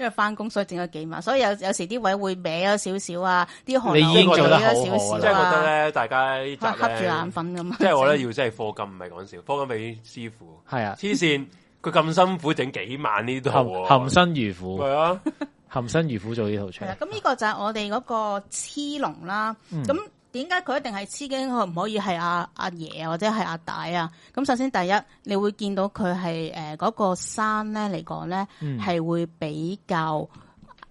Speaker 2: 因為翻工所以整咗幾晚，所以有有時啲位會歪咗少少啊，啲汗
Speaker 1: 你已經做得好好啊
Speaker 2: 少
Speaker 3: 即
Speaker 2: 少
Speaker 3: 係覺
Speaker 2: 啊，
Speaker 3: 得咧，大家呢集
Speaker 2: 可能瞌住
Speaker 3: 咧，
Speaker 2: 眼瞓咁啊。
Speaker 3: 即係我咧要真係課金，唔係講笑，課金俾師傅。
Speaker 1: 係啊，
Speaker 3: 黐線，佢咁辛苦整幾萬呢度
Speaker 1: 含
Speaker 2: 啊
Speaker 3: 喎，
Speaker 1: 含辛茹苦，
Speaker 3: 係啊，
Speaker 1: 含辛茹苦做呢套出
Speaker 2: 係啦
Speaker 1: 嚟，。
Speaker 2: 咁呢個就係我哋嗰個黐龍啦。
Speaker 3: 嗯
Speaker 2: 咁點解佢一定係黐嘅？佢唔可以係阿阿爺啊或者係阿大啊？咁首先第一，你會見到佢係誒嗰個山咧嚟講咧，
Speaker 3: 嗯
Speaker 2: 係、會比較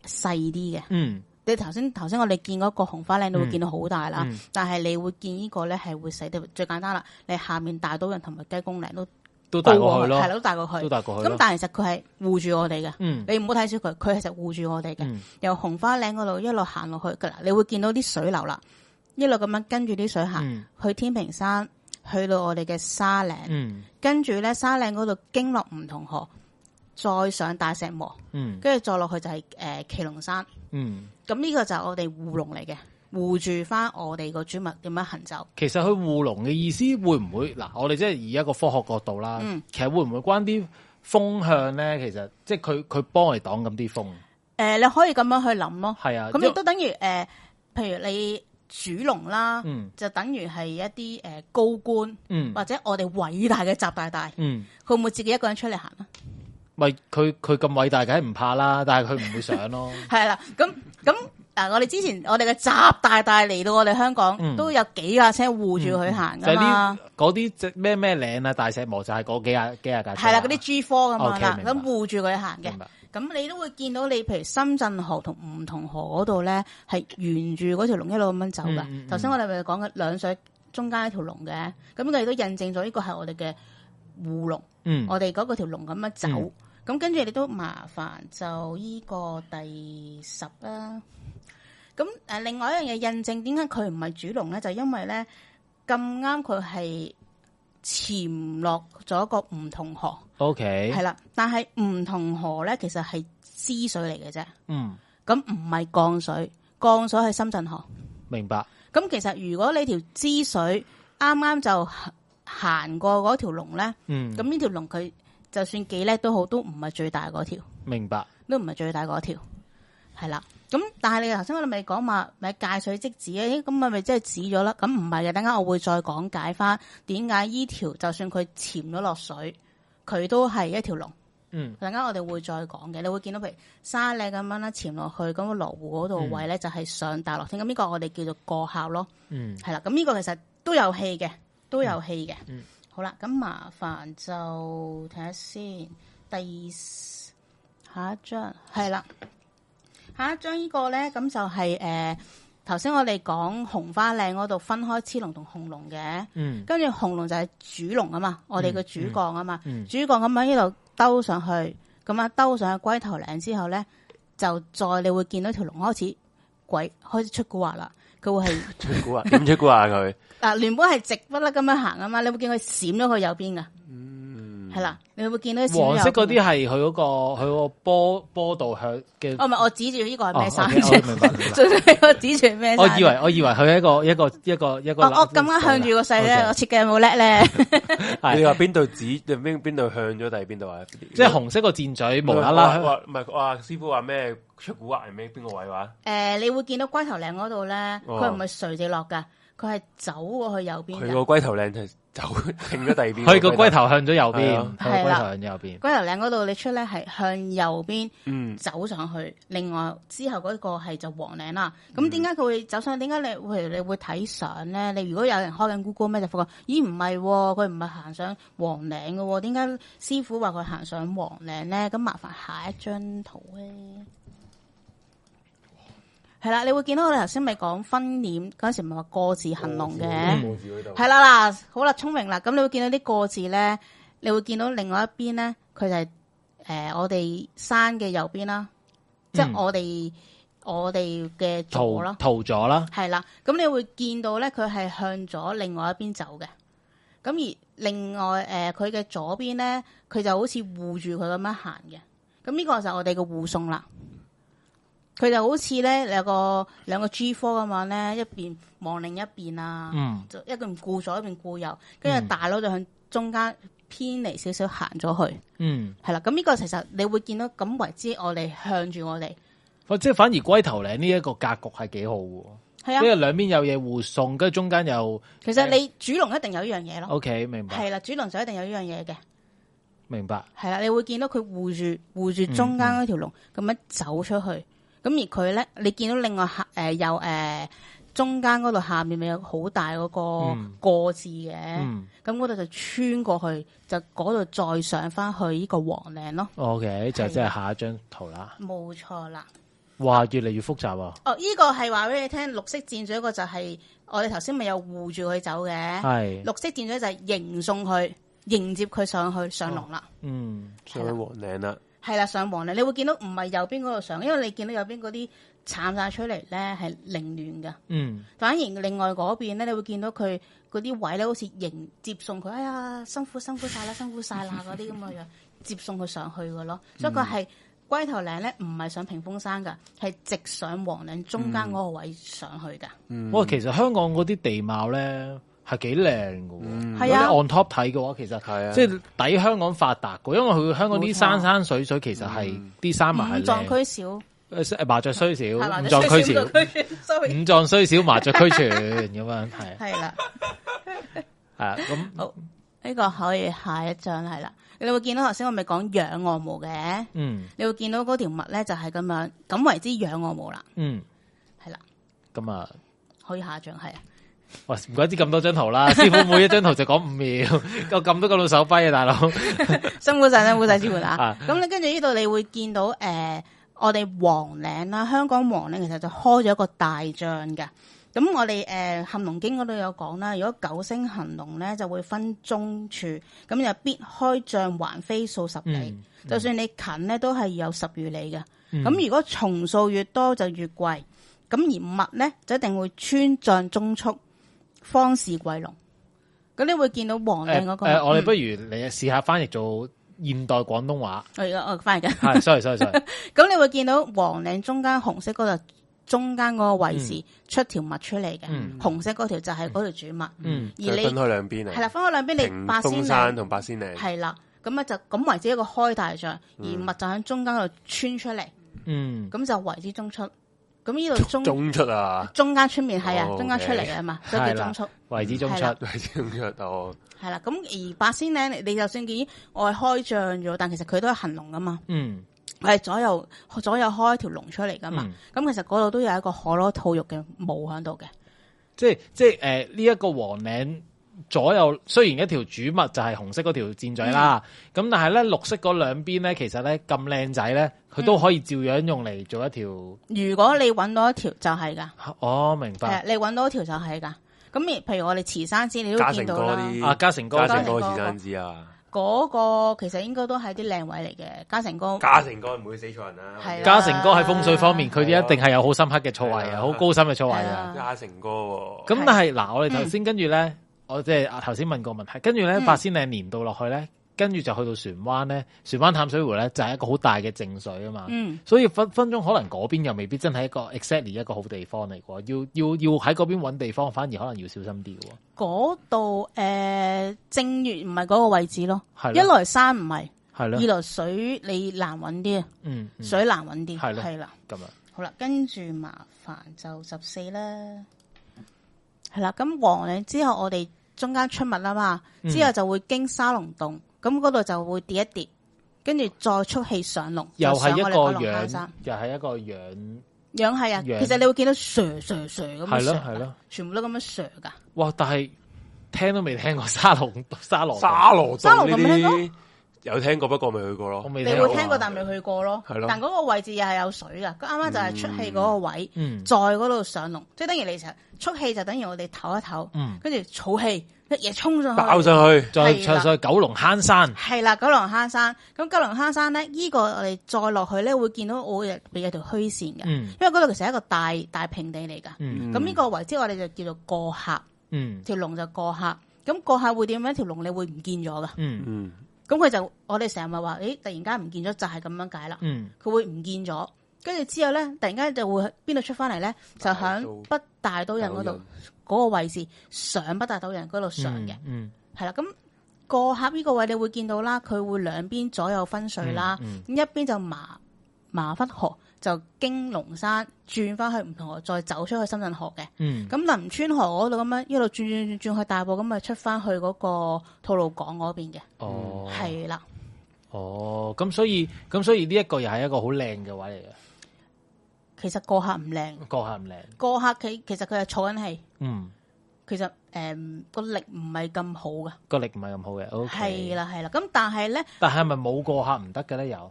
Speaker 2: 細啲嘅。
Speaker 1: 嗯
Speaker 2: 你頭先頭先我哋見嗰個紅花嶺，你會見到好大啦，
Speaker 1: 嗯
Speaker 2: 但係你會見呢個咧係會細啲。最簡單啦，你下面大刀人同埋雞公嶺都
Speaker 1: 都
Speaker 2: 高
Speaker 1: 大過去
Speaker 2: 係啦，
Speaker 1: 咯，
Speaker 2: 都大過佢
Speaker 1: 都。大過去
Speaker 2: 咁
Speaker 1: 咯。
Speaker 2: 但係其實佢係護住我哋嘅，
Speaker 1: 嗯
Speaker 2: 你唔好睇小佢，佢其實護住我哋嘅。
Speaker 1: 嗯
Speaker 2: 由紅花嶺嗰度一路行落去，嗱，你會見到啲水流啦，一路咁樣跟住啲水行，
Speaker 1: 嗯
Speaker 2: 去天平山，去到我哋嘅沙嶺，
Speaker 1: 嗯
Speaker 2: 跟住咧沙嶺嗰度經落唔同河，再上大石磨，
Speaker 1: 嗯
Speaker 2: 跟住再落去就係、呃騎龍山。
Speaker 1: 嗯，
Speaker 2: 咁呢個就係我哋護龍嚟嘅，護住翻我哋個主物點樣行走。
Speaker 1: 其實佢護龍嘅意思會唔會嗱？我哋即係以一個科學角度啦，
Speaker 2: 嗯
Speaker 1: 其實會唔會關啲風向咧？其實即係佢佢幫我哋擋咁啲風，
Speaker 2: 誒、呃你可以咁樣去諗咯。
Speaker 1: 係啊，
Speaker 2: 咁
Speaker 1: 因
Speaker 2: 亦都等於誒、呃譬如你主龍啦，
Speaker 1: 嗯
Speaker 2: 就等於係一啲誒、呃高官、
Speaker 1: 嗯
Speaker 2: 或者我哋偉大嘅習大大，佢
Speaker 1: 嗯，
Speaker 2: 會唔會自己一個人出嚟行啊？
Speaker 1: 咪佢佢咁偉大，梗係唔怕啦，但係佢唔會上咯，
Speaker 2: 係啦，咁咁嗱，我哋之前我哋嘅習大大嚟到我哋香港，
Speaker 1: 嗯
Speaker 2: 都有幾架車護住佢行
Speaker 1: 就
Speaker 2: 噶
Speaker 1: 係
Speaker 2: 嘛
Speaker 1: 啲。嗰啲隻咩咩嶺啊、大石磨就係嗰幾廿幾廿架車
Speaker 2: 係啦，嗰啲 G 科咁樣
Speaker 1: OK，
Speaker 2: 啦，
Speaker 1: 明白
Speaker 2: 咁護住佢行嘅
Speaker 1: 明白。
Speaker 2: 咁你都會見到你，譬如深圳河同梧桐河嗰度咧，係沿住嗰條龍一路咁樣走噶
Speaker 1: 嗯嗯嗯。
Speaker 2: 頭先、我哋咪講嘅兩水中間一條龍嘅，咁佢亦都印證咗呢個係我哋嘅護龍，
Speaker 1: 嗯
Speaker 2: 我哋嗰個條龍咁樣走。
Speaker 1: 嗯
Speaker 2: 咁跟住你都麻煩就呢個第十啦。咁誒，另外一樣嘢印證點解佢唔係主龍咧，就因為咧咁啱佢係潛落咗個梧桐河。
Speaker 1: ，OK，
Speaker 2: 系啦，但系唔同河咧，其實係支水嚟嘅啫，
Speaker 1: 嗯，
Speaker 2: 咁唔係降水，降水係深圳河。
Speaker 1: 明白，
Speaker 2: 咁其實如果你條支水啱啱就行過嗰條龍咧，
Speaker 1: 嗯，
Speaker 2: 咁呢條龍佢就算幾叻都好，都唔係最大嗰條，
Speaker 1: 明白，
Speaker 2: 都唔係最大嗰條，係啦。咁但係你頭先我哋咪講話咪界水即止咧，咦咁咪咪即係止咗啦？咁唔係嘅，等間我會再講解翻點解呢條就算佢潛咗落水，佢都係一條龍。
Speaker 1: 嗯
Speaker 2: 陣間我哋會再講嘅，你會見到譬如沙嶺咁樣啦，潛落去咁個羅湖嗰度位咧，就係上大落天。咁呢個我哋叫做過校咯，
Speaker 1: 嗯
Speaker 2: 係啦。咁呢個其實都有戲嘅，都有戲嘅。好啦，咁麻煩就睇下先，第二下一張係啦。下一張呢個咧，咁就係誒頭先我哋講紅花嶺嗰度分開黐龍同紅龍嘅，
Speaker 1: 嗯
Speaker 2: 跟住紅龍就係主龍啊嘛，我哋嘅主幹啊嘛，
Speaker 1: 嗯
Speaker 2: 主幹咁樣呢度兜上去，咁啊兜上去龜頭嶺之後咧，就再你會見到條龍開始鬼開始出古惑啦，佢 會係
Speaker 3: 出估啊？點出估啊？佢
Speaker 2: 嗱原本係直不甩咁樣行啊嘛，你會見佢閃咗佢右邊噶，
Speaker 3: 嗯
Speaker 2: 係啦，你會見到佢閃咗
Speaker 1: 黃色
Speaker 2: 右邊
Speaker 1: 嗰啲係佢嗰個佢個波波度向嘅。
Speaker 2: 哦，唔係，我指住呢個係咩
Speaker 1: 哦
Speaker 2: 衫
Speaker 1: ，OK，
Speaker 2: 啫？
Speaker 1: 我明白明白
Speaker 2: 最尾我指住咩衫？
Speaker 1: 我以為我以為佢係一個一個一個一個
Speaker 2: 我
Speaker 1: 藍色嘅。
Speaker 2: 我咁啱向住個細咧，我設計有冇叻咧？
Speaker 1: 係
Speaker 3: 你話邊度指邊邊度向咗定係邊度啊？即
Speaker 1: 即係紅色個箭嘴無啦啦，
Speaker 3: 話唔係話師傅話咩出估啊？係咩邊個位話？
Speaker 2: 誒，你會見到龜頭嶺嗰度咧，
Speaker 1: 哦
Speaker 2: 佢唔係垂直落㗎，佢係走過去右邊
Speaker 3: 佢
Speaker 2: 嘅
Speaker 3: 個。龜頭靚係走 停咗第二邊，
Speaker 1: 佢個龜頭向咗右邊，佢個
Speaker 2: 係
Speaker 1: 龜
Speaker 2: 啦
Speaker 1: 頭向右邊。
Speaker 2: 龜頭嶺嗰度你出咧係向右邊
Speaker 3: 嗯
Speaker 2: 走上去，另外之後嗰個係就黃嶺啦。咁點解佢會走上去？點解你譬如你會睇相咧？你如果有人開緊 Google 咩就發覺，咦唔係喎，佢唔係行上黃嶺嘅喎，點解師傅話佢行上黃嶺咧？咁麻煩下一張圖咧。係啦，你會見到我哋頭先咪講分臉嗰陣時，咪話個字行龍嘅，
Speaker 3: 個字嗰度
Speaker 2: 係啦嗱，好啦，聰明啦，咁你會見到啲個字咧，你會見到另外一邊咧，佢就係、诶我哋山嘅右邊啦，即係
Speaker 1: 嗯
Speaker 2: 我哋我哋嘅左
Speaker 1: 塗
Speaker 2: 咯，
Speaker 1: 塗咗啦，
Speaker 2: 係啦，咁你會見到咧，佢係向左另外一邊走嘅，咁而另外诶佢嘅左邊咧，佢就好似護住佢咁樣行嘅，咁呢個就係我哋嘅護送啦。佢就好似咧有個兩個 G 科咁樣咧，一邊望另一邊啊。
Speaker 1: 嗯，
Speaker 2: 就一邊顧左一邊顧右，跟住大佬就向中間偏離少少行咗去，
Speaker 1: 嗯，
Speaker 2: 係啦。咁呢個其實你會見到咁為之，我哋向住我哋
Speaker 1: 哦即係反而龜頭嶺呢一個格局係幾好嘅喎，
Speaker 2: 係
Speaker 1: 即
Speaker 2: 啊。
Speaker 1: 係兩邊有嘢互送，跟住中間又
Speaker 2: 其實你主龍一定有呢樣嘢咯，
Speaker 1: OK，明哦白
Speaker 2: 係啦，主龍就一定有呢樣嘢嘅，
Speaker 1: 明白，
Speaker 2: 係啦。你會見到佢護住護
Speaker 1: 嗯
Speaker 2: 住中間嗰條龍咁樣走出去，咁而佢咧，你見到另外下誒右誒中間嗰度下面咪有好大嗰
Speaker 1: 嗯
Speaker 2: 個個字嘅，
Speaker 1: 嗯
Speaker 2: 咁嗰度就穿過去，就嗰度再上翻去呢個黃嶺咯，
Speaker 1: ，OK，就
Speaker 2: 啊
Speaker 1: 即係下一張圖啦。
Speaker 2: 冇錯啦。
Speaker 1: 哇，越嚟越複雜喎，
Speaker 2: 哦，依、個係話俾你聽，綠色箭嘴嗰個就係我哋頭先咪有護住佢走嘅，
Speaker 1: 係，
Speaker 2: 綠色箭嘴就係迎送佢，迎接佢上去上龍啦，
Speaker 1: 嗯，
Speaker 3: 上去黃嶺啦，
Speaker 2: 係啦、上黃啦，你會見到唔係右邊嗰度上，因為你見到右邊嗰啲慘晒出嚟咧係凌亂噶，
Speaker 1: 嗯，
Speaker 2: 反而另外嗰邊咧你會見到佢嗰啲位咧好似迎接送佢，哎呀辛苦辛苦晒啦，辛苦晒啦嗰啲咁 嘅樣，接送佢上去嘅咯，
Speaker 1: 嗯
Speaker 2: 所以佢係。龜頭嶺咧唔係上屏風山噶，係直上黃嶺中間嗰個位上去噶。
Speaker 3: 嗯
Speaker 1: 哇，其實香港嗰啲地貌咧係幾靚嘅喎，
Speaker 2: 係啊
Speaker 1: 如果你 on top 睇嘅話，其實
Speaker 3: 嗯係啊
Speaker 1: 即係抵香港發達嘅，因為佢香港
Speaker 2: 冇
Speaker 1: 啲
Speaker 2: 錯
Speaker 1: 山山水水其實係
Speaker 3: 嗯
Speaker 1: 啲山埋
Speaker 2: 五
Speaker 1: 啊係
Speaker 2: 臟
Speaker 1: 靚
Speaker 2: 俱少，
Speaker 1: 誒麻雀雖小，
Speaker 2: 係
Speaker 1: 五
Speaker 2: 嘛？
Speaker 1: 臟俱
Speaker 2: 少
Speaker 1: 全，
Speaker 2: ，sorry，
Speaker 1: 五臟雖小，麻雀俱全咁樣係 啊
Speaker 2: 係啦，
Speaker 1: 係啊咁
Speaker 2: 好，呢個可以下一張係啦。你會見到頭先我咪講仰卧毛嘅，
Speaker 1: 嗯
Speaker 2: 你會見到嗰條物咧就係咁樣，咁為之仰卧毛啦，
Speaker 1: 嗯
Speaker 2: 係啦，
Speaker 1: 咁啊，
Speaker 2: 可以下一張係啊。
Speaker 1: 哇唔怪之咁多張圖啦， 師傅每一張圖就講五秒， 我撳都撳到手跛啊，大佬
Speaker 2: 辛苦晒，辛苦晒，師傅啊
Speaker 1: 啊！
Speaker 2: 咁你跟住呢度，你會見到诶、呃我哋黃嶺啦，香港黃嶺其實就開咗一個大仗嘅。咁我哋诶行龍經嗰度有講啦，如果九星行龍咧，就會分中處，咁就必開仗環飛數十里。
Speaker 1: 嗯
Speaker 2: 就算你近咧，都係有十餘里嘅。咁、
Speaker 1: 嗯
Speaker 2: 如果重數越多就越貴，咁而墨咧就一定會穿仗中速，方是貴龍。咁你會見到黃
Speaker 1: 誒
Speaker 2: 嶺嗰個，
Speaker 1: 誒，我哋
Speaker 2: 嗯
Speaker 1: 不如你試下翻譯做現代廣東話，
Speaker 2: 我而家我翻嚟緊。
Speaker 1: 係 sorry sorry sorry，
Speaker 2: 咁你會見到黃嶺中間紅色嗰度，中間嗰個位置出條脈出嚟嘅，
Speaker 1: 嗯
Speaker 2: 紅色嗰條就係嗰條主脈，
Speaker 1: 嗯
Speaker 2: 而
Speaker 3: 就分
Speaker 2: 你
Speaker 3: 開兩邊啊，
Speaker 2: 係啦，分開兩邊，
Speaker 3: 屏
Speaker 2: 你八仙
Speaker 3: 東山
Speaker 2: 嶺
Speaker 3: 同八仙嶺，
Speaker 2: 係啦，咁啊就咁為之一個開大仗，
Speaker 3: 嗯
Speaker 2: 而脈就喺中間嗰度穿出嚟，
Speaker 1: 嗯
Speaker 2: 咁就為之中出。咁呢度中
Speaker 3: 中出啊，
Speaker 2: 中間出面係啊，
Speaker 3: 哦
Speaker 2: 中間出嚟嘅嘛，所以
Speaker 1: 係
Speaker 2: 叫
Speaker 1: 啦
Speaker 2: 中出。
Speaker 1: 為之中
Speaker 2: 係
Speaker 1: 出
Speaker 2: 啦
Speaker 3: 中出哦，
Speaker 2: 係啦，咁而八仙嶺，你你就算見我係開仗咗，但其實佢都係行龍噶嘛。
Speaker 1: 嗯
Speaker 2: 係左右左右開一條龍出嚟噶嘛
Speaker 1: 嗯，
Speaker 2: 咁、啊其實嗰度都有一個可攞套肉嘅毛喺度嘅，
Speaker 1: 即係即係誒呢一個黃嶺左右雖然一條主脈就係紅色嗰條箭嘴啦，咁、但
Speaker 2: 嗯
Speaker 1: 係咧綠色嗰兩邊咧，其實咧咁靚仔咧，佢
Speaker 2: 嗯
Speaker 1: 都可以照樣用嚟做一條。
Speaker 2: 如果你揾到一條就係㗎，
Speaker 1: 哦，明
Speaker 2: 係啊
Speaker 1: 白。
Speaker 2: 你揾到一條就係㗎。咁你譬如我哋慈山寺，你都
Speaker 3: 嘉
Speaker 2: 見
Speaker 3: 誠
Speaker 2: 到
Speaker 3: 哥
Speaker 2: 啦。
Speaker 3: 啲
Speaker 1: 啊，嘉誠哥
Speaker 3: 嘉
Speaker 2: 誠
Speaker 3: 誠
Speaker 2: 哥
Speaker 3: 哥二生知啊，
Speaker 2: 嗰個其實應該都係啲靚位嚟嘅，嘉誠哥
Speaker 3: 嘉誠哥唔會死錯人啊啦。
Speaker 2: 係啊啦
Speaker 1: 嘉誠哥喺風水方面，佢哋一定係有好深刻嘅錯位
Speaker 3: 係
Speaker 1: 啊，
Speaker 3: 啊
Speaker 1: 好高深嘅錯位
Speaker 2: 係
Speaker 1: 啊
Speaker 2: 啊。
Speaker 3: 嘉誠哥喎，
Speaker 1: 咁
Speaker 2: 係啊
Speaker 1: 但係嗱，我哋頭先跟住咧，我即係頭先問個問題，跟住咧
Speaker 2: 嗯
Speaker 1: 八仙嶺連到落去咧，跟住就去到船灣咧，船灣淡水湖咧就係一個好大嘅淨水啊嘛。
Speaker 2: 嗯
Speaker 1: 所以分分鐘可能嗰邊又未必真係一個 exactly 一個好地方嚟喎，要要要喺嗰邊揾地方，反而可能要小心啲嘅喎。
Speaker 2: 嗰度誒正月唔係嗰個位置咯，
Speaker 1: 係
Speaker 2: 一
Speaker 1: 咯，
Speaker 2: 來山唔係，
Speaker 1: 係
Speaker 2: 二
Speaker 1: 咯，
Speaker 2: 來水你難揾啲啊，
Speaker 1: 嗯，嗯
Speaker 2: 水難揾啲
Speaker 1: 係咯
Speaker 2: 係啦。
Speaker 1: 咁啊樣
Speaker 2: 好啦，跟住麻煩就十四啦，係啦。咁黃嶺之後，我哋中間出物啦嘛，
Speaker 1: 嗯
Speaker 2: 之後就會經沙龍洞，咁嗰度就會跌一跌，跟住再出氣上龍，
Speaker 1: 又
Speaker 2: 係
Speaker 1: 係一
Speaker 2: 個
Speaker 1: 個樣
Speaker 2: 山，，
Speaker 1: 又係一個樣，
Speaker 2: 樣係啊。
Speaker 1: 樣
Speaker 2: 其實你會見到蛇蛇蛇咁樣
Speaker 1: 係咯
Speaker 2: 上
Speaker 1: 係咯。
Speaker 2: 全部都咁樣蛇噶。
Speaker 1: 哇！但係聽都未聽過 沙龍哦沙龍，
Speaker 3: 沙羅
Speaker 2: 沙羅
Speaker 3: 呢
Speaker 2: 咁樣
Speaker 3: 啲有聽過，不過未去過
Speaker 1: 我
Speaker 3: 咯。
Speaker 1: 未
Speaker 2: 你
Speaker 1: 聽
Speaker 2: 會
Speaker 1: 過。
Speaker 2: 聽過，但未去過咯。
Speaker 3: 係咯
Speaker 2: 但嗰個位置又係有水噶，啱啱就係出氣嗰個位，
Speaker 1: 嗯
Speaker 2: 在嗰度上龍，即係等於你成日出氣就等於我哋唞一唞，
Speaker 1: 嗯，
Speaker 2: 跟住儲氣，一嘢衝上去。
Speaker 3: 爆上去，
Speaker 1: 再
Speaker 2: 係啦
Speaker 1: 唱上去九龍坑山，
Speaker 2: 係啊啦，九龍坑山。咁九龍坑山咧，依、個我哋再落去咧，會見到我入邊有條虛線嘅，
Speaker 1: 嗯
Speaker 2: 因為嗰度其實係一個大大平地嚟㗎。
Speaker 1: 嗯
Speaker 2: 咁呢、個為之我哋就叫做過客，
Speaker 1: 嗯
Speaker 2: 條龍就過客。咁過客會點咧？條龍你會唔見咗㗎。
Speaker 1: 嗯
Speaker 3: 嗯，
Speaker 2: 咁佢就我哋成日咪話，咦，突然間唔見咗就係咁樣解啦。
Speaker 1: 嗯
Speaker 2: 佢會唔見咗，跟住之後咧，突然間就會邊度出翻嚟咧？就響北大島人嗰度嗰個位置上北大島人嗰度上嘅。
Speaker 1: 嗯
Speaker 2: 係啦，咁個盒呢個位你會見到啦，佢會兩邊左右分水啦，咁、
Speaker 1: 嗯
Speaker 2: 一邊就麻麻忽河就經龍山轉翻去唔同河，再走出去深圳河嘅。
Speaker 1: 嗯
Speaker 2: 咁林村河嗰度咁樣一路轉轉轉轉去大埔，咁咪出翻去嗰個吐露港嗰邊嘅，
Speaker 1: 哦
Speaker 2: 嗯係啦、
Speaker 1: 哦，咁所以咁所以呢一個又係一個好靚嘅位嚟嘅，
Speaker 2: 其實個客唔靚，
Speaker 1: 個下唔靚，
Speaker 2: 個客佢其實佢係儲緊氣，
Speaker 1: 嗯，
Speaker 2: 其實誒個、力唔係咁好噶，
Speaker 1: 個力唔係咁好嘅，OK，
Speaker 2: 係啦係啦。咁但係咧，
Speaker 1: 但係咪冇過客唔得嘅咧？有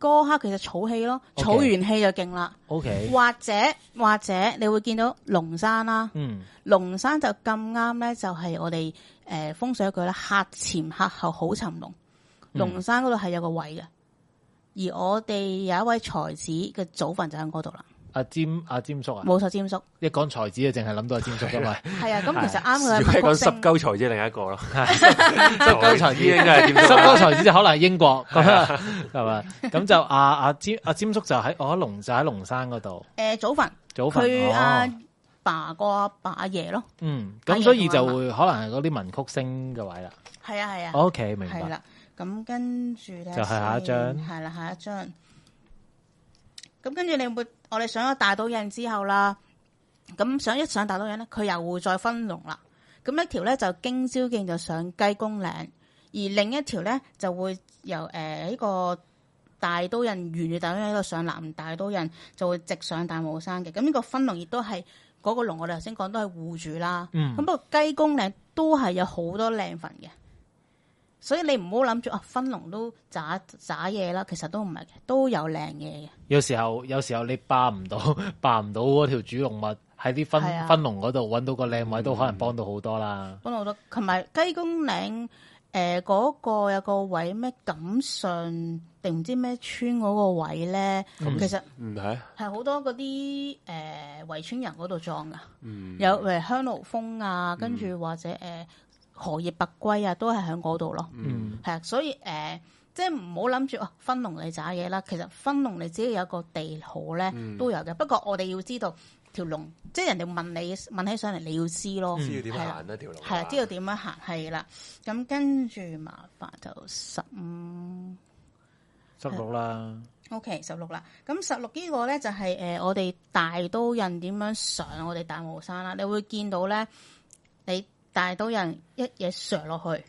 Speaker 2: 個客其實儲氣咯，
Speaker 1: OK
Speaker 2: 儲完氣就勁啦。
Speaker 1: OK，
Speaker 2: 或者或者你會見到龍山啦，
Speaker 1: 嗯
Speaker 2: 龍山就咁啱咧，就係我哋诶、呃、風水一句啦，客前客後好沉龍。
Speaker 1: 嗯
Speaker 2: 龍山嗰度係有個位嘅，而我哋有一位才子嘅祖墳就喺嗰度啦，
Speaker 1: 阿詹阿詹叔啊，
Speaker 2: 冇錯，詹叔
Speaker 1: 一講才子啊，淨係諗到阿詹叔噶嘛，
Speaker 2: 係啊， 咁其實啱
Speaker 3: 要
Speaker 2: 佢
Speaker 3: 係
Speaker 2: 係
Speaker 3: 講
Speaker 2: 文曲
Speaker 3: 十
Speaker 2: 星，
Speaker 3: 鳩財啫，另一個咯。
Speaker 1: 濕鳩才子
Speaker 3: 應該 係點啊
Speaker 1: 濕鳩才子就可能係英 國咁啊，係咪？咁就阿阿詹阿詹叔就喺我喺龍就喺龍山嗰度
Speaker 2: 诶、呃祖墳
Speaker 1: 祖墳
Speaker 2: 佢啊阿
Speaker 1: 哦
Speaker 2: 爸個阿爸阿爺咯，
Speaker 1: 嗯，
Speaker 2: 阿
Speaker 1: 咁
Speaker 2: 爺
Speaker 1: 所以就
Speaker 2: 同
Speaker 1: 會可能係嗰啲文曲星嘅位啦。
Speaker 2: 係啊係啊，
Speaker 1: OK，明
Speaker 2: 係
Speaker 1: 白。
Speaker 2: 啦，咁跟住咧
Speaker 1: 就係下一張
Speaker 2: 系啦，下一張。咁跟住你會，我哋上咗大島印之後啦，咁上一上大島印咧，佢又會再分龍啦。咁一條咧就經蕉徑就上雞公嶺，而另一條咧就會由呃诶呢、個大島印沿住大島印一路上南大島印，就會直上大帽山嘅。咁呢個分龍亦都係嗰個龍，我哋頭先講都係護主啦。
Speaker 1: 嗯
Speaker 2: 咁不過雞公嶺都係有好多靚墳嘅。所以你唔好諗住啊，分龍都渣渣嘢啦，其實都唔係嘅，都有靚嘢嘅。
Speaker 1: 有時候有時候你霸唔到 霸唔到嗰條主龍脈喺啲
Speaker 2: 係啊
Speaker 1: 分分龍嗰度揾到個靚位，都可能幫到好多啦。
Speaker 2: 幫到好多，同埋雞公嶺誒嗰個有個位咩錦上定唔知咩村嗰個位咧，其實
Speaker 3: 唔嗯係，
Speaker 2: 係好多嗰啲誒圍村人嗰度裝噶，
Speaker 3: 嗯，
Speaker 2: 有誒香爐峰啊，跟住或者誒、荷葉白龜啊，都係喺嗰度咯。
Speaker 1: 嗯
Speaker 2: 係啊，所以誒、呃即係唔好諗住哦，分龍你渣嘢啦。其實分龍你只要有個地好咧，都有嘅。不過我哋要知道條龍，即係人哋問你問起上嚟，你要知
Speaker 1: 嗯
Speaker 2: 咯，
Speaker 3: 知道點
Speaker 2: 係啦
Speaker 3: 行呢條路，
Speaker 2: 係啊，知道點樣行係啦。咁跟住麻煩就十五。
Speaker 1: 十六啦，
Speaker 2: O.K. 十六啦，咁十六呢個咧就係、呃我哋大刀人點樣上我哋大帽山啦，你會見到咧，你大刀人一嘢上落去，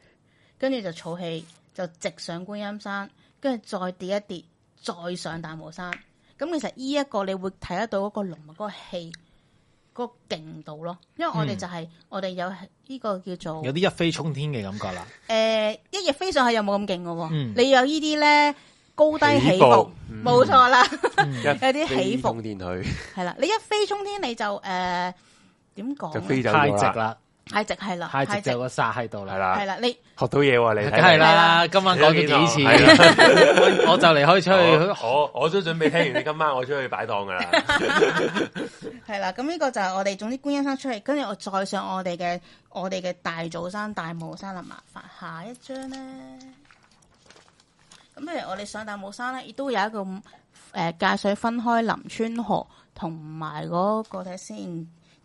Speaker 2: 跟住就儲氣，就直上觀音山，跟住再跌一跌，再上大帽山。咁其實呢一個你會睇得到嗰個龍脈嗰個氣嗰、嗰個勁度咯，因為我哋就係、我哋有呢個叫做
Speaker 1: 嗯有啲一飛沖天嘅感 覺啦。
Speaker 2: 诶、一日飛上去又冇咁勁嘅喎。
Speaker 1: 嗯
Speaker 2: 你有呢啲咧高低起
Speaker 3: 起
Speaker 2: 伏
Speaker 3: 伏，
Speaker 2: 冇錯啦，
Speaker 1: 嗯
Speaker 3: 有
Speaker 2: 有啲起伏
Speaker 3: 通電佢
Speaker 2: 係啦。你一飛沖天你就诶點講
Speaker 3: 就
Speaker 2: 呢？
Speaker 3: 飛走
Speaker 1: 太直
Speaker 3: 咗啦，
Speaker 1: 啦，
Speaker 2: 啊太直係啦，
Speaker 1: 太直就有啊
Speaker 2: 係
Speaker 1: 個煞喺度啦。
Speaker 3: 係啦，
Speaker 2: 啦，你
Speaker 3: 學到嘢喎你，
Speaker 1: 梗係啦，今晚講咗幾次，
Speaker 3: 係啦
Speaker 1: 我我就嚟可以出去
Speaker 3: 我我我都準備聽完你今晚我出去擺檔噶啦，
Speaker 2: 係啦，咁呢個就係我哋總之觀音山出嚟，跟住我再上我哋嘅我哋嘅大祖山、大帽山啦，麻煩下一張咧。咁譬如我哋上大帽山咧，亦都有一個誒、呃界水分開林村河同埋嗰個睇先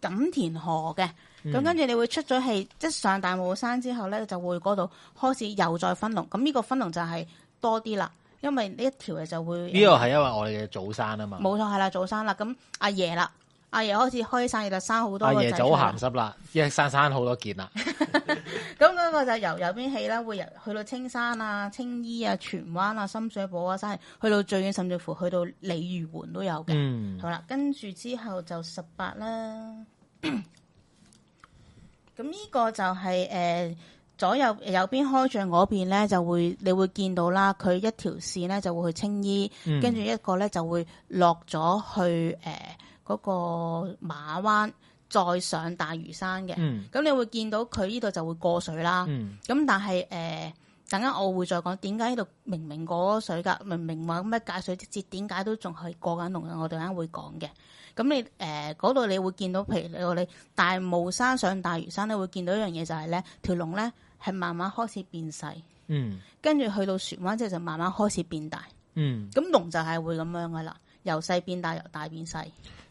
Speaker 2: 錦田河嘅。
Speaker 1: 嗯
Speaker 2: 咁跟住你會出咗氣，即係上大帽山之後咧，就會嗰度開始又再分龍。咁呢個分龍就係多啲啦，因為呢一條嘅就會呃
Speaker 1: 呢個係因為我哋嘅祖山啊嘛，
Speaker 2: 冇錯係啦，早生啦，咁阿爺啦，阿爺開始開生意就生好多
Speaker 1: 阿
Speaker 2: 個
Speaker 1: 爺
Speaker 2: 仔出
Speaker 1: 就好
Speaker 2: 嚟啦
Speaker 1: 鹹。濕啦，一生生好多件啦。
Speaker 2: 咁嗰個就由右邊起啦，會由去到青山啊、青衣啊、荃灣啊、深水埗啊，山去到最遠，甚至乎去到鯉魚門都有嘅。
Speaker 1: 嗯，
Speaker 2: 好啦，跟住之後就十八啦。咁呢個就係、呃左右右邊開象嗰邊咧，就會你會見到啦。佢一條線咧就會去青衣，
Speaker 1: 嗯
Speaker 2: 跟住、一個咧就會落咗去誒嗰、個馬灣，再上大嶼山嘅。咁、
Speaker 1: 嗯
Speaker 2: 你會見到佢呢度就會過水啦。
Speaker 1: 嗯
Speaker 2: 咁但係誒、呃等間我會再講點解呢度明明過咗水㗎，明明話咩界水節，點解都仲係過緊龍嘅？我哋間會講嘅。咁你誒嗰度你會見到，譬如你我哋大霧山上大嶼山咧，會見到一樣嘢就係咧，條龍咧係慢慢開始變細，
Speaker 1: 嗯
Speaker 2: 跟住去到船灣之後就慢慢開始變大。
Speaker 1: 嗯，
Speaker 2: 咁龍就係會咁樣噶啦，由細變大，由大變細，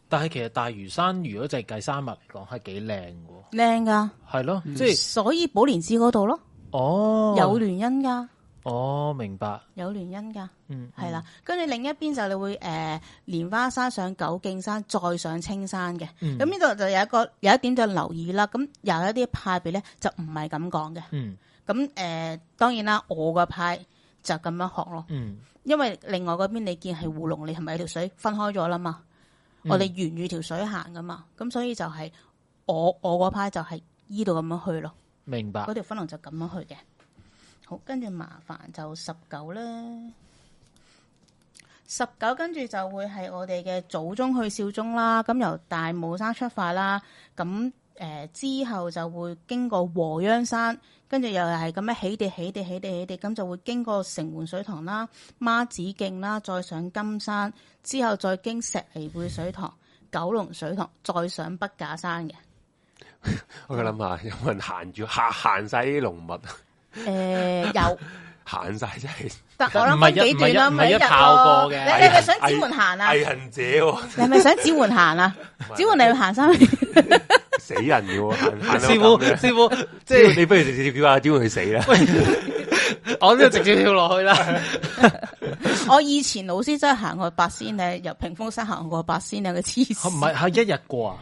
Speaker 1: 但係其實大嶼山如果就係計山脈嚟講係幾靚嘅喎，
Speaker 2: 靚噶。
Speaker 1: 係咯，即係
Speaker 2: 所以寶蓮寺嗰度咯，
Speaker 1: 哦，
Speaker 2: 嗯有聯姻噶，
Speaker 1: 哦，明白，
Speaker 2: 有聯姻噶。
Speaker 1: 嗯，
Speaker 2: 係啦，跟住另一邊就你會誒、呃、蓮花山上九徑山，再上青山嘅。
Speaker 1: 嗯
Speaker 2: 咁呢度就有一個有一點就留意啦。咁有一啲派別咧就唔係咁講嘅。
Speaker 1: 嗯
Speaker 2: 咁誒、呃、當然啦，我個派就咁樣學咯，
Speaker 1: 嗯
Speaker 2: 因為另外嗰邊你見係護龍，你係咪有條水分開咗啦嘛？我哋沿住條水行噶嘛，咁所以就係我我個派就係依度咁樣去咯。
Speaker 1: 明白
Speaker 2: 嗰，條分龍就咁樣去嘅。好，跟住麻煩就十九啦。十九跟住就會係我哋嘅祖宗去少宗啦，咁由大帽山出發啦，咁誒、呃之後就會經過和央山，跟住又係咁樣起地起地起地起地，咁就會經過城門水塘啦、孖子徑啦，再上金山，之後再經石梨貝水塘、九龍水塘，再上北架山嘅。
Speaker 3: 我諗下 有冇人行住行行晒啲龍脈，
Speaker 2: 誒、有。
Speaker 3: 行晒真係
Speaker 2: 但我諗分幾段啦，
Speaker 1: 唔係一
Speaker 2: 一日
Speaker 1: 唔係一炮過
Speaker 2: 咯。
Speaker 1: 嘅
Speaker 2: 你你係咪想指換行啊？
Speaker 3: 毅行者 喎，
Speaker 2: 你係咪想指換 行啊？ 指換你去行山，
Speaker 3: 死人嘅喎，行行到
Speaker 1: 師傅
Speaker 3: 咁樣
Speaker 1: 師傅，即
Speaker 3: 即系
Speaker 1: 係
Speaker 3: 你不如直接叫阿刁去死啦。
Speaker 1: 我呢度直接跳落去啦，
Speaker 2: 我以前老師真係行過八仙嶺，由屏風山行過八仙嶺嘅黐
Speaker 1: 啊唔
Speaker 2: 線。
Speaker 1: 係係一日過啊，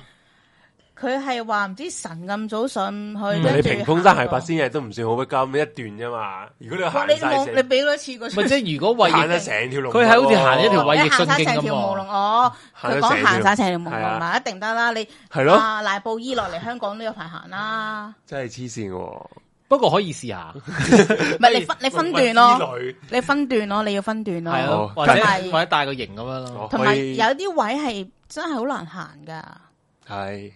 Speaker 2: 佢係話唔知神咁早上
Speaker 1: 嗯
Speaker 2: 去，
Speaker 3: 你
Speaker 2: 跟住
Speaker 3: 屏風山
Speaker 2: 行
Speaker 3: 行
Speaker 2: 過
Speaker 3: 八。仙日都唔算好不咁一段啫嘛。如果你
Speaker 2: 哇！
Speaker 3: 行
Speaker 2: 你
Speaker 3: 晒
Speaker 2: 望你
Speaker 3: 成，
Speaker 2: 俾多次個
Speaker 1: 咪即係如 果為
Speaker 3: 行咗成條龍，
Speaker 1: 佢係好似行一條位
Speaker 2: 你
Speaker 1: 翼
Speaker 2: 行
Speaker 1: 信
Speaker 2: 晒
Speaker 1: 徑
Speaker 2: 成
Speaker 1: 咁
Speaker 2: 條毛龍
Speaker 1: 喎，
Speaker 2: 哦，
Speaker 3: 行
Speaker 2: 佢
Speaker 3: 咗
Speaker 2: 講
Speaker 3: 成條
Speaker 2: 行晒成條毛龍
Speaker 3: 係啊
Speaker 2: 嘛，一定得啦。你
Speaker 3: 係咯
Speaker 2: 啊賴布衣落嚟香港都有排行 啦，
Speaker 3: 真係黐線喎。
Speaker 1: 不過可以試下，
Speaker 2: 唔係你分你分段咯，
Speaker 3: 喂，之類
Speaker 2: 你分段咯，你要分段咯。
Speaker 1: 係
Speaker 3: 好
Speaker 1: 啊，或者
Speaker 2: 同埋
Speaker 1: 或者帶個型咁樣咯
Speaker 3: 哦。
Speaker 2: 同埋
Speaker 3: 可以
Speaker 2: 有啲位係真係好難行噶，
Speaker 3: 係，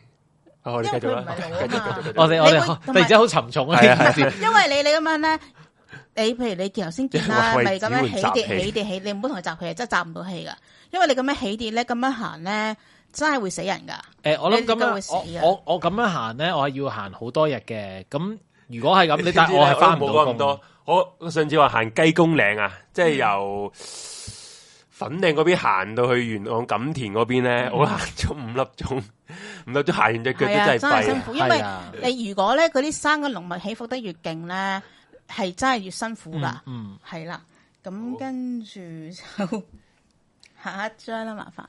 Speaker 3: 好我
Speaker 2: 因
Speaker 3: 哋
Speaker 2: 為
Speaker 3: 繼
Speaker 2: 佢
Speaker 3: 續
Speaker 2: 唔
Speaker 3: 啦，
Speaker 2: 係 路
Speaker 3: 繼續
Speaker 2: 啊
Speaker 3: 繼續繼
Speaker 1: 我
Speaker 3: 續。
Speaker 1: 哋
Speaker 2: 你
Speaker 1: 我
Speaker 2: 會
Speaker 1: 哋
Speaker 2: 同埋
Speaker 1: 哦突然之間好沉重啊！
Speaker 3: 係啊
Speaker 1: 呢件事
Speaker 2: 因為你你咁樣咧，你譬如你頭先見 啦，
Speaker 3: 因為
Speaker 2: 咪咁樣
Speaker 3: 只
Speaker 2: 起
Speaker 3: 會集
Speaker 2: 跌
Speaker 3: 氣
Speaker 2: 起跌起，你唔好同佢集氣，啊真係集唔到氣噶。因為你咁樣起跌咧，咁樣行咧，真係會死人噶。
Speaker 1: 诶，我諗咁
Speaker 2: 你應該會死
Speaker 1: 樣，
Speaker 2: 啊
Speaker 1: 我我我咁樣行咧，我係要行好多日嘅。咁如果係咁，你
Speaker 3: 知唔
Speaker 1: 但
Speaker 3: 知
Speaker 1: 係我
Speaker 3: 咧
Speaker 1: 係翻
Speaker 3: 都
Speaker 1: 唔
Speaker 3: 冇
Speaker 1: 到
Speaker 3: 講咁
Speaker 1: 工。
Speaker 3: 多。我上次話行雞公嶺啊，即係由粉嶺嗰邊行到去元朗錦田嗰邊咧，我行咗五粒鐘，五粒鐘行完只腳都
Speaker 2: 係啊，
Speaker 3: 真係
Speaker 2: 真係
Speaker 3: 廢
Speaker 2: 辛
Speaker 3: 啊。
Speaker 2: 苦，因為
Speaker 1: 係啊
Speaker 2: 你如果咧嗰啲山嘅龍脈起伏得越勁咧，係真係越辛苦噶。
Speaker 1: 嗯，
Speaker 2: 係啦，咁跟住就 下一張啦，麻煩。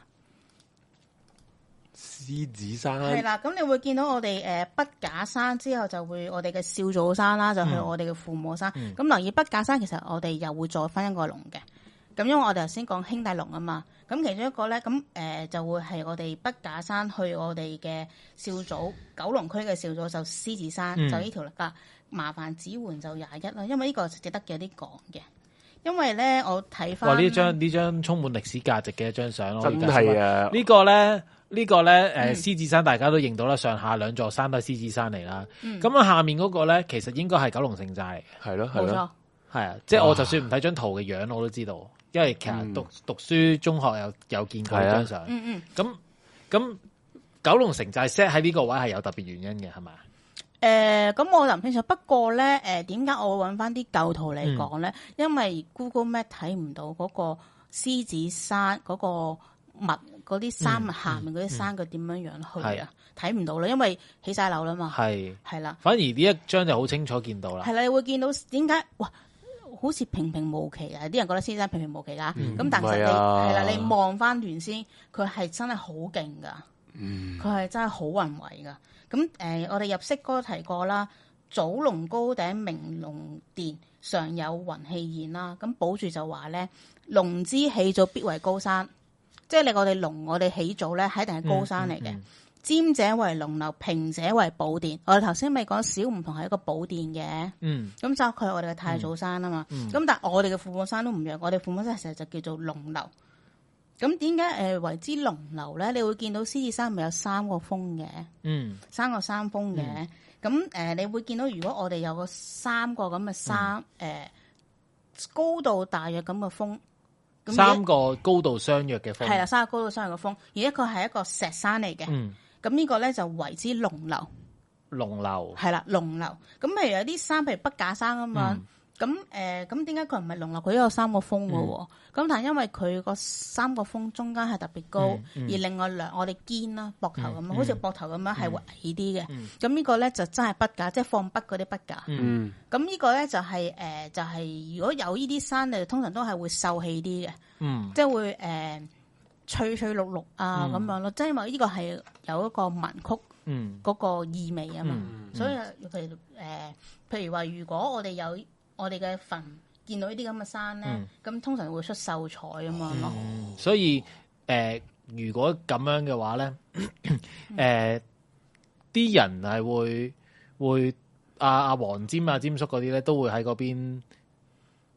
Speaker 3: 獅子
Speaker 2: 系
Speaker 3: 山
Speaker 2: 啦，
Speaker 1: 嗯
Speaker 2: 咁你會見到我哋诶北架山之後就會我哋嘅少
Speaker 1: 嗯
Speaker 2: 祖山啦，就去我哋嘅父母山。咁、留意北架山其實我哋又會再分一個龍嘅。咁因為我哋頭先講兄弟龍啊嘛，咁其中一個咧，咁誒、呃就會係我哋北架山去我哋嘅少祖九龍區嘅少祖就獅子山，
Speaker 1: 嗯
Speaker 2: 就呢條啦。麻煩指援就廿一啦，因為呢個值得有啲講嘅，因為咧我睇翻
Speaker 1: 哇！呢張呢張充滿歷史價值嘅一張相咯，
Speaker 3: 真
Speaker 1: 我而家
Speaker 3: 係啊！
Speaker 1: 呢個咧，呢個咧，
Speaker 2: 嗯
Speaker 1: 誒獅子山大家都認到啦，上下兩座山都係獅子山嚟啦。
Speaker 2: 嗯
Speaker 1: 咁啊，下面嗰個咧，其實應該係九龍城寨嚟嘅，
Speaker 3: 係咯係
Speaker 2: 冇
Speaker 3: 咯，
Speaker 2: 錯，
Speaker 1: 係啊，即係我
Speaker 3: 哇
Speaker 1: 就算唔睇張圖嘅樣，我都知道，因為其實
Speaker 3: 嗯啊
Speaker 1: 讀讀書中學有有見過呢張相。
Speaker 2: 嗯嗯，
Speaker 1: 咁咁九龍城寨 set 喺呢個位係有特別原因嘅，係咪？
Speaker 2: 誒呃咁、我就唔清楚，不過咧誒點解我會揾翻啲舊圖嚟講咧？因為 Google Map 睇唔到嗰個獅子山嗰個物嗰啲山
Speaker 1: 嗯
Speaker 2: 脈下面嗰啲
Speaker 1: 嗯
Speaker 2: 山佢點樣樣去
Speaker 1: 係
Speaker 2: 啊？睇唔到啦，因為起晒樓啦嘛，
Speaker 1: 係，
Speaker 2: 係啦，
Speaker 1: 反而呢一張就好清楚見到啦
Speaker 2: 係。啦，你會見到點解哇？好似平平無奇啊！啲人覺得獅子山平平無奇㗎，咁、但係其實你
Speaker 3: 唔係啊
Speaker 2: 係啦，你望翻原先，佢係真係好勁㗎。
Speaker 3: 嗯，
Speaker 2: 佢係真係好宏偉噶。咁誒、呃我哋入息哥提過啦，祖龍高頂明龍殿常有雲氣現啦。咁保住就話咧，龍之起祖必為高山，即係你我哋龍，我哋起祖咧係一定係高山嚟嘅。
Speaker 1: 嗯
Speaker 2: 尖者為龍流，平者為寶殿。我哋頭先咪講小唔同係一個寶殿嘅，
Speaker 1: 嗯，
Speaker 2: 咁就佢係我哋嘅太祖山啊嘛。
Speaker 1: 嗯
Speaker 2: 咁、但係我哋嘅父母山都唔一樣，我哋父母山成日就叫做龍流。咁點解誒為之龍流咧？你會見到獅子山咪有三個峰嘅，
Speaker 1: 嗯，
Speaker 2: 三個山峰嘅。咁誒、呃你會見到如果我哋有個三個咁嘅山誒、呃高度大約咁嘅峰，
Speaker 1: 嗯
Speaker 2: 咁
Speaker 1: 三個高度相若嘅方
Speaker 2: 係啦，，三個高度相若嘅峰，而一個係一個石山嚟嘅。
Speaker 1: 嗯，
Speaker 2: 咁呢個咧就為之龍流，
Speaker 1: 龍流，
Speaker 2: 係啦，龍流。咁譬如有啲山，譬如北架山咁樣。
Speaker 1: 嗯
Speaker 2: 咁誒，咁點解佢唔係龍流？佢都有三個峰嘅喎。
Speaker 1: 嗯
Speaker 2: 咁、但係因為佢個三個峰中間係特別高，
Speaker 1: 嗯嗯
Speaker 2: 而另外兩我哋肩啦、膊頭咁樣，
Speaker 1: 嗯
Speaker 2: 好似膊頭咁樣係會矮啲嘅。咁、
Speaker 1: 嗯
Speaker 2: 呢個咧就真係北架，即係放北嗰啲北架。
Speaker 1: 嗯
Speaker 3: 嗯
Speaker 2: 咁呢個咧就係、誒，就係、如果有呢啲山，你通常都係會秀氣啲嘅，
Speaker 1: 嗯
Speaker 2: 即係會誒、翠翠綠綠啊
Speaker 1: 嗯
Speaker 2: 咁、樣咯。即係因為呢個係有一個民曲
Speaker 1: 嗯
Speaker 2: 嗰個意味啊嘛。
Speaker 1: 嗯，
Speaker 2: 所以譬如誒、譬如話，如果我哋有我哋嘅墳見到呢啲咁嘅山咧，
Speaker 1: 嗯
Speaker 2: 咁、通常會出秀啊彩咁樣咯。
Speaker 1: 所以诶、呃如果咁樣嘅話咧，
Speaker 2: 嗯
Speaker 1: 诶、啲人係會會阿阿黃尖啊、尖叔嗰啲咧，都會喺嗰邊，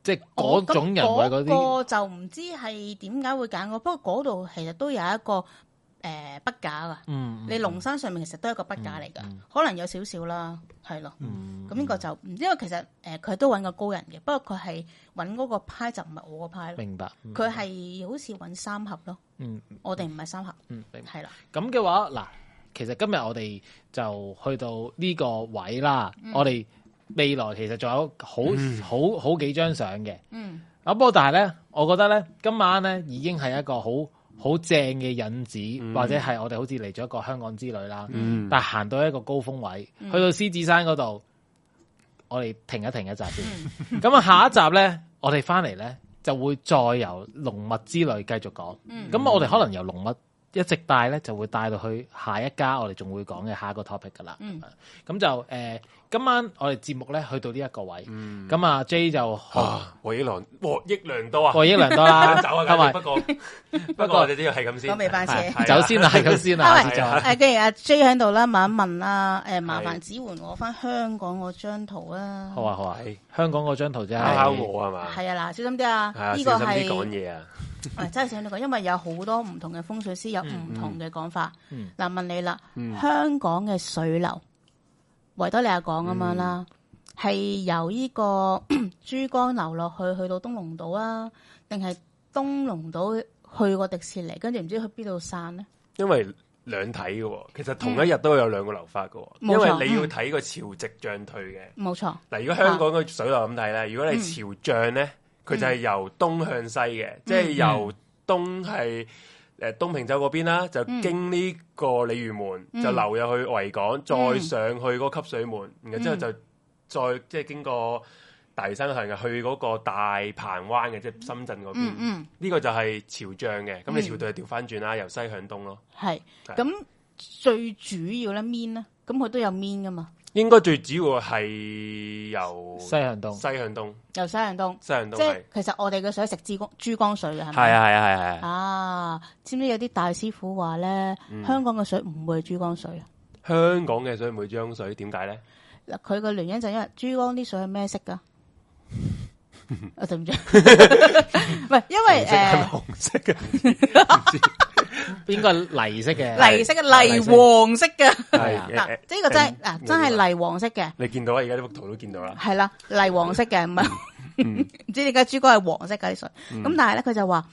Speaker 1: 即係
Speaker 2: 我
Speaker 1: 嗰種人為
Speaker 2: 哦咁
Speaker 1: 嗰啲，
Speaker 2: 個就唔知係點解會揀我，不過嗰度其實都有一個誒、呃北架噶。
Speaker 1: 嗯，
Speaker 2: 你龍山上面其實都係一個北架嚟噶，可能有少少啦，係咯。
Speaker 1: 嗯，
Speaker 2: 咁呢個就唔，因為其實誒呃佢、都揾個高人嘅，不過佢係揾嗰個派就唔係我個派咯，
Speaker 1: 明白，嗯
Speaker 2: 佢係好似揾三合咯，
Speaker 1: 嗯
Speaker 2: 我哋唔係三合，
Speaker 1: 嗯明白。
Speaker 2: 係啦，
Speaker 1: 咁嘅話，嗱，其實今日我哋就去到呢個位啦。
Speaker 2: 嗯
Speaker 1: 我哋未來其實仲有好、好好幾張相嘅。
Speaker 2: 嗯
Speaker 1: 啊，不過但係咧，我覺得咧，今晚咧已經係一個好好正嘅引子，或者係我哋好似嚟咗一個香港之旅啦。
Speaker 3: 嗯，
Speaker 1: 但係行到一個高峰位，
Speaker 2: 嗯
Speaker 1: 去到獅子山嗰度，我哋停一停一集先。咁啊，下一集咧，我哋翻嚟咧就會再由龍脈之旅繼續講。咁、
Speaker 2: 嗯
Speaker 1: 我哋可能由龍脈一直帶咧，就會帶到去下一家，我哋仲會講嘅下一個 topic 噶啦。
Speaker 2: 嗯
Speaker 1: 咁就誒、呃今晚我哋節目咧去到呢一個位，咁啊 J 就學
Speaker 3: 嗯啊，獲益良獲益良多啊！
Speaker 1: 過益良多
Speaker 3: 想
Speaker 1: 啦，
Speaker 3: 走啊，
Speaker 1: 係
Speaker 3: 係
Speaker 1: 咪
Speaker 3: 不？過不過我哋都要係咁先，
Speaker 2: 我未辦事。
Speaker 1: 係
Speaker 3: 係啊
Speaker 1: 走先啦，係咁先啊啦，
Speaker 2: 喂
Speaker 1: 下次再。
Speaker 2: 誒，既然哎阿 J 喺度啦，問一問啦，誒，麻煩
Speaker 3: 係
Speaker 2: 指援我翻香港嗰張圖啦。
Speaker 1: 好啊好啊
Speaker 3: 係，
Speaker 1: 香港嗰張圖真
Speaker 3: 考考
Speaker 1: 係
Speaker 3: 我係嘛？
Speaker 2: 係啊，嗱，小心啲啊
Speaker 3: 係！啊，
Speaker 2: 呢個
Speaker 3: 小心啲 講
Speaker 2: 係
Speaker 3: 嘢啊！
Speaker 2: 誒真係小心啲講，因為有好多唔同嘅風水師有唔同嘅講法。
Speaker 1: 嗯
Speaker 2: 嗱，問你啦，香港嘅水流，維多利亞港咁樣啦，係由呢個 珠江流落去去到東龍島啊，定係東龍島去過迪士尼，跟住唔知去邊度散呢？
Speaker 3: 因為兩睇嘅喎，其實同一日都有兩個流法嘅喎，
Speaker 2: 嗯冇
Speaker 3: 因為
Speaker 2: 錯
Speaker 3: 你要睇個潮汐漲退嘅。
Speaker 2: 冇錯，
Speaker 3: 嗱，如果香港嘅水流咁睇咧，如果你
Speaker 2: 嗯
Speaker 3: 潮漲咧，佢就係由東向西嘅，
Speaker 2: 嗯
Speaker 3: 即係由東係誒東平洲嗰邊啦，就
Speaker 2: 嗯
Speaker 3: 經呢個鯉魚門，就流入去維港，再
Speaker 2: 嗯
Speaker 3: 上去嗰個吸水門，然後之後就再即係經過大嶼山嗰頭，然後去嗰個大鵬灣嘅，即係深圳嗰
Speaker 2: 嗯
Speaker 3: 邊。
Speaker 2: 嗯。
Speaker 3: 呢個就係潮漲嘅，咁
Speaker 2: 嗯
Speaker 3: 你潮退就調翻轉啦，由西向東咯。
Speaker 2: 係
Speaker 3: 係
Speaker 2: 咁最主要咧面咧，咁佢都有面噶嘛，
Speaker 3: 應該最主要係由
Speaker 1: 西向東
Speaker 3: 西向東，
Speaker 2: 由西向東，
Speaker 3: 西向東
Speaker 2: 即係
Speaker 3: 係
Speaker 2: 其實我哋嘅水食珠江珠江水嘅係咪？
Speaker 3: 係啊係啊係啊係啊，
Speaker 2: 啊，知唔知有啲大師傅話咧，
Speaker 3: 嗯
Speaker 2: 香港嘅水唔會係珠江水啊？
Speaker 3: 香港嘅水唔會將水，點解咧？
Speaker 2: 嗱，佢個原因就因為珠江啲水係咩色噶？ 我對唔住，唔係因為
Speaker 3: 紅色係咪
Speaker 2: 誒
Speaker 3: 紅色 嘅，
Speaker 1: 邊個係泥色嘅？
Speaker 2: 呃 泥色嘅泥黃色嘅，
Speaker 1: 啊
Speaker 3: 係
Speaker 2: 嗱
Speaker 3: 啊
Speaker 2: 呢
Speaker 3: 誒
Speaker 2: 個真係
Speaker 3: 誒
Speaker 2: 嗱真係泥黃色嘅，
Speaker 3: 你見到啊？而家呢幅圖都見到啦，
Speaker 2: 係啦泥黃色嘅，唔係
Speaker 3: 嗯
Speaker 2: 唔知點解珠江係黃色嘅啲水，咁但係咧佢就話。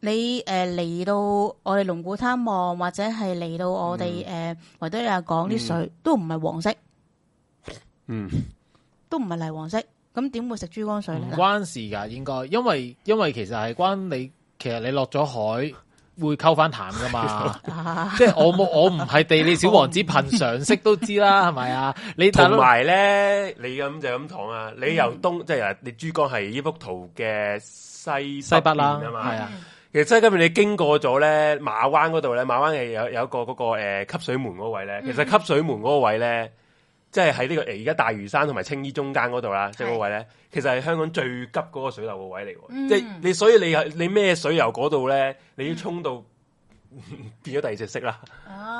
Speaker 2: 你誒嚟、到我哋龍鼓灘望，或者係嚟到我哋誒維多利亞港啲水，都唔係黃色，
Speaker 3: 嗯，
Speaker 2: 都唔係泥黃色，咁點會食珠江水咧
Speaker 1: 唔？關事噶，應該，因為因為其實係關你，其實你落咗海會溝翻淡噶 嘛。
Speaker 2: 啊
Speaker 1: 即係我冇，我唔係地理小王子，憑常識都知啦，係咪 啊？你大
Speaker 3: 同
Speaker 1: 佬
Speaker 3: 埋咧，你咁就咁講啊！你由東即係你珠江係呢幅圖嘅西
Speaker 1: 西北啦，
Speaker 3: 邊啊嘛
Speaker 1: 係。啊，
Speaker 3: 其實西北面你經過咗咧馬灣嗰度咧，馬灣係有有一個嗰、個诶、呃吸水門嗰位
Speaker 2: 嗯
Speaker 3: 咧。其實吸水門嗰位咧，即係喺呢個呃而家大嶼山同埋青衣中間嗰度啦，即係嗰位咧，其實係香港最急嗰個水流個位嚟喎。
Speaker 2: 嗯
Speaker 3: 即係你所以你係你咩水由嗰度咧，你要衝到、 變咗第二隻色啦。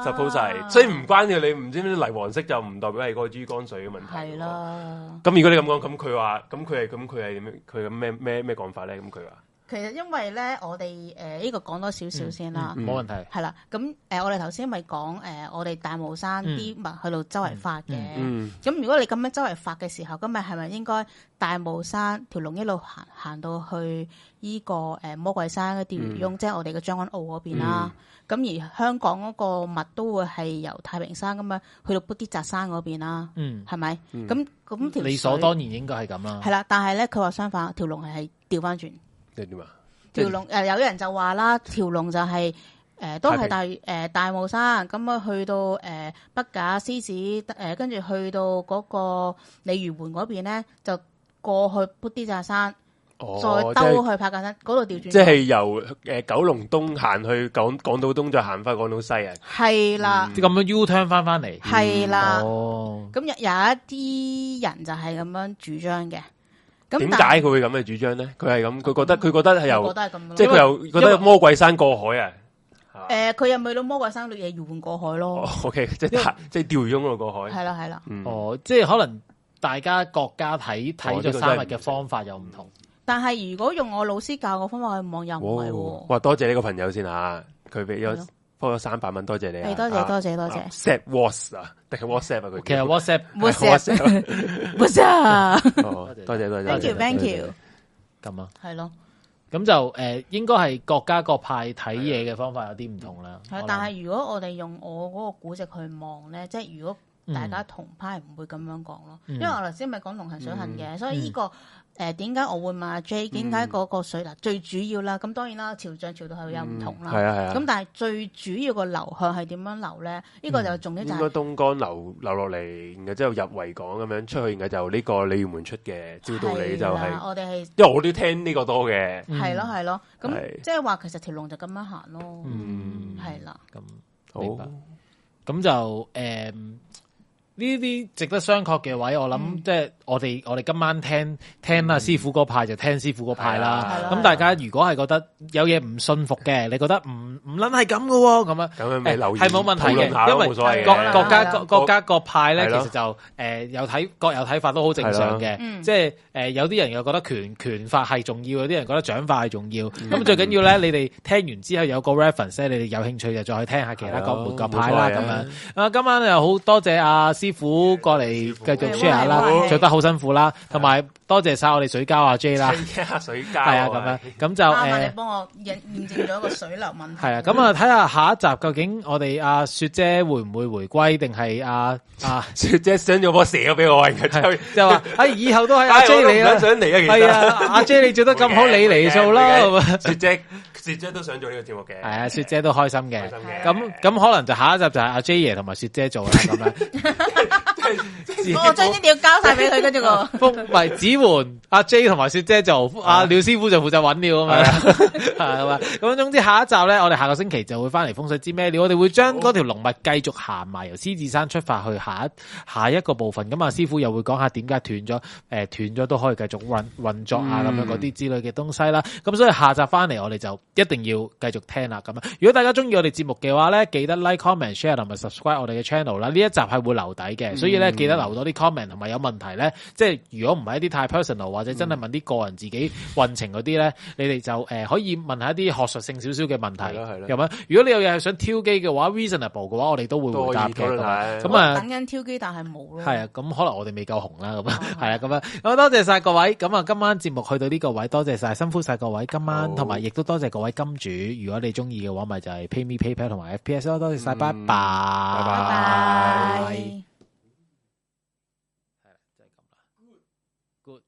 Speaker 3: suppose
Speaker 2: 啊
Speaker 3: 係，所以唔關佢你唔知咩泥黃色就唔代表係個珠江水嘅問題。
Speaker 2: 係。啦。
Speaker 3: 咁如果你咁講，咁佢話，咁佢係咁佢係點樣？佢咁咩咩咩講法咧？咁佢話。
Speaker 2: 其實因為咧，我哋誒呢個講多少少先
Speaker 3: 嗯
Speaker 2: 啦，
Speaker 1: 冇問題。
Speaker 2: 係啦。咁誒，我哋頭先咪講誒，我哋大帽山啲物去到周圍發嘅。
Speaker 3: 嗯
Speaker 2: 咁如果你咁樣周圍發嘅時候，咁咪係咪應該大帽山條龍一路行行到去呢個誒魔鬼山嗰啲
Speaker 1: 嗯
Speaker 2: 魚翁，即係我哋嘅將軍澳嗰邊啦。咁而香港嗰個物都會係由太平山咁樣去到砵啲扎山嗰邊啦，
Speaker 1: 嗯，
Speaker 2: 係咪？咁咁條
Speaker 1: 理所
Speaker 2: 水
Speaker 1: 當然應該係咁啦
Speaker 2: 係。啦，但係咧佢話相反，條龍係係調翻轉，
Speaker 3: 即係點啊？
Speaker 2: 條龍誒有啲人就話啦，條龍就係、诶都係大
Speaker 3: 太
Speaker 2: 誒、大霧山，咁啊去到誒、北架獅子誒，呃跟、住去到嗰個鯉魚門嗰邊咧，就過去砵啲扎山，
Speaker 3: 哦，
Speaker 2: 再兜
Speaker 3: 即
Speaker 2: 去柏架山嗰度調轉。
Speaker 3: 係即係由诶九龍東行去港港島東，再行翻港島西啊！嗯
Speaker 2: 係啦，
Speaker 1: 即係咁樣 U turn 翻翻嚟。
Speaker 2: 係啦，
Speaker 1: 哦，
Speaker 2: 咁有、有一啲人就係咁樣主張嘅。咁
Speaker 3: 點
Speaker 2: 但係嗯
Speaker 3: 解佢會咁嘅主張咧？佢係咁，佢覺得佢覺得係
Speaker 2: 我
Speaker 3: 由
Speaker 2: 覺得係咁咯。
Speaker 3: 即係佢
Speaker 1: 因為
Speaker 3: 又覺得魔鬼山過海啊！
Speaker 2: 誒，佢又咪到魔鬼山綠野搖換過海咯，
Speaker 3: O K，即哦係即係釣魚翁嗰度過海。
Speaker 2: 係啦係啦。
Speaker 3: 嗯
Speaker 1: 哦，即係可能大家國家睇睇
Speaker 3: 哦呢
Speaker 1: 咗
Speaker 3: 個
Speaker 1: 三日
Speaker 3: 真係
Speaker 1: 嘅
Speaker 3: 唔
Speaker 1: 方法又唔同。
Speaker 2: 但係如果用我老師教嘅方法去望，又哦唔係
Speaker 3: 哇
Speaker 2: 喎。
Speaker 3: 哇！多謝呢個朋友先啊，佢俾
Speaker 2: 係咯
Speaker 3: 咗幫咗三百蚊，多謝你啊！
Speaker 2: 係多謝多謝多謝
Speaker 3: s e t WhatsApp 啊，定係 WhatsApp 啊？佢
Speaker 1: 其實 WhatsApp
Speaker 2: 冇事啊
Speaker 3: WhatsApp
Speaker 2: 冇事啊，
Speaker 3: 啊哦多謝多謝
Speaker 2: Thank you，
Speaker 3: 多謝
Speaker 2: thank
Speaker 3: 多謝
Speaker 2: you
Speaker 1: 咁啊，
Speaker 2: 係咯。
Speaker 1: 咁就誒、呃、應該係各家各派睇嘢嘅方法有啲唔同啦。
Speaker 2: 啊係啊
Speaker 1: 我諗
Speaker 2: 但係如果我哋用我嗰個估值去望咧，即係如果大家同派唔會咁樣講咯，因為我頭先咪講龍行水行嘅，所以呢個誒點解我會問阿 J 點解嗰個水嗱最主要啦，咁當然啦，潮漲潮到嗯係有唔同啦，
Speaker 3: 係啊係啊
Speaker 2: 咁但係最主要個流向係點樣流咧？呢個就重點就
Speaker 3: 應
Speaker 2: 係
Speaker 3: 該東江流流落嚟，然後之後入維港咁樣出去，然後就呢個鯉魚門出嘅。照道理就
Speaker 2: 係
Speaker 3: 係、
Speaker 2: 啦我哋係
Speaker 3: 因為我都聽呢個多嘅。
Speaker 1: 嗯
Speaker 2: 係咯係咯，咁
Speaker 3: 係
Speaker 2: 即係話其實條龍就咁樣行咯，
Speaker 1: 嗯
Speaker 2: 係啦。
Speaker 1: 咁
Speaker 3: 好，
Speaker 1: 明白咁就誒呢啲值得商榷嘅位，我諗、
Speaker 2: 嗯
Speaker 1: 即係我哋我哋今晚聽聽阿師傅嗰派就聽師傅嗰派
Speaker 3: 係
Speaker 1: 啦咁、
Speaker 2: 啦。嗯係啦啊
Speaker 1: 大家如果係覺得有嘢唔信服嘅，你覺得唔唔撚係咁嘅喎，咁啊。
Speaker 3: 咁樣咪留意
Speaker 1: 係冇問題
Speaker 3: 討論下
Speaker 1: 嘅，因
Speaker 3: 咯
Speaker 1: 為
Speaker 3: 冇所謂
Speaker 1: 各
Speaker 3: 嘅。
Speaker 1: 各
Speaker 2: 國
Speaker 1: 家
Speaker 2: 係啦
Speaker 1: 各各家各派咧，
Speaker 3: 係
Speaker 1: 其
Speaker 3: 咯
Speaker 1: 實就誒有睇各有睇法都好正常嘅
Speaker 2: 係咯，
Speaker 1: 即係誒有啲人又覺得權權法係重要，有啲人覺得獎法係重要。咁最緊要咧，你哋聽完之後有個 reference 咧，你哋有興趣就再去聽下其他
Speaker 3: 係
Speaker 1: 各
Speaker 3: 咯
Speaker 1: 門各派啦
Speaker 3: 冇
Speaker 1: 咁
Speaker 3: 所
Speaker 1: 樣
Speaker 3: 謂啊。
Speaker 1: 啊，今晚又好多謝阿師傅過嚟繼續
Speaker 2: 師傅
Speaker 1: share 啦
Speaker 2: 係冇，客氣
Speaker 1: 做得好辛苦啦，同埋多謝晒我哋水膠阿 J 啦，
Speaker 3: 聽下水膠
Speaker 1: 係啊咁樣，咁就
Speaker 2: 啱啊！
Speaker 1: 誒
Speaker 2: 你。幫我驗驗證咗個水流問 題。
Speaker 1: 系啊， 咁啊睇下下一集究竟我哋阿雪姐會唔會回歸，定係阿 阿
Speaker 3: 即係想咗波蛇咗俾我，然後之後
Speaker 1: 就話：哎，以後都係阿
Speaker 3: 唉
Speaker 1: J
Speaker 3: 我都唔
Speaker 1: 你啦
Speaker 3: 想，想嚟啊，其實
Speaker 1: 係啊， 阿 J 你做得咁好，你嚟數啦，咁 啊，
Speaker 3: 雪姐，雪姐都想做呢個節目嘅。
Speaker 1: 係啊，雪姐都開心嘅
Speaker 3: 開心。嘅
Speaker 1: 咁咁可能就下一集就係阿 J 爺同埋雪姐做啦，咁樣
Speaker 2: 我將啲料交晒俾佢，跟 住個
Speaker 1: 風唔係子媛、阿 J 同埋雪姐就阿廖師傅就負責揾料啊嘛，啊 係嘛？咁總之下一集咧，我哋下個星期就會翻嚟風水知咩料，我哋會將嗰條龍脈繼續行埋由獅子山出發去下一下一個部分。咁啊，師傅又會講下點解斷咗，誒斷咗都可以繼續運運作啊，咁樣嗰啲之類嘅東西啦。咁所以下集翻嚟我哋就一定要繼續聽啦。咁啊，如果大家中意我哋節目嘅話咧，記得 like、comment、share 同埋 subscribe 我哋嘅 channel 啦。呢一集係會留底嘅，所以咧記得留多啲 comment 同埋有問題咧，即係如果唔係一啲太 personal 或者真係
Speaker 3: 嗯
Speaker 1: 問啲個人自己運程嗰啲 咧，你哋就誒、呃可以問下一啲學術性少少嘅問題，
Speaker 3: 係咯係咯
Speaker 1: 又問如果你有嘢係想挑機嘅話，reasonable 嘅話，我哋都會回答
Speaker 3: 都可以討論
Speaker 1: 嘅。
Speaker 3: 下
Speaker 1: 咁啊
Speaker 2: 等。緊挑機，但係冇咯。
Speaker 1: 系啊，咁可能我哋未夠紅啦，咁 啊
Speaker 2: 哦，
Speaker 1: 係啊，咁啊，咁啊多謝晒各位，咁啊，今晚節目去到呢個位，多謝晒，辛苦晒各位，今晚
Speaker 3: 好
Speaker 1: 同埋亦都多謝各位金主，如果你中意嘅話，咪就係 PayMe、PayPal 同埋 FPS 咯，多謝晒，
Speaker 3: 嗯
Speaker 1: 拜拜，
Speaker 3: 拜
Speaker 2: 拜拜。
Speaker 1: 係啦，就係咁啦，good。